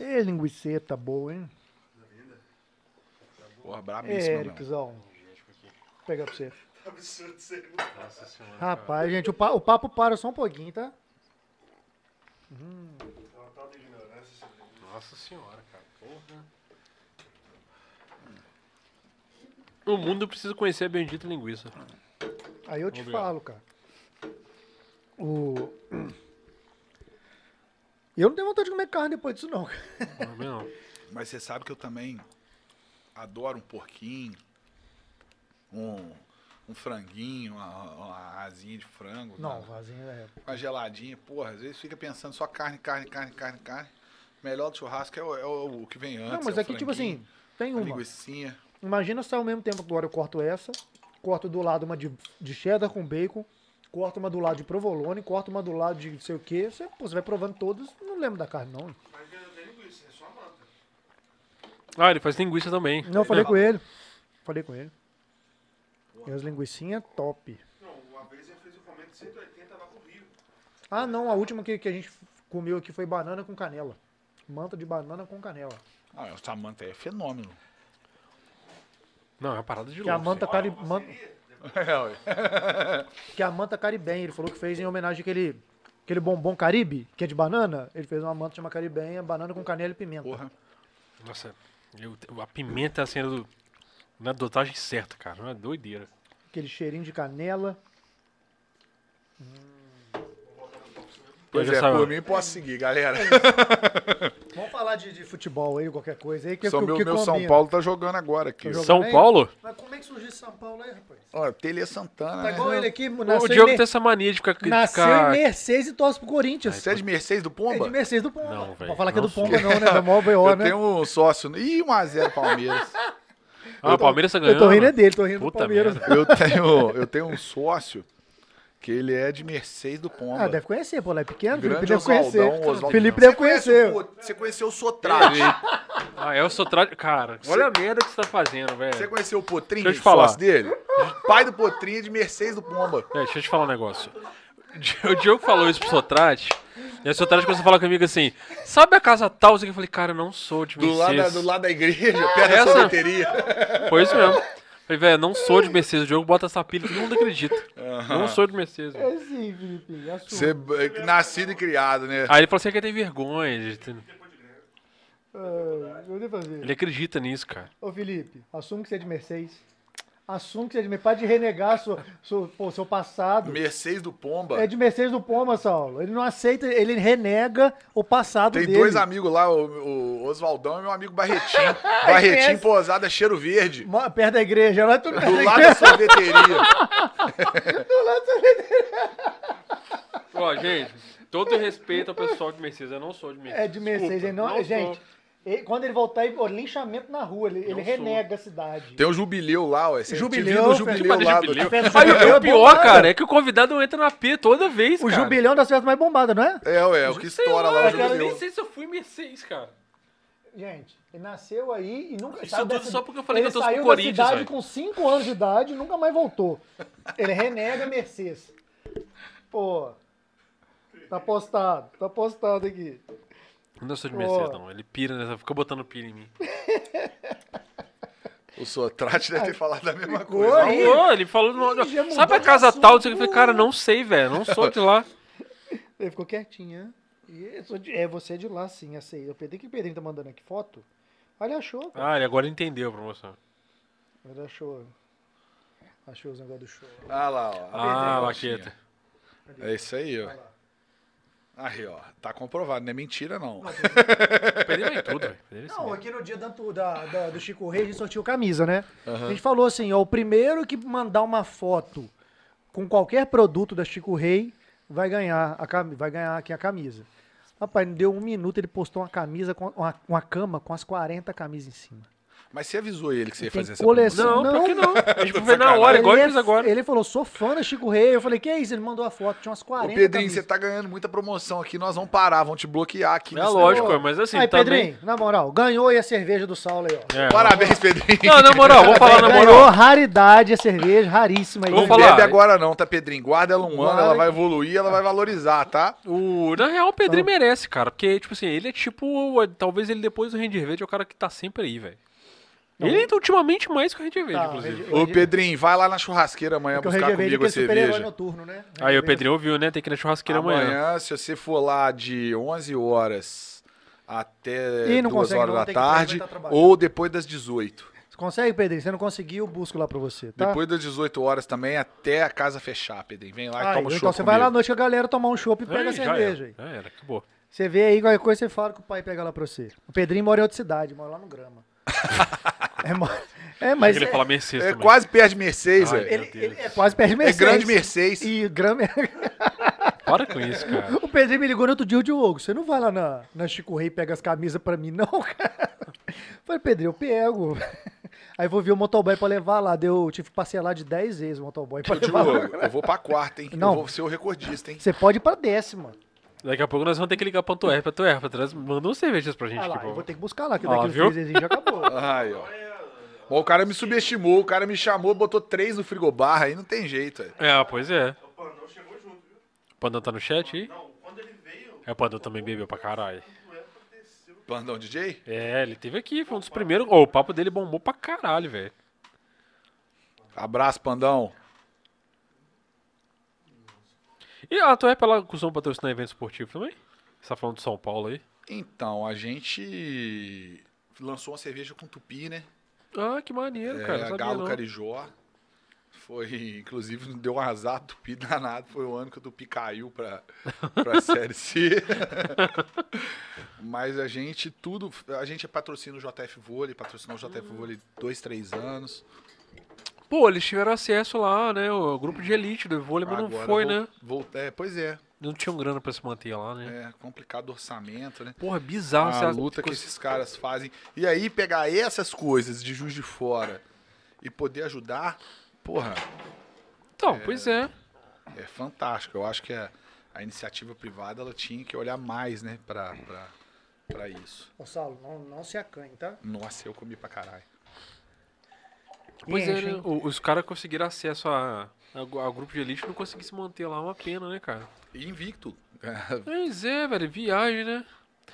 Ê, linguiceta É, boa, hein?
Porra, brabíssima, mano.
É, Ericzão. Vou pegar pra você.
Tá absurdo isso aí.
Nossa senhora.
Rapaz, gente, o, pa- o papo para só um pouquinho, tá?
É uma tal de ignorância sobre isso.
Nossa senhora, cara. Porra. O mundo precisa conhecer a bendita linguiça.
Aí eu te
Obrigado.
falo, cara. O. E eu não tenho vontade de comer carne depois disso, não. cara.
Não, não.
Mas você sabe que eu também adoro um porquinho, um, um franguinho, uma, uma asinha de frango,
Não,
tá?
vazinho é.
uma geladinha. Porra, às vezes fica pensando só carne, carne, carne, carne, carne. O melhor do churrasco é o, é o- o que vem antes.
Não, mas
é o
aqui, tipo
franguinho,
assim, tem
a
uma.
linguicinha.
Imagina se ao mesmo tempo agora eu corto essa, corto do lado uma de, de cheddar com bacon, corto uma do lado de provolone, corto uma do lado de não sei o quê. Você, pô, você vai provando todas, não lembro da carne, não.
Mas não é linguiça, é só manta.
Ah, ele faz linguiça também.
Não, eu
É,
falei com ele. Falei com ele. E as linguiçinhas top.
Não, uma vez eu fiz um comendo de 180 lá pro Rio.
Ah, não, a última que, que a gente comeu aqui foi banana com canela. Manta de banana com canela.
Ah, essa manta aí é fenômeno.
Não, é uma parada de
Que a
louco.
manta, cari man-
É, ué.
que a manta caribenha. Ele falou que fez em homenagem àquele, aquele bombom caribe, que é de banana. Ele fez uma manta chamada caribenha, banana com canela e pimenta.
Porra.
tá-
assim. Nossa, eu- a pimenta é a cena do. Na dotagem certa, cara. Não é doideira.
Aquele cheirinho de canela.
Pois
já
é,
sabe.
por mim posso seguir,
É
galera.
Vamos falar de, de futebol aí, qualquer coisa aí. Que, é
São,
que,
meu
que
meu São
combina.
Paulo tá jogando agora aqui.
Tá jogando.
São
aí?
Paulo?
Mas como é que surgiu esse São Paulo aí, rapaz?
Ó, Tele Santana.
Tá
né?
igual ele aqui,
o
nasceu,
Diogo
em,
tem essa mania de ficar. de
Mer- nasceu em
ficar-
Mercedes e torce pro Corinthians.
Você é de Mercedes do
É
Pomba?
de Mercedes do Pomba.
Não,
Não,
velho,
Vou falar que é do
não
Pomba não, né? Da maior BO,
Eu
né?
tenho um sócio. Ih, 1x0 Palmeiras.
Ah, o Palmeiras tá
um
ganhando.
Eu tô rindo é dele, tô rindo do
Puta
Palmeiras.
merda.
Eu tenho, eu tenho um sócio que ele é de Mercedes do Pomba.
Ah, deve conhecer, pô, lá é pequeno. Felipe
Grande
deve conhecer.
Oswaldão, Oswaldão.
Felipe
Você
deve
conhece
conhecer. é.
o- Você conheceu o Sotrate.
Ah, eu sou tra... Cara, olha a merda que você tá fazendo, velho.
Você conheceu o Potrinho,
Deixa eu te falar.
sócio dele? Pai do Potrinho é de Mercedes do Pomba.
É, deixa eu te falar um negócio. O Di- O Diogo falou isso pro Sotrate. E o Sotrate começou a falar comigo assim: Sabe a casa tal? Eu falei, cara, eu não sou de
Do lado, da,
Mercedes.
do lado da igreja,
Ah,
perto da
Essa-
sorveteria.
Foi isso mesmo. Falei, velho, não sou de Mercedes. O Diogo bota essa pilha que todo mundo acredita. Não sou de Mercedes. velho.
É sim, Felipe. é sua.
Você é nascido e criado, né?
Aí ele falou assim que ele tem vergonha. gente.
Ah, eu devo fazer.
Ele acredita nisso, cara.
Ô, Felipe, assume que você é de Mercedes. Assume que você é de Mercedes. Para de renegar seu, seu, pô, seu passado.
Mercedes do Pomba.
É de Mercedes do Poma, Saulo. Ele não aceita, ele renega o passado
Tem
um dele.
dois amigos lá, o, o Oswaldão e meu amigo Barretinho. Barretinho,
Conhece?
Posada, Cheiro Verde.
Ma- Perto da igreja, lá tudo perto
Do
da
lado
igreja.
da sorveteria.
Ó, gente, todo respeito ao pessoal de Mercedes. Eu não sou de Mercedes.
É de Mercedes,
Desculpa,
ele não, gente.
sou.
ele- quando ele voltar, ele, ó, linchamento na rua, ele, ele
sou.
renega a cidade.
Tem o Jubileu lá, ué. Você
Jubileu,
divide o
velho.
Jubileu
Mas
lá.
de jubileu.
A festa do
Aí,
jubileu
o
é
pior,
bombada.
cara, é que o convidado entra na P toda vez,
O
cara.
jubilhão das festas mais bombadas, não é?
do- É, ué, é o que
Sei
estoura
lá,
lá o
cara, eu nem
Jubileu.
sei se eu fui Mercedes, cara.
Gente, ele nasceu aí e nunca
Isso
saiu
tudo
dessa-
só porque eu falei
ele
que eu torço
saiu
pro
da
Corinthians,
cidade
velho.
com 5 anos de idade e nunca mais voltou. Ele renega a Mercedes. Pô. Tá postado, tá postado aqui.
Eu não sou de Mercedes,
Ó.
não. Ele pira nessa. Fica botando pilha em mim.
O Sotrate deve ter falado a mesma
Ah, Ficou
coisa.
aí.
Ô, ele falou. no-
Ih, já mudou
Sabe a
de
casa
assunto.
tal? Eu falei, cara, não sei, velho. Não sou de lá.
Ele ficou quietinho, né? E eu sou de- É, você é de lá, sim, essa aí. Eu perdi que o Pedrinho tá mandando aqui foto. Olha, achou, cara.
Ah, ele agora entendeu a promoção.
Ele achou. Achou os negócios do show.
Ah lá, ó.
Ah,
latinha.
Laqueta.
É isso aí, ó. Aí, ó. Tá comprovado, não é mentira, não.
Perdeu em tudo, velho. Perdeu isso
Não,
mesmo.
aqui no dia da, da- da- do Chico Reis, a gente sortiu camisa, né? A gente falou assim, ó, o primeiro que mandar uma foto com qualquer produto da Chico Rei vai ganhar, a, cami- vai ganhar aqui a camisa. Rapaz, não deu um minuto, ele postou uma camisa, com uma, uma cama com as 40 camisas em cima.
Mas você avisou ele que você ia
Tem
fazer essa
coleção.
promoção?
Não,
Não, por que não? A gente vai ver na
sacanagem.
hora, igual
ele, é
ele fez agora.
ele falou, sou fã da Chico Rei. Eu falei, que é isso? Ele mandou a foto, tinha umas 40
Ô, Pedrinho,
camisas.
você tá ganhando muita promoção aqui, nós vamos parar, vamos te bloquear aqui.
É
nesse
lógico,
negócio.
mas assim,
aí,
também.
Pedrinho, na moral, ganhou aí a cerveja do Saulo aí, ó.
É,
Parabéns, Pedrinho.
Não, na moral, vamos falar na
Ganhou
moral. raridade
raridade a cerveja, raríssima aí.
Vamos
Não
falar.
bebe agora não, tá, Pedrinho? Guarda ela um ano,
Guarda.
ela vai evoluir, ela vai valorizar, tá?
O, na real, o
Ah.
Pedrinho merece, cara. Porque, tipo assim, ele é tipo. Talvez ele depois do Ranger Verde é o cara que tá sempre aí, velho. Ele ultimamente mais que o Red Verde,
Tá,
inclusive.
Red-
Ô, Pedrinho, vai lá na churrasqueira amanhã
Porque o
buscar
Red Verde
comigo
que é
a
super-herói
cerveja.
noturno, né?
Aí
Red
o
Verde-
Pedrinho ouviu, né? Tem que ir na
tá.
churrasqueira amanhã.
Amanhã, se você for lá de 11 horas até
Ih, não
2
consegue
horas
não,
da
tem que aproveitar
tarde,
o trabalho.
ou depois das 18.
Você consegue, Pedrinho? Se não conseguir, eu busco lá pra você, tá?
Depois das 18 horas também, até a casa fechar, Pedrinho. Vem lá e
Aí,
toma um
então
show
você vai lá à
comigo.
noite com a galera tomar um chopp e pega
Aí,
a
já
cerveja.
era,
aí.
Já era, acabou.
Você vê aí qualquer coisa, você fala que o pai pega lá pra você. O Pedrinho mora em outra cidade, mora lá no Grama. é, mo- é, mas.
Mas ele
é-
fala Mercedes
É
também. Ah,
quase perto de Mercedes,
Ai,
velho.
ele-
Meu Deus.
ele é quase perto de Mercedes.
É grande Mercedes.
E Grama é
Para com isso, cara.
O Pedrinho me ligou no outro dia, o Diogo, você não vai lá na, na Chico Rei e pega as camisas pra mim, não, cara? Eu Falei, Pedrinho, eu pego. Aí vou ver o motoboy pra levar lá. Deu, eu tive que parcelar de 10 vezes o motoboy pra
Ô,
levar lá.
Diogo, eu vou pra quarta, hein?
Não.
Eu vou ser o recordista, hein?
Você pode ir pra décima.
Daqui a pouco nós vamos ter que ligar pra Antuérpia. Antuérpia, traz, manda umas cervejas pra gente.
Ah
aqui,
lá,
por
eu vou
favor.
ter que buscar lá, que
Ah,
daqui uns
viu?
três dias já acabou.
Ai, ó. Bom, o cara me subestimou, o cara me chamou, botou três no frigobar, aí não tem jeito, velho.
É, pois é.
O Pandão chegou junto, viu?
O Pandão tá no chat aí?
Não, quando ele veio,
É, o Pandão também bebeu pra caralho.
o Epa desceu.
Pandão DJ?
É, ele teve aqui, foi um dos primeiros. Ô, o papo dele bombou pra caralho, velho.
Abraço, Pandão.
E a Antuérpia lá costuma patrocinar evento esportivo também? Você tá falando de São Paulo aí?
Então, a gente lançou uma cerveja com tupi, né?
Ah, que maneiro,
É,
cara. não sabia
Galo
não.
Carijó. Foi, inclusive, não deu um azar Tupi danado. Foi o ano que o Tupi caiu pra, pra Série C. Mas a gente tudo... A gente patrocina o JF Vôlei, patrocinou o JF Vôlei dois, três anos.
Pô, eles tiveram acesso lá, né? O grupo de elite do vôlei, mas não
Agora
foi,
vol-
né?
vol- é, pois é,
Não tinham grana pra se manter lá, né?
é. Complicado o orçamento,
É.
né?
Porra, bizarro
a luta que esses caras fazem. E aí pegar essas coisas de Juiz de Fora e poder ajudar, porra,
Então, pois é.
é fantástico. Eu acho que a, a iniciativa privada ela tinha que olhar mais, né, pra, pra, pra isso.
Gonçalo, não, não se acanhe, tá?
Nossa, eu comi pra caralho.
Pois
Enche,
é, né?
hein?
O- Os caras conseguiram acesso a, a, gu- ao grupo de elite não conseguiram se manter lá, uma pena, né, cara?
E invicto.
Pois é, velho, viagem, né?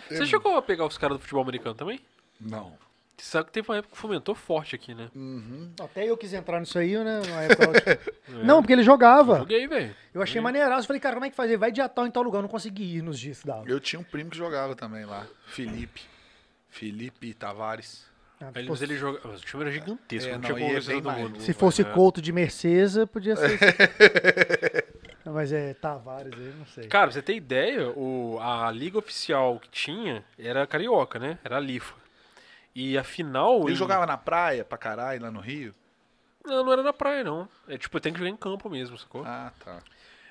Você
Eu-
chegou a pegar os caras do futebol americano também?
Não.
Você sabe que teve uma época que fomentou forte aqui, né?
Até eu quis entrar nisso aí, né? na época lá, tipo- Não, porque ele jogava.
É. Joguei, velho.
Eu achei maneiraço. Falei, cara, como é que fazia? Vai de tal em tal lugar. Eu não consegui ir nos dias que dava.
Eu tinha um primo que jogava também lá, Felipe. Felipe Tavares.
Ah,
Aí,
pô,
Mas ele jogava. Mas o time era gigantesco,
É,
não,
não,
tinha
e é
como vencer
bem
todo
mais.
mundo.
Se fosse
Uhum.
É.
Couto de Mercesa, podia ser. Ah, Mas é Tavares aí, não sei.
Cara, pra você ter ideia, o, a liga oficial que tinha era carioca, né? Era a Lifa. E a final.
Ele
em-
jogava na praia pra caralho, lá no Rio?
Não, não era na praia, não. É tipo, tem que jogar em campo mesmo, sacou?
Ah, tá.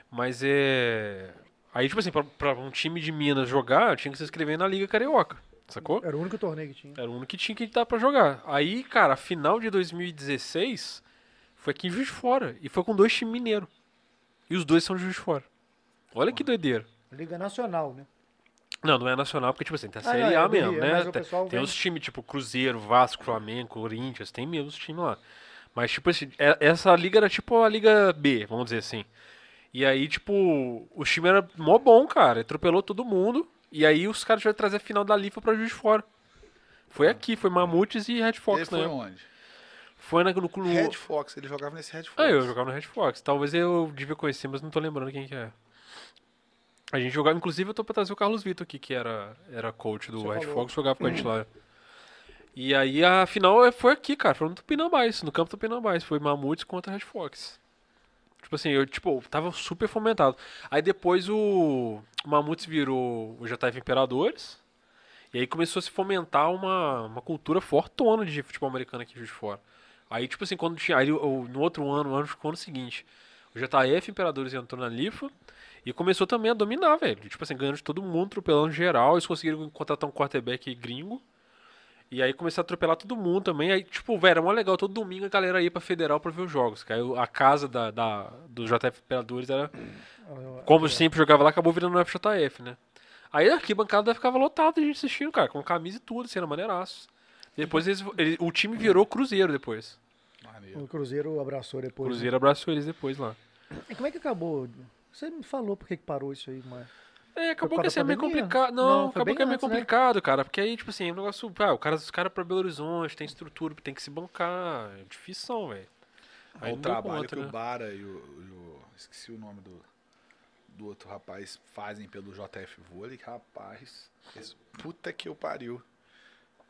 Mas é. Aí, tipo assim, pra, pra um time de Minas jogar, tinha que se inscrever na Liga Carioca, sacou?
Era o único torneio que tinha.
Era o único que tinha que dar pra jogar. Aí, cara, a final de 2016 foi aqui em Juiz de Fora. E foi com dois times mineiros. E os dois são de Juiz de Fora. Olha que doideira.
Liga Nacional, né?
Não, não é nacional, porque, tipo assim, tem a
Ah,
Série
não, eu
A mesmo,
vi,
né?
mas o
Tem,
pessoal
tem
vem-
os times, tipo, Cruzeiro, Vasco, Flamengo, Corinthians, tem mesmo os times lá. Mas, tipo assim, é- essa liga era tipo a Liga B, vamos dizer assim. E aí, tipo, o time era mó bom, cara. Atropelou todo mundo. E aí os caras tiveram que trazer a final da Lifa pra Juiz de Fora. Foi
Ah.
aqui, foi Mamutes e Red
ele
Fox,
foi
né?
onde?
Foi na, no clube.
Red Fox, ele jogava nesse Red Fox.
Ah, eu jogava no Red Fox. Talvez eu devia conhecer, mas não tô lembrando quem que é. A gente jogava, inclusive eu tô pra trazer o Carlos Vitor aqui, que era, era coach do
Você
Red
falou.
Fox, jogava com a gente lá. E aí a final é- foi aqui, cara, foi no Tupinambás, no campo do Tupinambás, foi Mamutes contra Red Fox. Tipo assim, eu tipo, tava super fomentado. Aí depois o, o Mamutes virou o JF Imperadores, e aí começou a se fomentar uma, uma cultura fortona de futebol americano aqui em Juiz de fora. Aí, tipo assim, quando tinha. Aí, o- no outro ano, o ano ficou no seguinte. O JF Imperadores entrou na Lifa e começou também a dominar, velho. Tipo assim, ganhando de todo mundo, atropelando geral. Eles conseguiram contratar um quarterback gringo. E aí começou a atropelar todo mundo também. Aí, tipo, velho, era mó legal. Todo domingo a galera ia pra Federal pra ver os jogos. Cara. Eu- A casa da, da, do JF Imperadores era. Como sempre jogava lá, acabou virando no FJF, né? Aí a arquibancada ficava lotada de gente assistindo, cara, com camisa e tudo, sendo maneiraço. Depois eles, ele- o time virou Cruzeiro depois.
Maneiro.
O Cruzeiro abraçou
O
depois. né?
Cruzeiro abraçou eles depois lá.
E como é que acabou? Você me falou por que que parou isso aí, mano.
É,
por causa
acabou que
da
assim, é meio
pandemia?
complicado. Não,
Não, foi
acabou
bem
que é meio
antes, né?
complicado, cara. Porque aí, tipo assim, é um negócio. Ah, o cara, os caras pra Belo Horizonte, tem estrutura, tem que se bancar. É difícil, não, velho. Aí
É o
não deu
trabalho
conta,
que
né?
o Bara e o, e o- Esqueci o nome do, do outro rapaz fazem pelo JF Vôlei, que, rapaz. esse- Puta que eu pariu.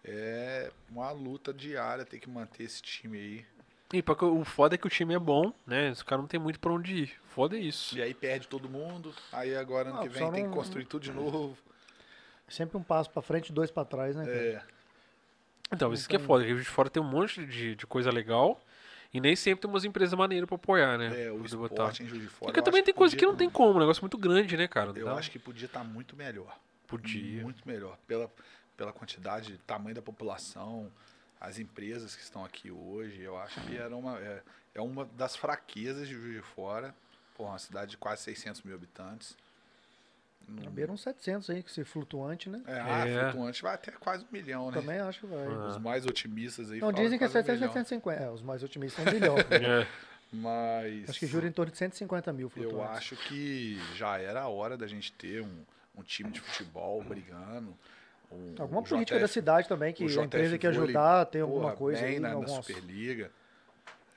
É uma luta diária ter que manter esse time aí.
E pra que- o foda é que o time é bom, né? Os caras não tem muito pra onde ir. Foda é isso.
E aí perde todo mundo. Aí agora ano
Ah,
que
o
vem
pessoal
tem que
não-
construir tudo de novo.
Sempre um passo pra frente, dois pra trás, né? cara?
É,
Então, isso que é foda. que Rio de Fora tem um monte de, de coisa legal. E nem sempre tem umas empresas maneiras pra apoiar, né?
é, o
Pra poder
esporte
botar.
em Juiz de Fora.
Porque
eu
também
acho
tem coisa que
podia- tá,
não tem como, um negócio muito grande, né, cara? Não
Eu
dá-
acho que podia estar muito melhor.
podia.
Muito melhor. Pela, pela quantidade, tamanho da população, as empresas que estão aqui hoje, eu acho que era uma, é, é uma das fraquezas de Juiz de Fora. Pô, uma cidade de quase 600 mil habitantes. Não-
Na beira uns 700 aí, que se flutuante, né?
É, ah,
É.
flutuante vai até quase um milhão, né?
Também acho que vai.
Ah.
Os mais otimistas aí
Não,
falam
dizem que é
quase um
700,
milhão.
750. É, os mais otimistas são um bilhão.
É.
né?
Mas...
acho que é jura em torno de 150 mil flutuantes.
Eu acho que já era a hora da gente ter um, um time de futebol brigando. um-
Alguma
o
política da
JF
cidade também, que
o
a
JF
empresa que
Vôlei,
ajudar, tem alguma
porra,
coisa
bem
aí,
na, na
alguma...
Superliga.
aí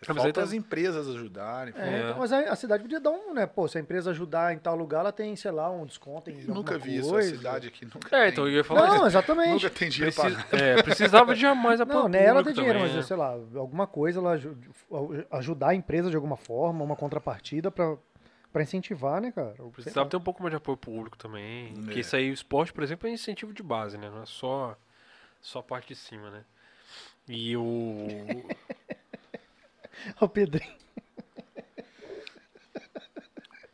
Falta
tá-
as empresas ajudarem.
É,
É.
então, mas a, a cidade podia dar um, né? Pô, se a empresa ajudar em tal lugar, ela tem, sei lá, um desconto em
Eu
alguma
Nunca vi isso. A
coisa.
cidade aqui nunca
É,
tem.
então eu ia falar
Não,
isso.
exatamente.
Nunca tem dinheiro
Precisa-
pra
é, precisava de mais a
Não,
público
né? Ela tem dinheiro,
também,
mas
né?
sei lá, alguma coisa ela aju- ajudar a empresa de alguma forma, uma contrapartida pra, pra incentivar, né, cara? Ou sei
Precisava
lá.
ter um pouco mais de apoio público também. Porque
É.
isso aí, o esporte, por exemplo, é incentivo de base, né? Não é só, só a parte de cima, né? E o.
Ó, O Pedrinho.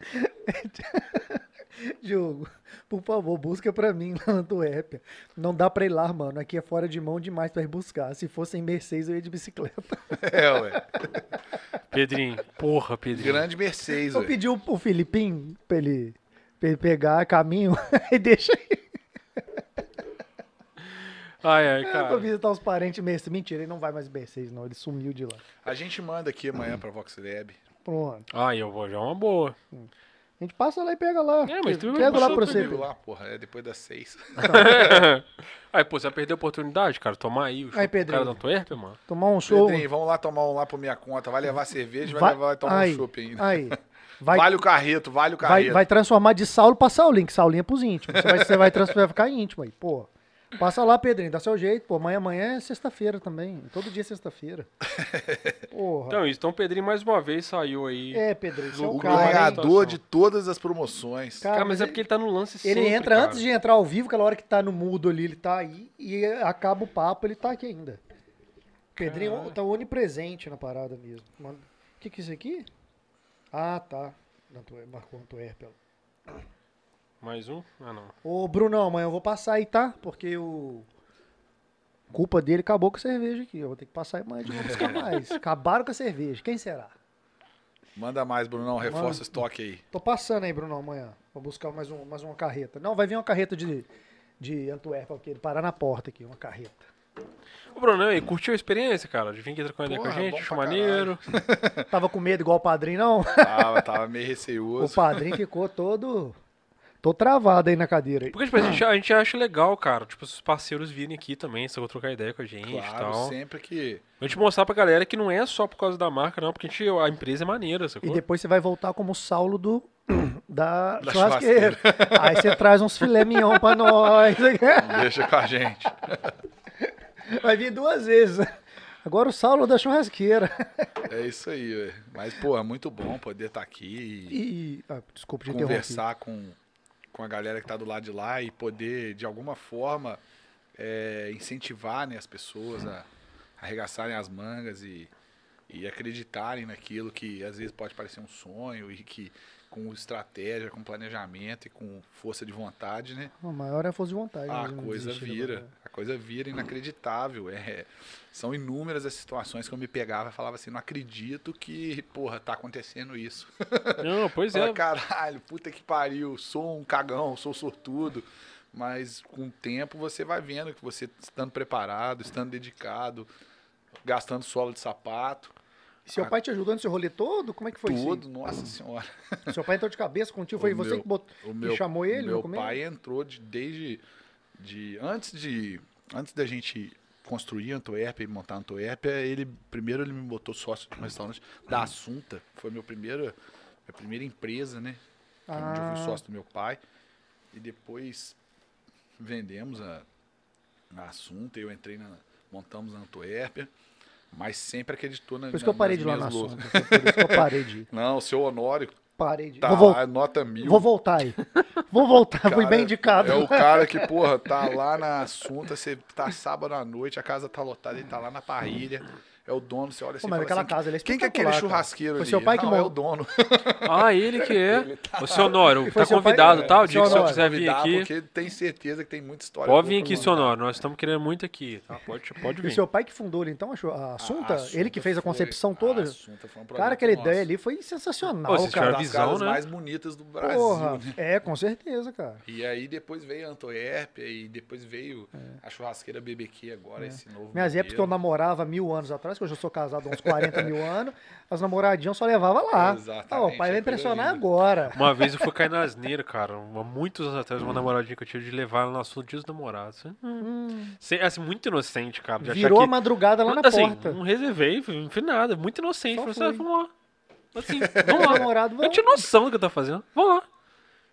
Diogo, por favor, busca pra mim lá na Antuérpia. Não dá pra ir lá, mano. Aqui é fora de mão demais pra ir buscar. Se fosse em Mercedes, eu ia de bicicleta.
É, ué.
Pedrinho. Porra, Pedrinho.
Grande Mercedes,
Eu
ué.
pedi o, o Filipim pra ele, pra ele pegar caminho e deixa ele
Ai, ai,
pra
cara.
visitar os parentes em Mercedes. Mentira, ele não vai mais em Mercedes, não. Ele sumiu de lá.
A gente manda aqui amanhã pra Vox Lab.
Pronto.
Ai, eu vou já é uma boa.
A gente passa lá e pega lá.
É, mas tu
pega lá
passou
pra você.
Comigo
Pedro.
lá, porra. É depois das seis.
aí, pô, você vai perder a oportunidade, cara. Tomar aí o show
Tá. Aí,
do cara
Pedrinho.
da Antuérpia, mano.
Tomar um show.
Pedrinho, vamos lá tomar um lá por minha conta. Vai levar cerveja, vai, levar, vai tomar um chopp ainda.
Aí. Vai,
vale o carreto, vale o
vai,
carreto.
vai transformar de Saulo pra Saulinho, que Saulinho é pros íntimos. Você vai, você vai, trans- vai ficar íntimo aí, pô. Passa lá, Pedrinho, dá seu jeito, pô. Amanhã, amanhã é sexta-feira também. Todo dia é sexta-feira. Porra.
Então, isso. Então, o Pedrinho mais uma vez saiu aí.
É, Pedrinho, você é
O
o
O
cara. hein?
ganhador.
ganhador de todas as promoções.
Cara,
Cara, mas é
ele-
porque ele tá no lance
Ele
sempre,
entra
cara.
antes de entrar ao vivo, aquela hora que tá no mudo ali, ele tá aí. E acaba o papo, ele tá aqui ainda. Pedrinho
Caralho.
tá onipresente na parada mesmo. Mano, o que que é isso aqui? Ah, tá. Antu- Marcou Antuérpia lá.
Mais um? Ah, não.
Ô, Brunão, amanhã eu vou passar aí, tá? Porque o. Culpa dele acabou com a cerveja aqui. Eu vou ter que passar aí amanhã de novo buscar mais. Acabaram com a cerveja. Quem será?
Manda mais, Brunão. Reforça
Manda.
o estoque aí.
Tô passando aí, Brunão, amanhã. Vou buscar mais, um, mais uma carreta. Não, vai vir uma carreta de, de Antuérpia, porque ele parar na porta aqui, uma carreta.
Ô, Bruno, e aí, curtiu a experiência, cara? De vir aqui trocar ideia com a
Porra,
gente,
bom
achou
pra
maneiro.
Tava com medo igual o padrinho, não?
Tava, tava meio
O
receioso.
padrinho ficou todo. Tô travado aí na cadeira aí.
Porque, tipo, a gente,
Ah.
a gente acha legal, cara. Tipo, os parceiros virem aqui também, só vou trocar ideia com a gente e
Claro,
tal.
sempre que.
A gente mostrar pra galera que não é só por causa da marca, não, porque a, gente- a empresa é maneira,
E
sacou?
depois você vai voltar como o Saulo do. Da,
Da
churrasqueira. Aí você traz uns filé mignon pra nós.
Deixa com a gente.
Vai vir duas vezes. Agora o Saulo da churrasqueira.
É isso aí, ué. Mas, pô, é muito bom poder estar aqui
E. Ah, desculpa
e
de interromper.
conversar com, com a galera que tá do lado de lá e poder, de alguma forma, é, incentivar né, as pessoas a arregaçarem as mangas e, e acreditarem naquilo que às vezes pode parecer um sonho e que com estratégia, com planejamento e com força de vontade, né?
A maior é a força de vontade.
A
mas não
Ah, coisa
desistir
vira.
agora.
A coisa vira inacreditável. É, são inúmeras as situações que eu me pegava e falava assim, não acredito que, porra, tá acontecendo isso.
Não, pois é.
Fala, caralho, puta que pariu, sou um cagão, sou sortudo. Mas com o tempo você vai vendo que você estando preparado, estando dedicado, gastando sola de sapato,
Seu
Cara.
pai te ajudou nesse rolê todo? Como é que foi
Tudo, nossa senhora.
isso? aí? Seu pai entrou de cabeça contigo? Foi
O
você
meu-
que, botou,
O
que chamou ele
meu
no começo?
pai entrou de- desde de antes de antes da gente construir Antuérpia e montar Antuérpia, ele primeiro ele me botou sócio de um restaurante
Uhum.
da Assunta, foi meu primeiro minha primeira empresa, né? Onde eu
Ah.
fui sócio do meu pai e depois vendemos a, a Assunta, eu entrei na montamos a Antuérpia, mas sempre acreditou na
Por isso que eu parei de ir lá
nas
na
minhas
assunto.
lutas.
Por isso que eu parei de ir.
Não, o seu Honório
Parei de ir.
tá
Vou, vol-
lá, nota mil.
vou voltar aí. Vou voltar, fui
Cara,
bem indicado.
É o cara que, porra, tá lá na Assunta, você tá sábado à noite, a casa tá lotada, ele tá lá na parrilha. É o dono, você olha
Pô,
assim, e
mas
fala
aquela
assim,
casa, ela é
quem que é aquele
espetacular, cara.
churrasqueiro
Foi
ali?
seu pai que
Não, é o
montou.
dono.
Ah, ele que é. Ô, seu Honório,
E foi
tá
seu pai- é
convidado, tá? O dia
Seu
que o senhor
Honório,
quiser vir
Convidar,
aqui.
Porque tem certeza que tem muita história.
Pode
boa
vir
pra
aqui,
contar.
seu Honório. Nós estamos querendo muito aqui, tá? Pode, pode
E
vir.
seu pai que fundou ele, então, a chu- a Assunta?
A
ele que fez a
Ah, foi-
concepção
a
toda?
Assunta foi
Cara,
um projeto
aquela
nosso.
ideia ali foi sensacional,
Pô, vocês
cara.
tiveram
das
visão,
casas
né?
mais bonitas do Brasil.
Porra,
né?
é, com certeza, cara.
E aí depois veio a Antuérpia e depois veio a churrasqueira BBQ agora, esse novo
É. Minhas épocas que eu
modelo.
namorava mil anos atrás, que hoje eu sou casado há uns 40 mil anos, as namoradinhas eu só levava lá.
Exatamente,
Ah, o pai
é
vai impressionar
coisa linda.
agora.
Uma vez eu fui cair na asneira, cara. Há muitos anos atrás, uma namoradinha que eu tive de levar ela no assunto dia dos namorados.
Hum,
Sem- assim, muito inocente, cara. De achar
virou
que...
a madrugada Tá lá na
assim,
porta.
Não reservei, não fiz nada. Muito inocente.
Só
Falei assim, ah,
fui.
vamos lá. Assim, vamos
Os
lá.
namorados vão.
Eu tinha noção do que eu tava fazendo. Vamos lá.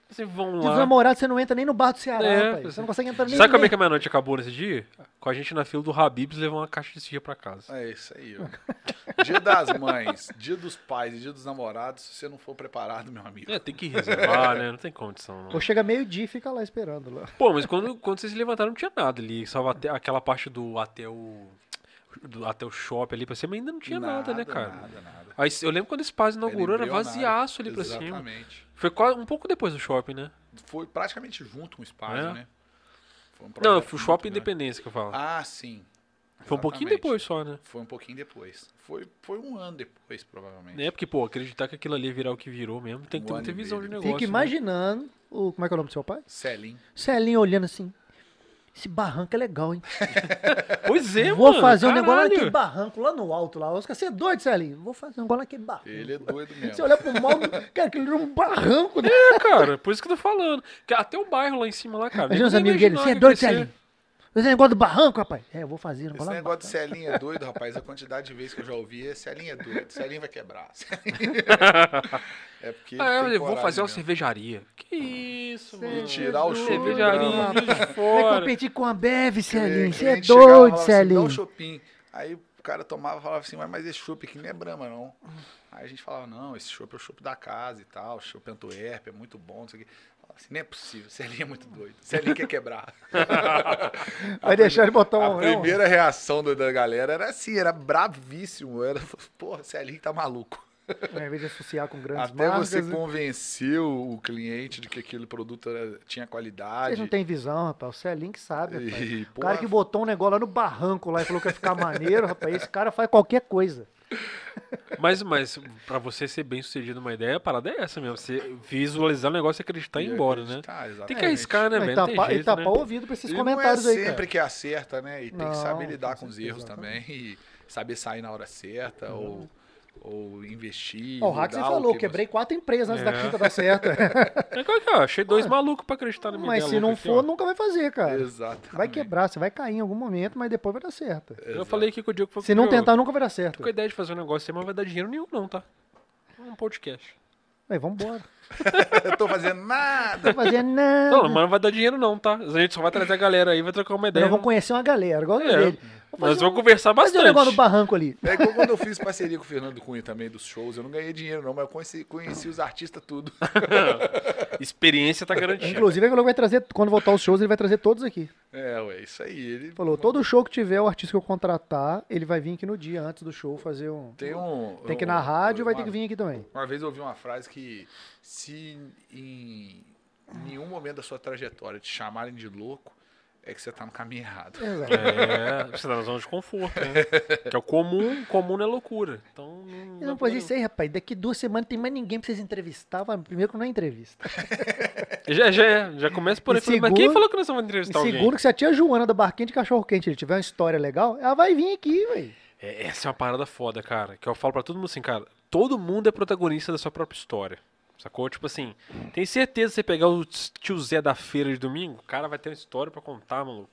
Assim, vamos
Os
lá.
namorados você não entra nem no bar do Ceará,
É,
pai. Você não consegue entrar nem
Sabe como é
nem-
que a minha noite acabou nesse dia? Com a gente na fila do Habibs levou uma caixa de cia pra casa.
É isso aí, ó. Dia das mães, dia dos pais e dia dos namorados, se você não for preparado, meu amigo.
É, tem que reservar, né? Não tem condição, não.
Ou chega meio-dia e fica lá esperando. lá.
Pô, mas quando, quando vocês se levantaram não tinha nada ali. Só até, aquela parte do até o. Do, até o shopping ali pra cima ainda não tinha nada, né, cara?
Nada, nada.
Aí, eu lembro quando esse espaço inaugurou, era
embrionário.
vaziaço ali pra cima.
Exatamente.
Foi quase um pouco depois do shopping, né?
Foi praticamente junto com o espaço,
É?
né? Foi um
Não,
projeto
foi o
muito
shopping
grande.
Independência que eu falo.
Ah, sim.
foi um pouquinho
exatamente.
depois só, né?
Foi um pouquinho depois. Foi, foi um ano depois, provavelmente.
É, porque, pô, acreditar que aquilo ali ia virar o que virou mesmo, tem que ter
Um
muita
ano e
visão de
meio.
negócio. né?
Fica imaginando. O, como é que é o nome do seu pai?
Selim.
Celinho olhando assim. Esse barranco é legal, hein?
Né? Pois é,
Vou
mano.
fazer um negócio
caralho.
naquele barranco lá no alto lá. Oscar, você é doido, Celinho? Vou fazer um negócio naquele barranco.
Ele é doido
Você
mesmo.
olhar pro mal, cara, aquele era um barranco. Né?
É, cara, por isso que eu tô falando. Que Até o bairro lá em cima, lá, cara.
Imagina
nem
os amigos dele.
imaginava
Você é
que
doido,
ia ser.
Celinho? Esse negócio do barranco, rapaz? É, eu vou fazer. Não vou tá?
Esse
lá no
negócio de
barranco.
Celinho é doido, rapaz. A quantidade de vezes que eu já ouvi é Celinho é doido. Celinho vai quebrar. é porque. ele
Ah,
tem
eu vou
coragem né? Ah,
fazer uma
mesmo.
cervejaria. Que isso,
Cê
mano.
é
tirar o
doido,
Cervejaria,
Não.
rapaz.
vídeo de
Vai
fora.
competir com a Beve, Celinho.
Que
Você é
cliente chegava e
doido,
falava assim, Dá um
Celinho.
chopinho. Aí o cara tomava e falava assim, mas, mas esse chopp aqui não é Brahma, não. Aí a gente falava, não, esse chopp é o chopp da casa e tal, chopp Antuérpia, é muito bom, não sei o quê. Falava assim, não é possível, Celinho é muito doido, Celinho quer quebrar.
Vai deixar ele botar um.
a primeira reação do- da galera era assim, era bravíssimo, era, porra, Celinho tá maluco.
Não, ao invés É, de associar com grandes
Até
marcas.
você
né?
convenceu o cliente de que aquele produto era- tinha
Vocês
qualidade.
não têm visão, rapaz. O Celinho que sabe, rapaz.
E,
O cara
porra,
que botou um negócio lá no barranco lá e falou que ia ficar maneiro, rapaz, esse cara faz qualquer coisa.
Mas, mas, pra você ser bem sucedido numa ideia, a parada é essa mesmo. Você visualizar o negócio e acreditar e ir embora, né?
Acreditar,
Tem que arriscar,
Não,
né, velho?
e
Não tem
tapar, e
jeito,
tapar
né?
o ouvido pra esses
tá, E
comentários
não é
aí,
sempre
cara.
que acerta, né? E tem
Não,
que saber lidar
com
com os
certeza,
erros também e saber sair na hora certa ou, ou investir.
Ó, o Hack você
mudar
falou,
que
quebrei quatro empresas antes da
É.
quinta dar certo.
É claro que, ó, achei dois malucos pra acreditar na minha
Ah. mas se
ideia louca
não
aqui,
for,
ó.
nunca vai fazer,
você-
cara.
Exatamente.
Vai quebrar, você vai cair em algum momento, mas depois vai dar certo.
Eu falei aqui com o Diego foi
Se não
comigo, ó,
tentar, nunca vai dar certo.
Tô com a ideia de fazer um negócio aí, mas não vai dar dinheiro nenhum, não, tá? É Um podcast.
Aí, vambora.
Eu tô fazendo nada.
Não vai fazer nada.
Não, mas não vai dar dinheiro, não, tá? A gente só vai trazer a galera aí, vai trocar uma ideia.
Nós vamos conhecer uma galera, igual
É.
dele.
Nós
fazer um-
vamos conversar
Fazer um
bastante.
negócio no barranco ali.
É igual quando eu fiz parceria com o Fernando Cunha também dos shows. Eu não ganhei dinheiro, não, mas eu conheci, conheci os artistas tudo.
Experiência tá garantida.
Inclusive, ele falou que vai trazer, quando voltar os shows, ele vai trazer todos aqui.
É, ué, isso aí. Ele
Falou, todo show que tiver o artista que eu contratar, ele vai vir aqui no dia antes do show fazer um.
tem um.
Tem que ir
um-
na rádio, vai ter
uma-
que vir aqui também.
Uma vez eu ouvi uma frase que se em nenhum momento da sua trajetória te chamarem de louco, é que você tá no caminho errado.
Exato.
É, você tá na zona de conforto, né? Que é o comum, comum não é loucura. Então, não,
Eu não pôs isso aí, rapaz. Daqui duas semanas não tem mais ninguém pra vocês entrevistar. Vai, Primeiro que não é entrevista.
Já, já, é, já começa por
E
aí. falando, Mas quem
segundo-
falou que nós vamos
E
entrevistar alguém?
segundo, que se a tia Joana da Barquinha de Cachorro Quente ele tiver uma história legal, ela vai vir aqui, velho.
É, essa é uma parada foda, cara. Que eu falo pra todo mundo assim, cara. Todo mundo é protagonista da sua própria história. Sacou? Tipo assim, tem certeza que você pegar o tio Zé da feira de domingo, o cara vai ter uma história pra contar, maluco.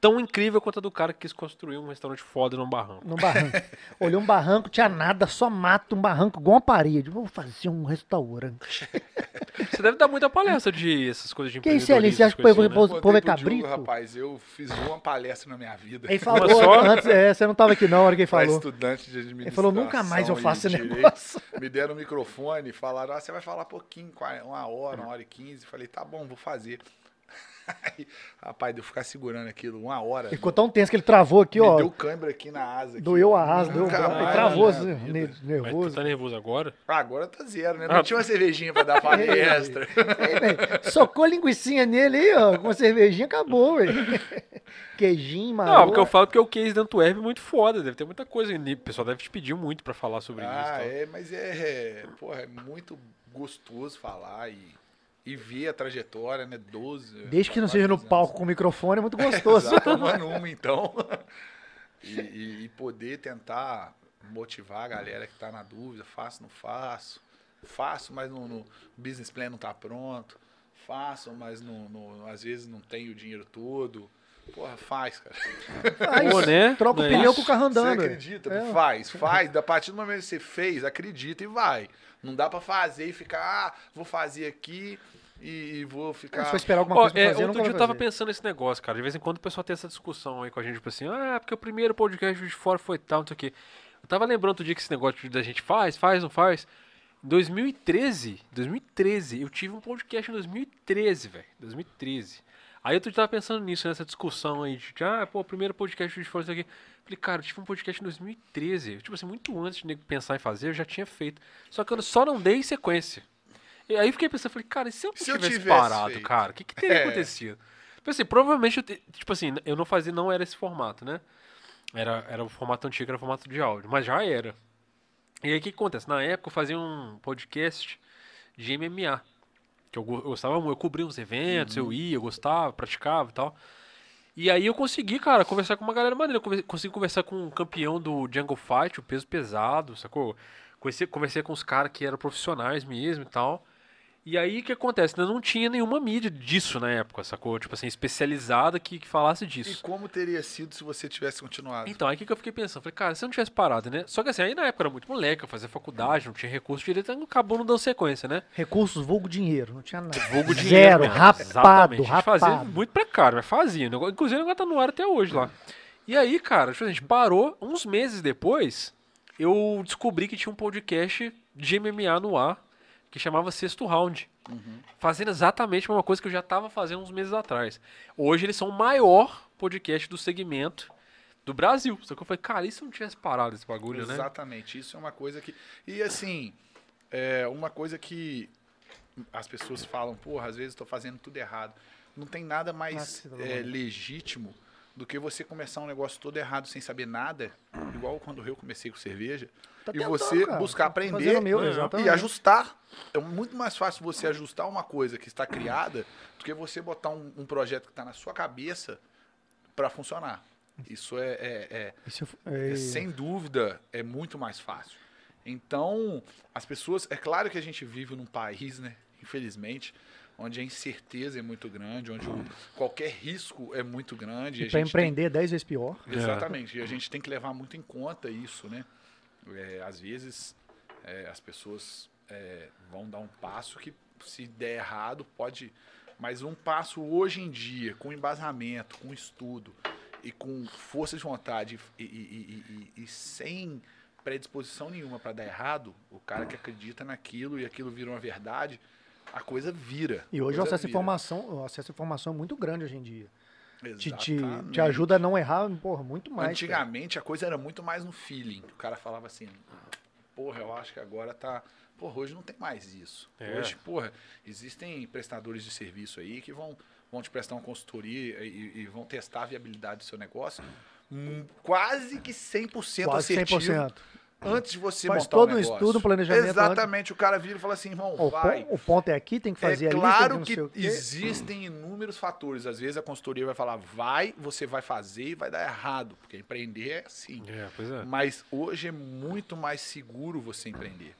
Tão incrível quanto a do cara que quis construir um restaurante foda num barranco.
Num barranco. Olhei um barranco, tinha nada, só mato, um barranco igual uma parede. Vou fazer um restaurante.
Você deve dar muita palestra de essas coisas de
Que isso, Elis? Você acha que
coisa
foi-
assim, né?
foi- povo é
pro
cabrito?
rapaz, eu fiz uma palestra na minha vida.
Ele falou,
só?
antes, é, você não tava aqui não, a hora que ele
Pra
falou.
estudante de administração.
Ele falou, nunca mais eu
e
faço esse
direito.
negócio.
Me deram o microfone, falaram, ah, você vai falar pouquinho, qua- uma hora, uma hora e quinze. Falei, tá bom, vou fazer. Aí, rapaz, de eu ficar segurando aquilo uma hora.
Ele Ficou tão tenso que ele travou aqui,
me
ó.
deu cãibra aqui na asa. aqui.
Doeu a asa,
Nunca
doeu o braço.
mais
Ele
na
travou,
minha
assim,
vida.
ne-
Mas tu
nervoso.
tá nervoso agora?
Ah, agora tá zero, né?
Ah.
Não tinha uma cervejinha pra dar palestra.
Ei, velho, Socou linguicinha nele aí, ó. Com uma cervejinha, acabou, velho. Queijinho, maluco.
Não, porque eu falo porque o case da Antwerp é muito foda. Deve ter muita coisa. ali. O pessoal deve te pedir muito pra falar sobre isso. e
Ah,
tal.
é, mas é, porra, é muito gostoso falar e, e ver a trajetória, né? 12.
Desde que não seja no
quase 12
palco
anos.
com o microfone, é muito
Tô
gostoso.
só tomando uma, então. E, e- e poder tentar motivar a galera que tá na dúvida, faço, não faço. Faço, mas no, no business plan não tá pronto. Faço, mas no, no- às vezes não tenho o dinheiro todo. Porra, faz, cara.
Faz,
Pô, né?
Ah, Troca
Não
o
é
pneu
isso?
com o carro andando.
Você
velho.
acredita?
É.
Faz, faz. Da partir do momento que você fez, acredita e vai. Não dá pra fazer e ficar, ah, vou fazer aqui e, e vou ficar.
Se for esperar alguma
Ó,
coisa pra
é,
fazer,
outro
nunca
dia eu
vai
tava
fazer.
pensando nesse negócio, cara. De vez em quando o pessoal tem essa discussão aí com a gente, tipo assim, ah, porque o primeiro podcast de fora foi tal, não sei o quê. Eu tava lembrando outro dia que esse negócio da gente faz, faz, não faz. Em 2013, 2013, eu tive um podcast em 2013, velho. 2013. Aí eu tava pensando nisso, nessa discussão aí de, ah, pô, o primeiro podcast de fora, isso aqui. Falei, cara, eu tive um podcast em 2013. Tipo assim, muito antes de nego pensar em fazer, eu já tinha feito. Só que eu só não dei sequência. E aí eu fiquei pensando, falei, cara, e se eu não
Se eu
tivesse,
tivesse
parado,
feito?
cara, o que, que teria
É.
acontecido? Tipo assim, provavelmente, eu te- tipo assim, eu não fazia, não era esse formato, né? Era, era o formato antigo, era o formato de áudio, mas já era. E aí o que, que acontece? Na época eu fazia um podcast de MMA, que eu, go- eu gostava muito, eu cobria uns eventos, eu ia, eu gostava, praticava e tal. E aí eu consegui, cara, conversar com uma galera maneira. Eu conver- consegui conversar com um campeão do Jungle Fight, o peso pesado, sacou? Conheci, conversei com os caras que eram profissionais mesmo e tal. E aí o que acontece? Eu não tinha nenhuma mídia disso na época, sacou? Tipo assim, especializada que, que falasse
E
disso.
como teria sido se você tivesse continuado?
Então, aí o que, que eu fiquei pensando? Falei, cara, se eu não tivesse parado, né? Só que assim, aí na época eu era muito moleque, eu fazia faculdade, não tinha recurso direito, então acabou não dando sequência, né?
Recursos, vulgo dinheiro. Não tinha nada.
Vulgo
Zero,
dinheiro. mesmo.
rapado,
Exatamente. A gente
rapado.
fazia muito precário, mas fazia. O negócio- Inclusive, o negócio tá no ar até hoje lá. E aí, cara, tipo, a gente parou. Uns meses depois, eu descobri que tinha um podcast de MMA no ar que chamava Sexto Round.
Uhum.
Fazendo exatamente a mesma coisa que eu já tava fazendo uns meses atrás. Hoje eles são o maior podcast do segmento do Brasil. Só que eu falei, cara, e se eu não tivesse parado esse bagulho, né?
Exatamente. Isso é uma coisa que. E assim, é uma coisa que as pessoas falam, porra, às vezes estou fazendo tudo errado. Não tem nada
Ah,
mais
sim, tá
é,
bom.
legítimo do que você começar um negócio todo errado sem saber nada, igual quando eu comecei com cerveja,
Tá
e
tentando,
você
cara.
buscar
Tô fazendo
aprender
o meu,
e
exatamente.
e ajustar. É muito mais fácil você ajustar uma coisa que está criada do que você botar um, um projeto que está na sua cabeça para funcionar. Isso é- é- é,
Isso f-
é,
é-
sem dúvida, é muito mais fácil. Então, as pessoas. É claro que a gente vive num país, né? Infelizmente, onde a incerteza é muito grande, onde o- qualquer risco é muito grande. e a
Pra
gente tem-
empreender, 10 vezes pior.
Exatamente. E a gente tem que levar muito em conta isso, né? É, às vezes é, as pessoas é, vão dar um passo que, se der errado, pode. Mas um passo hoje em dia, com embasamento, com estudo e com força de vontade e, e- e- e- e sem predisposição nenhuma para dar errado, o cara que acredita naquilo e aquilo vira uma verdade, a coisa vira.
E hoje o
a coisa
acesso à
vira.
informação, o acesso à informação é muito grande hoje em dia. Te, te,
Exatamente.
te ajuda a não errar, porra, muito mais. cara.
Antigamente a coisa era muito mais no feeling. O cara falava assim, porra, eu acho que agora tá. Porra, hoje não tem mais isso.
É.
Hoje, porra, existem prestadores de serviço aí que vão, vão te prestar uma consultoria e, e vão testar a viabilidade do seu negócio. Hum, Quase que 100%
Quase
assertivo.
100%.
antes de você
Faz
montar
todo
o
um
negócio.
estudo, um planejamento antes.
Exatamente. O cara vira e fala assim, irmão,
Ó, o,
vai.
pon- o ponto é aqui, tem que fazer
é
ali.
claro
tem
que
que, não sei o quê.
existem inúmeros fatores. Às vezes a consultoria vai falar, vai, você vai fazer e vai dar errado. Porque empreender é assim.
É, pois é.
Mas hoje é muito mais seguro você empreender.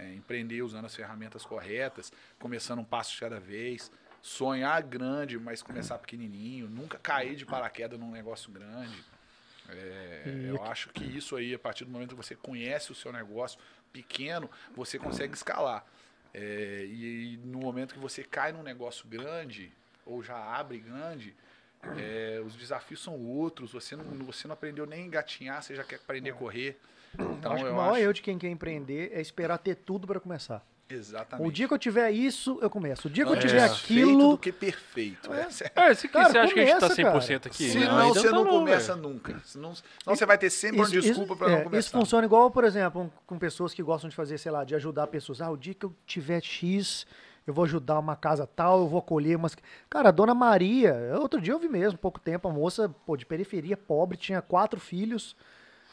É, empreender usando as ferramentas corretas, começando um passo de cada vez, sonhar grande, mas começar pequenininho, nunca cair de paraquedas num negócio grande. É,
E
eu acho que isso aí, a partir do momento que você conhece o seu negócio pequeno, você consegue escalar. É, e, e no momento que você cai num negócio grande, ou já abre grande, é, os desafios são outros. Você não, você não aprendeu nem a engatinhar, você já quer aprender a correr. Então,
acho que o
eu
maior
acho.
erro de quem quer empreender é esperar ter tudo pra começar.
Exatamente.
O dia que eu tiver isso, eu começo. O dia que eu
É.
tiver
Feito do
aquilo.
que perfeito. Essa é-
É, se
Cara,
você acha que a gente tá
começa, cara.
100% aqui?
Se não,
ainda
você não,
tá
começa
velho.
nunca. Senão, senão você vai ter sempre uma desculpa pra
isso, é,
não começar.
isso funciona igual, por exemplo, um- com pessoas que gostam de fazer, sei lá, de ajudar pessoas. Ah, o dia que eu tiver X, eu vou ajudar uma casa tal, eu vou acolher umas. Cara, a dona Maria, outro dia eu vi mesmo, pouco tempo, a moça, pô, de periferia, pobre, tinha quatro filhos.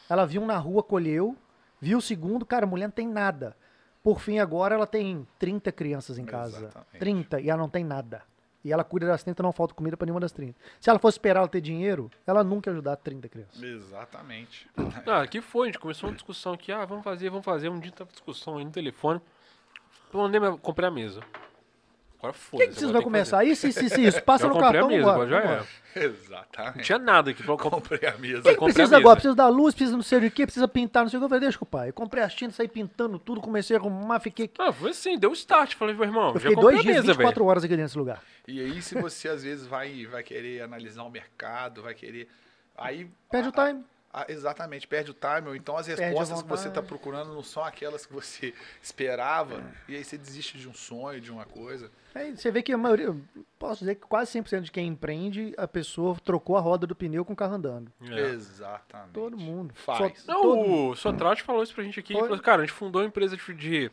Ela viu um na rua, colheu, viu o segundo, cara, a mulher não tem nada. Por fim, agora ela tem 30 crianças em casa.
Exatamente.
30, e ela não tem nada. E ela cuida das 30, não falta comida pra nenhuma das 30. Se ela fosse esperar ela ter dinheiro, ela nunca ia ajudar 30 crianças.
Exatamente.
Ah, aqui foi, a gente começou uma discussão aqui, ah, vamos fazer, vamos fazer. Um dia tava discussão aí no telefone. Mandei minha, comprei a mesa. Agora
O
foda-se.
que, que vocês
agora
vão
tem fazer.
começar? Isso, isso, isso, isso. Passa
Eu
no
comprei a
cartão
mesa, agora
agora.
já
vamos lá.
é. Não
Exatamente.
tinha nada aqui pra comprar.
Comprei a mesa.
O que
comprei a
precisa agora?
mesa.
Precisa da luz, precisa não sei o que, precisa pintar, não sei o que. Eu falei, deixa, compadre. Eu comprei as tintas, saí pintando tudo, comecei a arrumar, fiquei.
Ah, foi assim, deu start. Falei, meu irmão,
Eu
já
fiquei
comprei
dois
a
dias,
mesa,
24
velho.
horas aqui dentro desse lugar.
E aí, se você às vezes vai, vai querer analisar o mercado, vai querer. Aí.
Perde o
a-
time.
a- exatamente, perde o time. Ou então as
a
respostas que
vontade.
você está procurando não são aquelas que você esperava.
É.
E aí você desiste de um sonho, de uma coisa.
Aí você vê que a maioria. eu Posso dizer que quase 100% de quem empreende, a pessoa trocou a roda do pneu com o carro andando.
É.
Exatamente.
Todo mundo.
Faz.
Só- todo
Não, o Sotrate falou isso pra gente aqui. ele
Foi.
falou, assim, cara, a gente fundou uma empresa de, de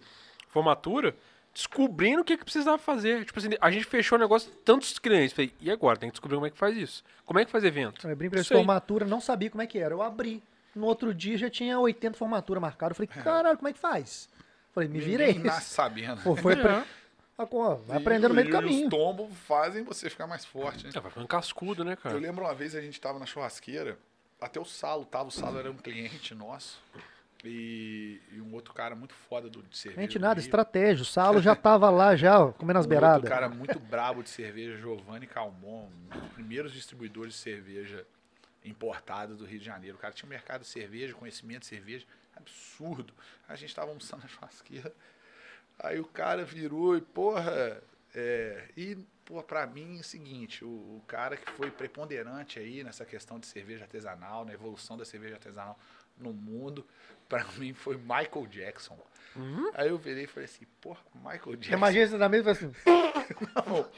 formatura descobrindo o que, que precisava fazer. Tipo assim, a gente fechou o negócio de tantos clientes. Falei, e agora? Tem que descobrir como é que faz isso. Como é que faz evento?
Eu abri empresa de
Sei.
formatura, não sabia como é que era. Eu abri. No outro dia já tinha 80 formatura marcada. Eu falei, caralho, como é que faz? Falei, me virei.
Ninguém nasce sabendo.
Pô, foi
É.
apre- Ah, pô, Vai aprender no
E-
meio do
e
caminho.
Os tombos fazem você ficar mais forte, né?
É, vai ficando cascudo, né,
Eu
cara?
lembro uma vez a gente tava na churrasqueira, até o Salo tava, o Salo era um cliente nosso. E, e um outro cara muito foda do, de cerveja.
Gente,
do
nada,
Rio.
estratégia. O Salo já tava lá, já, ó, comendo as
Um
beiradas.
outro cara muito brabo de cerveja, Giovanni Calmon, um dos primeiros distribuidores de cerveja importada do Rio de Janeiro. O cara tinha um mercado de cerveja, conhecimento de cerveja, absurdo. A gente tava almoçando na churrasqueira. Aí o cara virou e, porra, é, e pô, pra mim é o seguinte, o, o cara que foi preponderante aí nessa questão de cerveja artesanal, na evolução da cerveja artesanal no mundo, pra mim foi Michael Jackson. Aí eu virei e falei assim, porra, Michael Jackson.
Uhum. Imagina você na mesa e fala assim,
Não.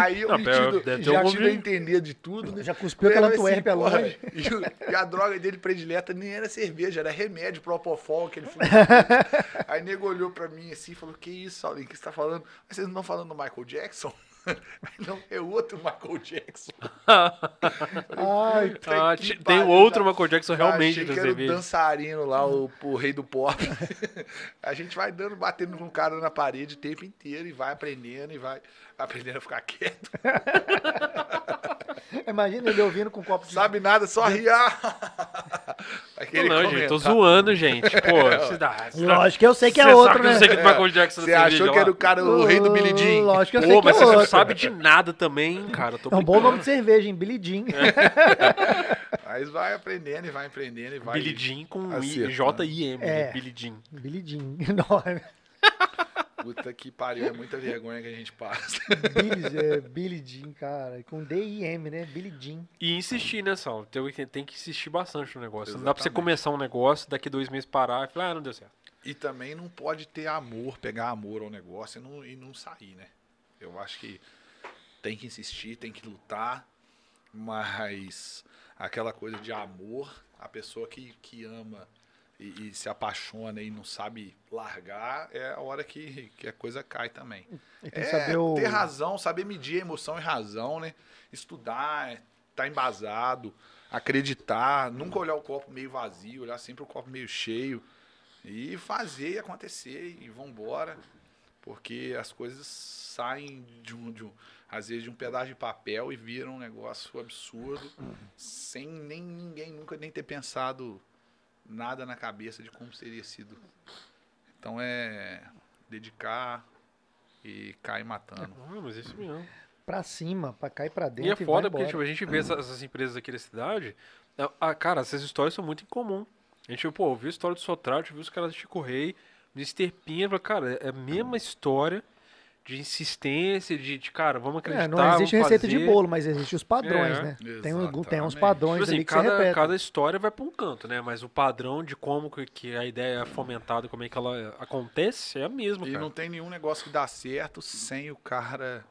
Aí eu
Não,
me
pera,
tido,
deve ter
já
algum
tido a
vídeo.
entender de tudo, né?
já cuspiu aquela é
Aí eu falei
tuerpe
assim,
lá.
"Porra",
velho.
E, o- e a droga dele predileta nem era cerveja, era remédio pro Opofol, que ele falou. Aí o nego olhou pra mim assim e falou: Que isso, Saulinho, o que você tá falando? Mas vocês não estão falando do Michael Jackson? Não, é outro Michael Jackson.
Ai,
Puta
Ah,
que
ti- Ah, tem
pariu,
outro
já-
Michael Jackson
já
realmente
Achei
no
que era o
cerveja.
dançarino lá, o, o rei do pop. a gente vai dando, batendo com o cara na parede o tempo inteiro e vai aprendendo e vai aprendendo a ficar quieto.
imagina ele ouvindo com um copo de...
Sabe nada, só rir. Ah! Aquele
Não, gente, tô
comentário.
zoando, gente. Pô, vocês dá.
Lógico que eu sei que é
Você
outro,
sabe que
né?
Eu sei que o Michael Jackson na
Você achou
cerveja
que era
lá.
o cara, o rei do Billy Jean?
Lógico que eu sei
Pô,
que é
mas você
outro.
não sabe de nada também, hein, cara. Eu tô
É um bom
brincando.
nome de cerveja, hein? Billy Jean.
Mas vai aprendendo e vai aprendendo e vai.
Billy Jean com I-
Acerta,
J-I-M,
É.
né? Billy Jean.
Billy Jean. Não, é
Puta que pariu, é muita vergonha que a gente passa.
Billy, é, Billy Jean, cara. Com D-I-M, né? Billy Jean.
E insistir, né, Sal? Tem, que- tem que insistir bastante no negócio. Não dá pra você
Exatamente.
começar um negócio, daqui dois meses parar e falar, ah, não deu certo.
E também não pode ter amor, pegar amor ao negócio e não, e não sair, né? Eu acho que tem que insistir, tem que lutar, mas aquela coisa de amor, a pessoa que, que ama e, e se apaixona e não sabe largar, é a hora que, que a coisa cai também.
E tem que
É,
saber o...
ter razão, saber medir a emoção e razão, né? Estudar, tá embasado, acreditar, nunca olhar o copo meio vazio, olhar sempre o copo meio cheio e fazer e acontecer e vambora, porque as coisas saem de um, de um às vezes de um pedaço de papel e viram um negócio absurdo, sem nem ninguém nunca nem ter pensado nada na cabeça de como seria sido. Então é dedicar e cair matando.
Ah, mas é isso mesmo.
Pra cima, pra cá e pra
E
dentro.
é foda,
vai embora.
porque
Uhum.
tipo, a gente vê essas, essas empresas aqui da cidade. ah, Ah, cara, essas histórias são muito incomum. A gente, pô, ouviu a história do Sotrate, viu os caras do Chico Rei, Mr. Pinha, fala, cara, é a mesma história de insistência, de, de, cara, vamos acreditar.
É, não existe
vamos
receita de
fazer.
bolo, mas existem os padrões,
É.
né? Tem, um, tem uns
Exatamente.
padrões
Tipo assim,
ali que se
cada,
repetem.
cada história vai pra um canto, né? Mas o padrão de como que- que a ideia é fomentada, como é que ela acontece, é a mesma,
E
cara.
não tem nenhum negócio que dá certo sem o cara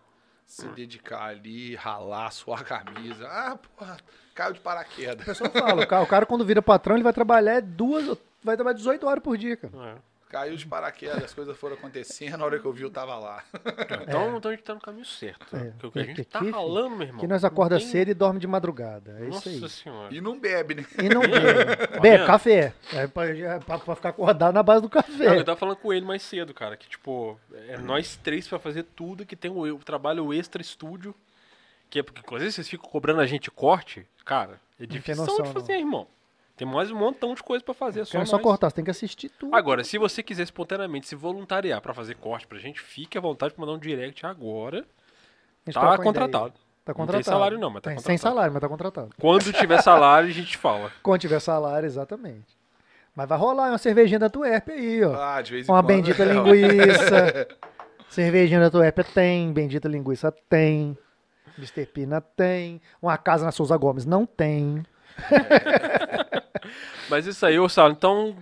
se dedicar ali, ralar, suar a camisa. Ah, porra, caiu de
O
paraquedas.
pessoal fala, o cara, o cara quando vira patrão, ele vai trabalhar duas, vai trabalhar 18 horas por dia, cara.
É.
Caiu de paraquedas, as coisas foram acontecendo, na hora que eu vi eu tava lá.
Então, então a gente tá no caminho certo.
É,
né? Porque o que a
porque
gente tá
aqui,
ralando, meu irmão.
Que nós acorda
ninguém-
cedo e dorme de madrugada. É
Nossa
isso aí.
senhora.
E não bebe, né?
E não
Tá
bebe. bebe
vendo?
café. É pra, é pra- pra ficar acordado na base do
Cara, eu
café.
tava falando com ele mais cedo, cara, que tipo, é
Uhum.
nós três pra fazer tudo que tem o, eu- o trabalho extra estúdio. Que é porque, inclusive, vocês ficam cobrando a gente corte, cara, é difícil
noção,
de
não.
fazer, irmão. Tem mais um montão de coisa pra fazer, é
Só,
só,
é só
nós.
cortar, você tem que assistir tudo.
Agora, se você quiser espontaneamente se voluntariar pra fazer corte pra gente, fique à vontade pra mandar um direct agora.
A gente
Tá
troca uma
contratado.
ideia. Tá
tem
contratado.
salário não, mas tá
Tem- Sem
contratado.
salário, mas tá contratado.
Quando tiver salário, a gente fala.
Quando tiver salário, exatamente. Mas vai rolar uma cervejinha da Tuerp aí, ó.
Ah, de vez em
Uma
né?
quando.
bendita linguiça. Cervejinha da Tuerpa tem, bendita linguiça tem, Mr. Pina tem, uma casa na Souza Gomes não tem.
Mas isso aí, ô Salo, então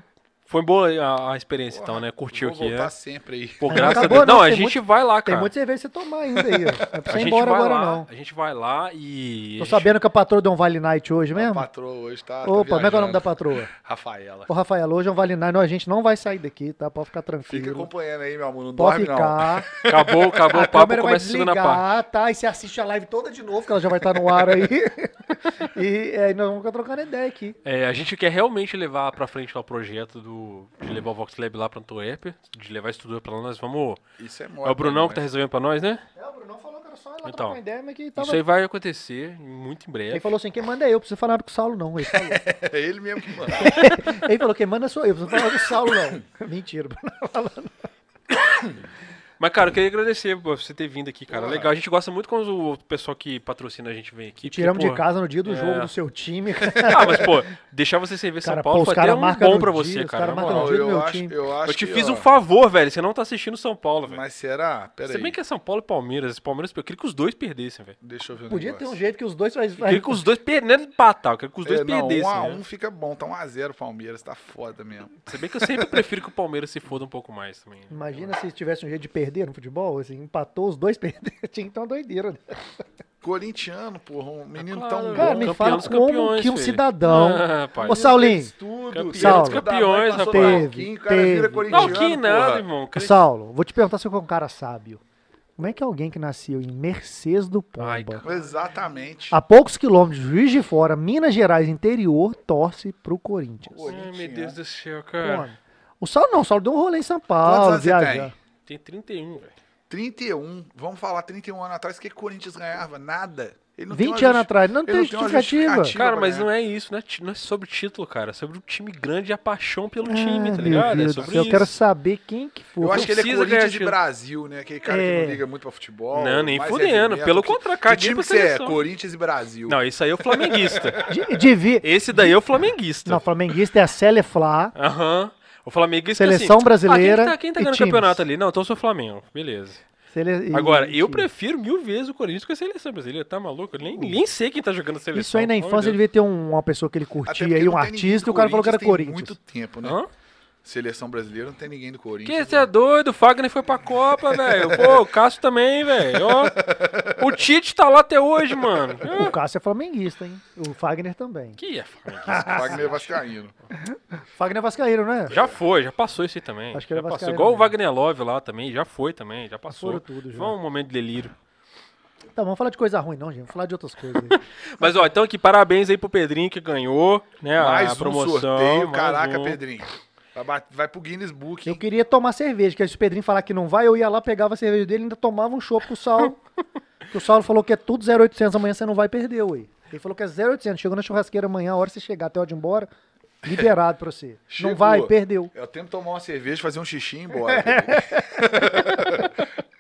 foi boa a, a experiência,
Porra,
então, né? Curtiu
vou
aqui,
voltar
né?
sempre aí.
Pô,
Não
graças
acabou,
a Deus.
não,
Não, a
tem
gente
muito-
vai lá,
Tem
cara.
muita cerveja pra você tomar ainda aí. ó. Não é pra
a
você ir
gente
embora
vai
agora
lá,
não.
A gente vai lá e.
Tô sabendo que a patroa deu um Vale Night hoje
A
mesmo?
patroa hoje tá. tá
Opa, como é que é o nome
viajando.
da patroa?
Rafaela.
Ô, Rafael, hoje é um Vale Night. Não, a gente não vai sair daqui, tá? Pode ficar
Fica
tranquilo.
acompanhando aí, meu amor. Não
Pode
dorme, não.
ficar.
Acabou, acabou
A
o papo,
câmera vai
começa a segunda parte.
desligar, tá? E você assiste a live toda de novo, que ela já vai estar no ar aí. e é, nós vamos ficar trocando ideia aqui.
É, a gente quer realmente levar pra frente lá o projeto do, de levar o Vox Lab lá pra Antuérpia, de levar isso tudo pra lá. Nós vamos.
Isso é
É
morte.
o Brunão que tá
né?
resolvendo pra nós, né?
É, o Brunão falou que era só ir lá
Então,
trocar uma ideia, mas que tava...
Isso aí vai acontecer muito em breve.
Ele falou assim, quem manda é eu, não preciso falar nada com o Saulo não. Ele falou,
É ele mesmo que manda.
ele falou quem manda sou eu, não preciso falar com o Saulo não. Mentira, Brunão.
Mas, cara, eu queria agradecer por você ter vindo aqui, cara.
Porra.
Legal. A gente gosta muito quando o pessoal que patrocina a gente vem aqui. porque,
Tiramos de
pô,
casa no dia do
é.
jogo do seu time.
Ah, mas, pô, deixar você servir São
Cara,
Paulo
pô, os
foi
cara
até um
marca
bom
no
pra
dia,
você,
os
cara.
cara
na
marca no
moral.
Não,
dia do meu
eu, acho,
time.
eu acho
Eu te
que,
fiz
ó,
um favor, velho. Você não tá assistindo São Paulo, velho.
Mas será? Pera
Se
aí.
bem que é São Paulo e Palmeiras. Palmeiras, eu queria que os dois perdessem, velho.
Deixa eu ver o
Podia ter
negócio.
um jeito que os dois... Faz...
Eu queria que os dois per... não é empatar, eu queria que os dois
é, não,
perdessem.
um a
né?
um fica bom, tá 1 a 0 Palmeiras, tá foda mesmo.
Se bem que eu sempre prefiro que o Palmeiras se foda um pouco mais também. né?
Imagina se tivesse um jeito de perder no futebol, assim, empatou, os dois perderam, tinha que ter uma doideira. né?
Corintiano, porra, um menino
Ah, claro,
tão
Cara,
bom.
me
campeão
fala
dos
como
campeões,
que um
filho.
cidadão...
Ah, pai.
Ô, Saulinho,
Fez tudo,
Campeão dos
Saulo.
campeões,
Passou
rapaz.
mal,
Teve,
Kim, um o cara vira
teve.
corintiano,
Não, que
porra.
nada, irmão.
Ô,
Cre-
Saulo, vou te perguntar se eu sou um cara sábio. Como é que alguém que nasceu em Mercedes do
Ai,
Pomba,
Exatamente.
a poucos quilômetros de Juiz de Fora, Minas Gerais, interior, torce pro Corinthians?
Pô,
Ai, meu
Corinthians.
Deus do céu, cara.
Mano, O Saulo não, o Saulo deu um rolê em São
Quantos
Paulo,
anos você
viajando.
tem?
Tem 31, velho.
31. Vamos falar 31 anos atrás, o que que o Corinthians ganhava? Nada. Ele não tem
20
uma
anos
justi-
atrás, não
ele
tem
não tem uma
justificativa.
justificativa.
Cara,
pra
mas
ganhar.
não é isso, não é, ti- não é sobre título, cara. É sobre um time grande e a paixão pelo
Ah,
time, tá
meu
ligado? É
Deus do
sobre
céu,
isso.
eu quero saber quem que foi.
Eu acho que ele é
precisa ganhar
Corinthians de
título.
Brasil, né? Aquele cara que
É.
não liga muito pra futebol.
Não, nem
mais
fudendo.
resenha.
Pelo
é Que-
contrário, cara,
Que time
pra
que você é?
seleção.
Corinthians e Brasil.
Não, isso aí é o flamenguista.
De, de vi-
Esse daí é o flamenguista.
Não, flamenguista é a Célia Flá.
Aham. O flamenguista é
Seleção
assim,
brasileira
Ah, quem que tá, quem tá
e
ganhando o
times.
campeonato ali? Não, então eu sou Flamengo. Beleza.
Célia- e-
Agora, eu
e-
prefiro mil vezes o Corinthians que a seleção brasileira. Tá maluco? Eu nem, nem sei quem tá jogando a seleção.
Isso aí na
pelo amor
infância
de
ele devia ter um- uma pessoa que ele
Até
curtia
porque
aí, um
não tem ninguém
artista, e
do
o cara falou que era
tem
Corinthians.
muito tempo, né?
Deus. Hã?
Seleção brasileira não tem ninguém do Corinthians. né?
Que você é doido? O Fagner foi pra Copa, velho. Pô, o Cássio também, velho. Ó, O Tite tá lá até hoje, mano.
O Cássio é flamenguista, hein? O Fagner também.
Que é Fagner?
Wagner Vascaíno.
Fagner é vascaíno, né?
Já foi, já passou isso aí também.
Acho que ele é
já passou.
vascaíno
Igual o
mesmo.
Wagner Love lá também, já foi também, já passou.
Foram tudo, já.
Foi um momento de delírio.
Tá, vamos falar de coisa ruim, não, gente. Vamos falar de outras coisas. aí.
Mas, ó, então aqui, parabéns aí pro Pedrinho que ganhou, né?
Ah,
a-
Mais
a
um
promoção.
sorteio,
mais
caraca,
um.
Pedrinho. Vai, bat- vai pro Guinness Book.
Eu
hein?
queria tomar cerveja, que aí se o Pedrinho falar que não vai, eu ia lá, pegava a cerveja dele e ainda tomava um chopp com o Saulo. que o Saulo falou que é tudo 0800, amanhã você não vai perder, ué. Ele falou que é 0800, chegou na churrasqueira amanhã, a hora que você chegar até a hora de ir embora, liberado pra você.
Chegou.
Não vai, perdeu.
Eu tento tomar uma cerveja, fazer um xixi e ir embora. Pedrinho.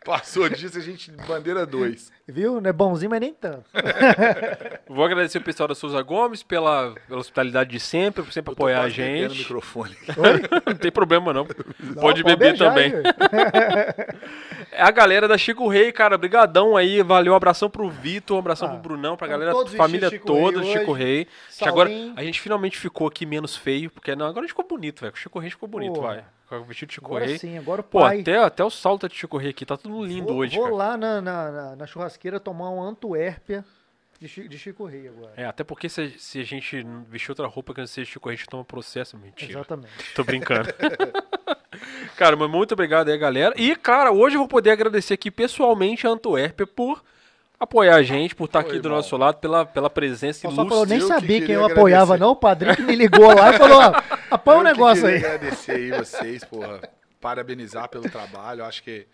Passou disso, a gente. Bandeira 2.
Viu? Não é bonzinho, mas nem tanto.
Vou agradecer o pessoal da Souza Gomes pela, pela hospitalidade de sempre, por sempre apoiar a
O
gente.
microfone.
Não tem problema, não.
Não,
pode beber
beijar,
também.
hein,
A galera da Chico Rei, cara, brigadão aí, valeu, um abração pro Vitor, um abração
Ah,
pro Brunão, pra
então
galera,
todos
família
vestidos Chico Rei
toda do
hoje.
Chico Rei. Que agora
Saulinho.
a gente finalmente ficou aqui menos feio, porque não, agora a gente ficou bonito, velho, com o Chico Rei a gente ficou bonito,
Porra.
vai. Com o vestido de Chico
Agora
Rei.
sim, agora o
Pô,
pai.
até, até o salto de Chico Rei aqui, tá tudo lindo
vou,
hoje,
vou
cara.
lá na, na, na- na churrasqueira tomar um Antuérpia de, Chi- de Chico Rei agora.
É, até porque se, se a gente vestir outra roupa que não seja Chico Rei, a gente toma processo, mentira.
Exatamente.
Tô brincando. cara, mas muito obrigado aí, galera. E, cara, hoje eu vou poder agradecer aqui pessoalmente a Antuérpia por apoiar a gente, por estar
Ô,
aqui do
irmão.
nosso lado, pela, pela prerença
O pessoal falou,
ilustre.
nem
eu que
sabia quem
queria
eu apoiava,
agradecer.
não. O padrinho que me ligou lá e falou, ó, apoia um
Eu que
negócio
queria
aí.
agradecer aí vocês, porra. Parabenizar pelo trabalho. Acho que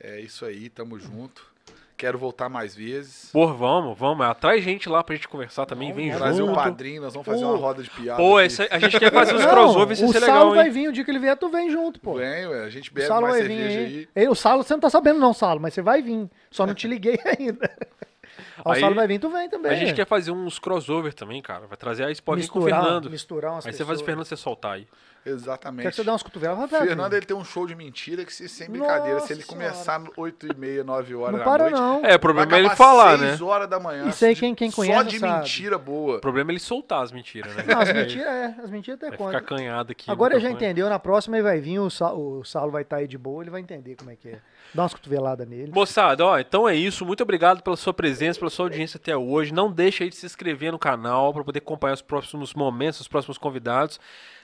é isso aí, tamo junto. Quero voltar mais vezes.
Pô, vamos, vamos. Atrai gente lá pra gente conversar também, vem
vamos
Trazer o
junto.
padrinho, nós vamos fazer uma
O-
roda de piada.
Pô,
aqui.
esse- a gente quer fazer uns
Não,
crossover, isso
o
ia ser
Saulo
legal,
vai
hein?
vir, o dia que ele vier, tu vem junto, pô.
Vem, ué, a gente
o
bebe
Saulo
mais
vai vir
cerveja
aí.
aí.
Ei, O Saulo, você não tá sabendo não, Saulo, mas você vai vir. Só não te liguei ainda. Aí,
Aí-
o Saulo vai vir, tu vem também.
A gente quer fazer uns crossover também, cara. Vai trazer a Spock com o
misturar,
Fernando.
misturar umas
Aí você faz o
pessoas.
Fernando você soltar aí.
Exatamente.
Quer que você dê umas cotovelas? Vai,
Fernando, ele tem um show de mentira que, se, sem
Nossa
brincadeira, se ele
Senhora.
começar às 8h30, 9 horas
Não
da
para
noite,
não.
É, o
vai
problema é ele
acabar
falar, né?
seis horas da manhã.
Isso aí
de-
quem- quem
Só
conhece
de
sabe.
mentira boa.
O problema é ele soltar as mentiras, né?
Não, as
Aí
mentiras é, as mentiras até
Vai ficar tá
quando.
canhado aqui.
Agora
no
ele já
microfone.
entendeu, na próxima ele vai vir, o, Sa o Saulo vai estar aí de boa, ele vai entender como é que é. Dá umas cotoveladas nele.
Moçada, ó, então é isso. Muito obrigado pela sua presença, pela sua audiência até hoje. Não deixa aí de se inscrever no canal para poder acompanhar os próximos momentos, os próximos convidados.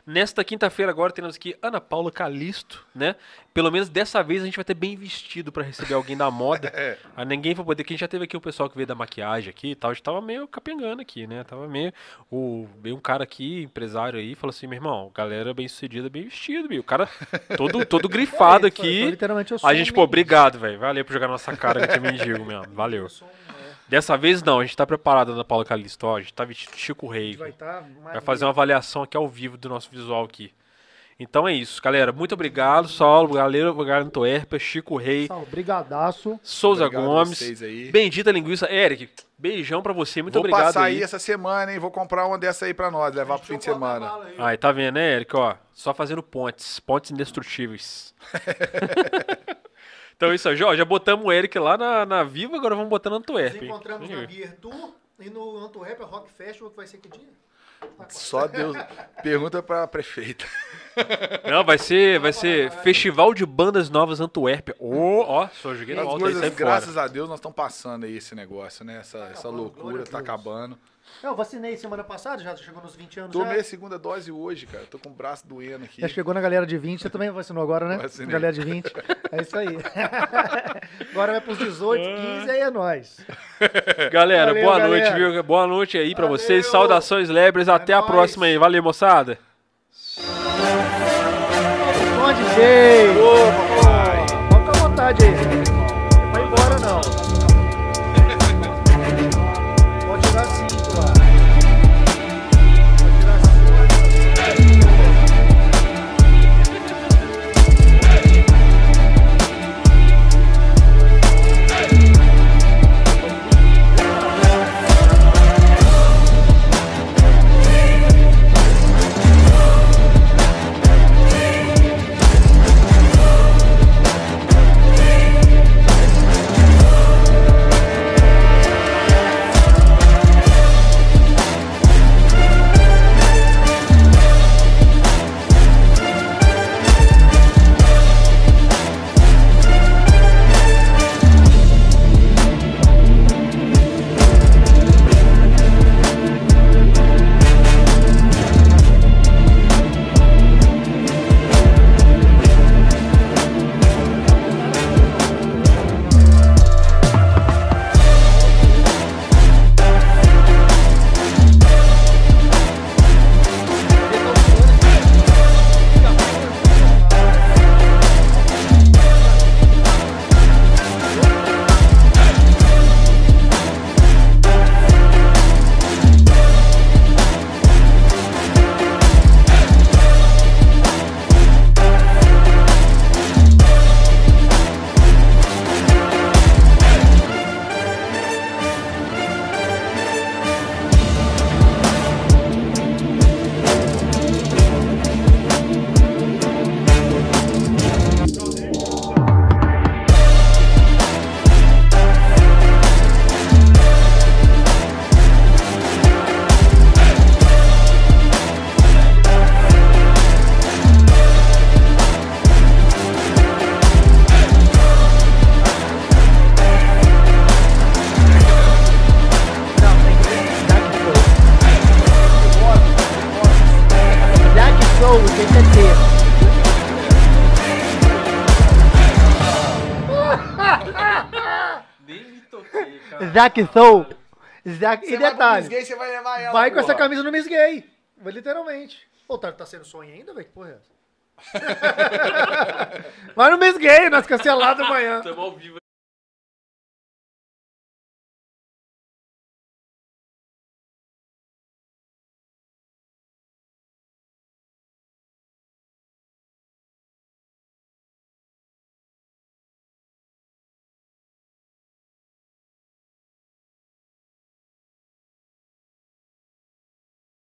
Nesta quinta-feira agora teremos aqui Ana Paula Calisto, né? Pelo menos dessa vez a gente vai ter bem vestido para receber alguém da moda.
É.
Ah, ninguém vai poder, que a gente já teve aqui o pessoal que veio da maquiagem aqui e tal, a gente tava meio capengando aqui, né? Tava meio. O, veio um cara aqui, empresário aí, falou assim: meu irmão, galera bem sucedida, bem vestido, meu. O cara todo, todo
É,
grifado aqui.
então, literalmente eu sou
A
um
gente, pô,
mendigo.
obrigado, velho. Valeu por jogar na nossa cara que tinha mendigo mesmo. Valeu. Dessa vez não, a gente tá preparado, Ana Paula Calisto. Ó, a gente tá vestido de Chico
A
Rei.
gente vai estar mais. um
Vai fazer uma avaliação aqui ao vivo do nosso visual aqui. Então é isso, galera. Muito obrigado, Saulo, galera, Garanto Herpa, Chico Rei,
Saulo, brigadaço.
Souza
Obrigado a
Gomes,
vocês aí.
Bendita Linguiça. Eric, beijão pra você. Muito
Vou
obrigado
passar aí
aí.
essa semana, hein? Vou comprar uma dessa aí pra nós, levar pro fim de semana.
Aí, tá vendo, né, Eric? Ó, só fazendo pontes, pontes indestrutíveis. então é isso aí, ó. Já botamos o Eric lá na, na Viva, agora vamos botar na Antuérpia. hein? Ih.
Virtu e no Antuérpia Rock Festival, que vai ser que dia?
Só Deus. Pergunta pra prefeita.
Não, vai ser, vai ser Festival de Bandas Novas Antuérpia. Ô, ó, só joguei na
As
volta é aí,
coisas,
sai
graças
fora.
a Deus, nós estamos passando aí esse negócio, né? Essa, essa
acabando, glória
loucura
a
tá
Deus.
acabando.
É, Eu vacinei semana passada, já chegou nos 20 anos.
Tomei
Já.
a segunda dose hoje, cara. Tô com o braço doendo aqui.
já chegou na galera de 20, você também vacinou agora, né?
Vacinei.
Galera de 20. É isso aí. agora vai pros 18, 15, aí é nóis.
Galera,
Valeu,
boa
galera.
noite, viu? Boa noite aí pra vocês.
Valeu.
Saudações, lebres. Até a
nóis.
próxima aí. Valeu, moçada.
Onde sei? Pode ficar à vontade aí. Não vai embora, não. Pode tirar cinco lá. Pode tirar cinco. Zac Soul. Zac... E
Você vai pro Miss
detalhe,
Gay, você vai levar ela.
vai com essa
porra.
camisa no Miss Gay. Vai Literalmente. Pô, tá, tá sendo sonho ainda, velho? Que porra é essa? Vai no Miss Gay, nós cancelado amanhã.
Tamo ao vivo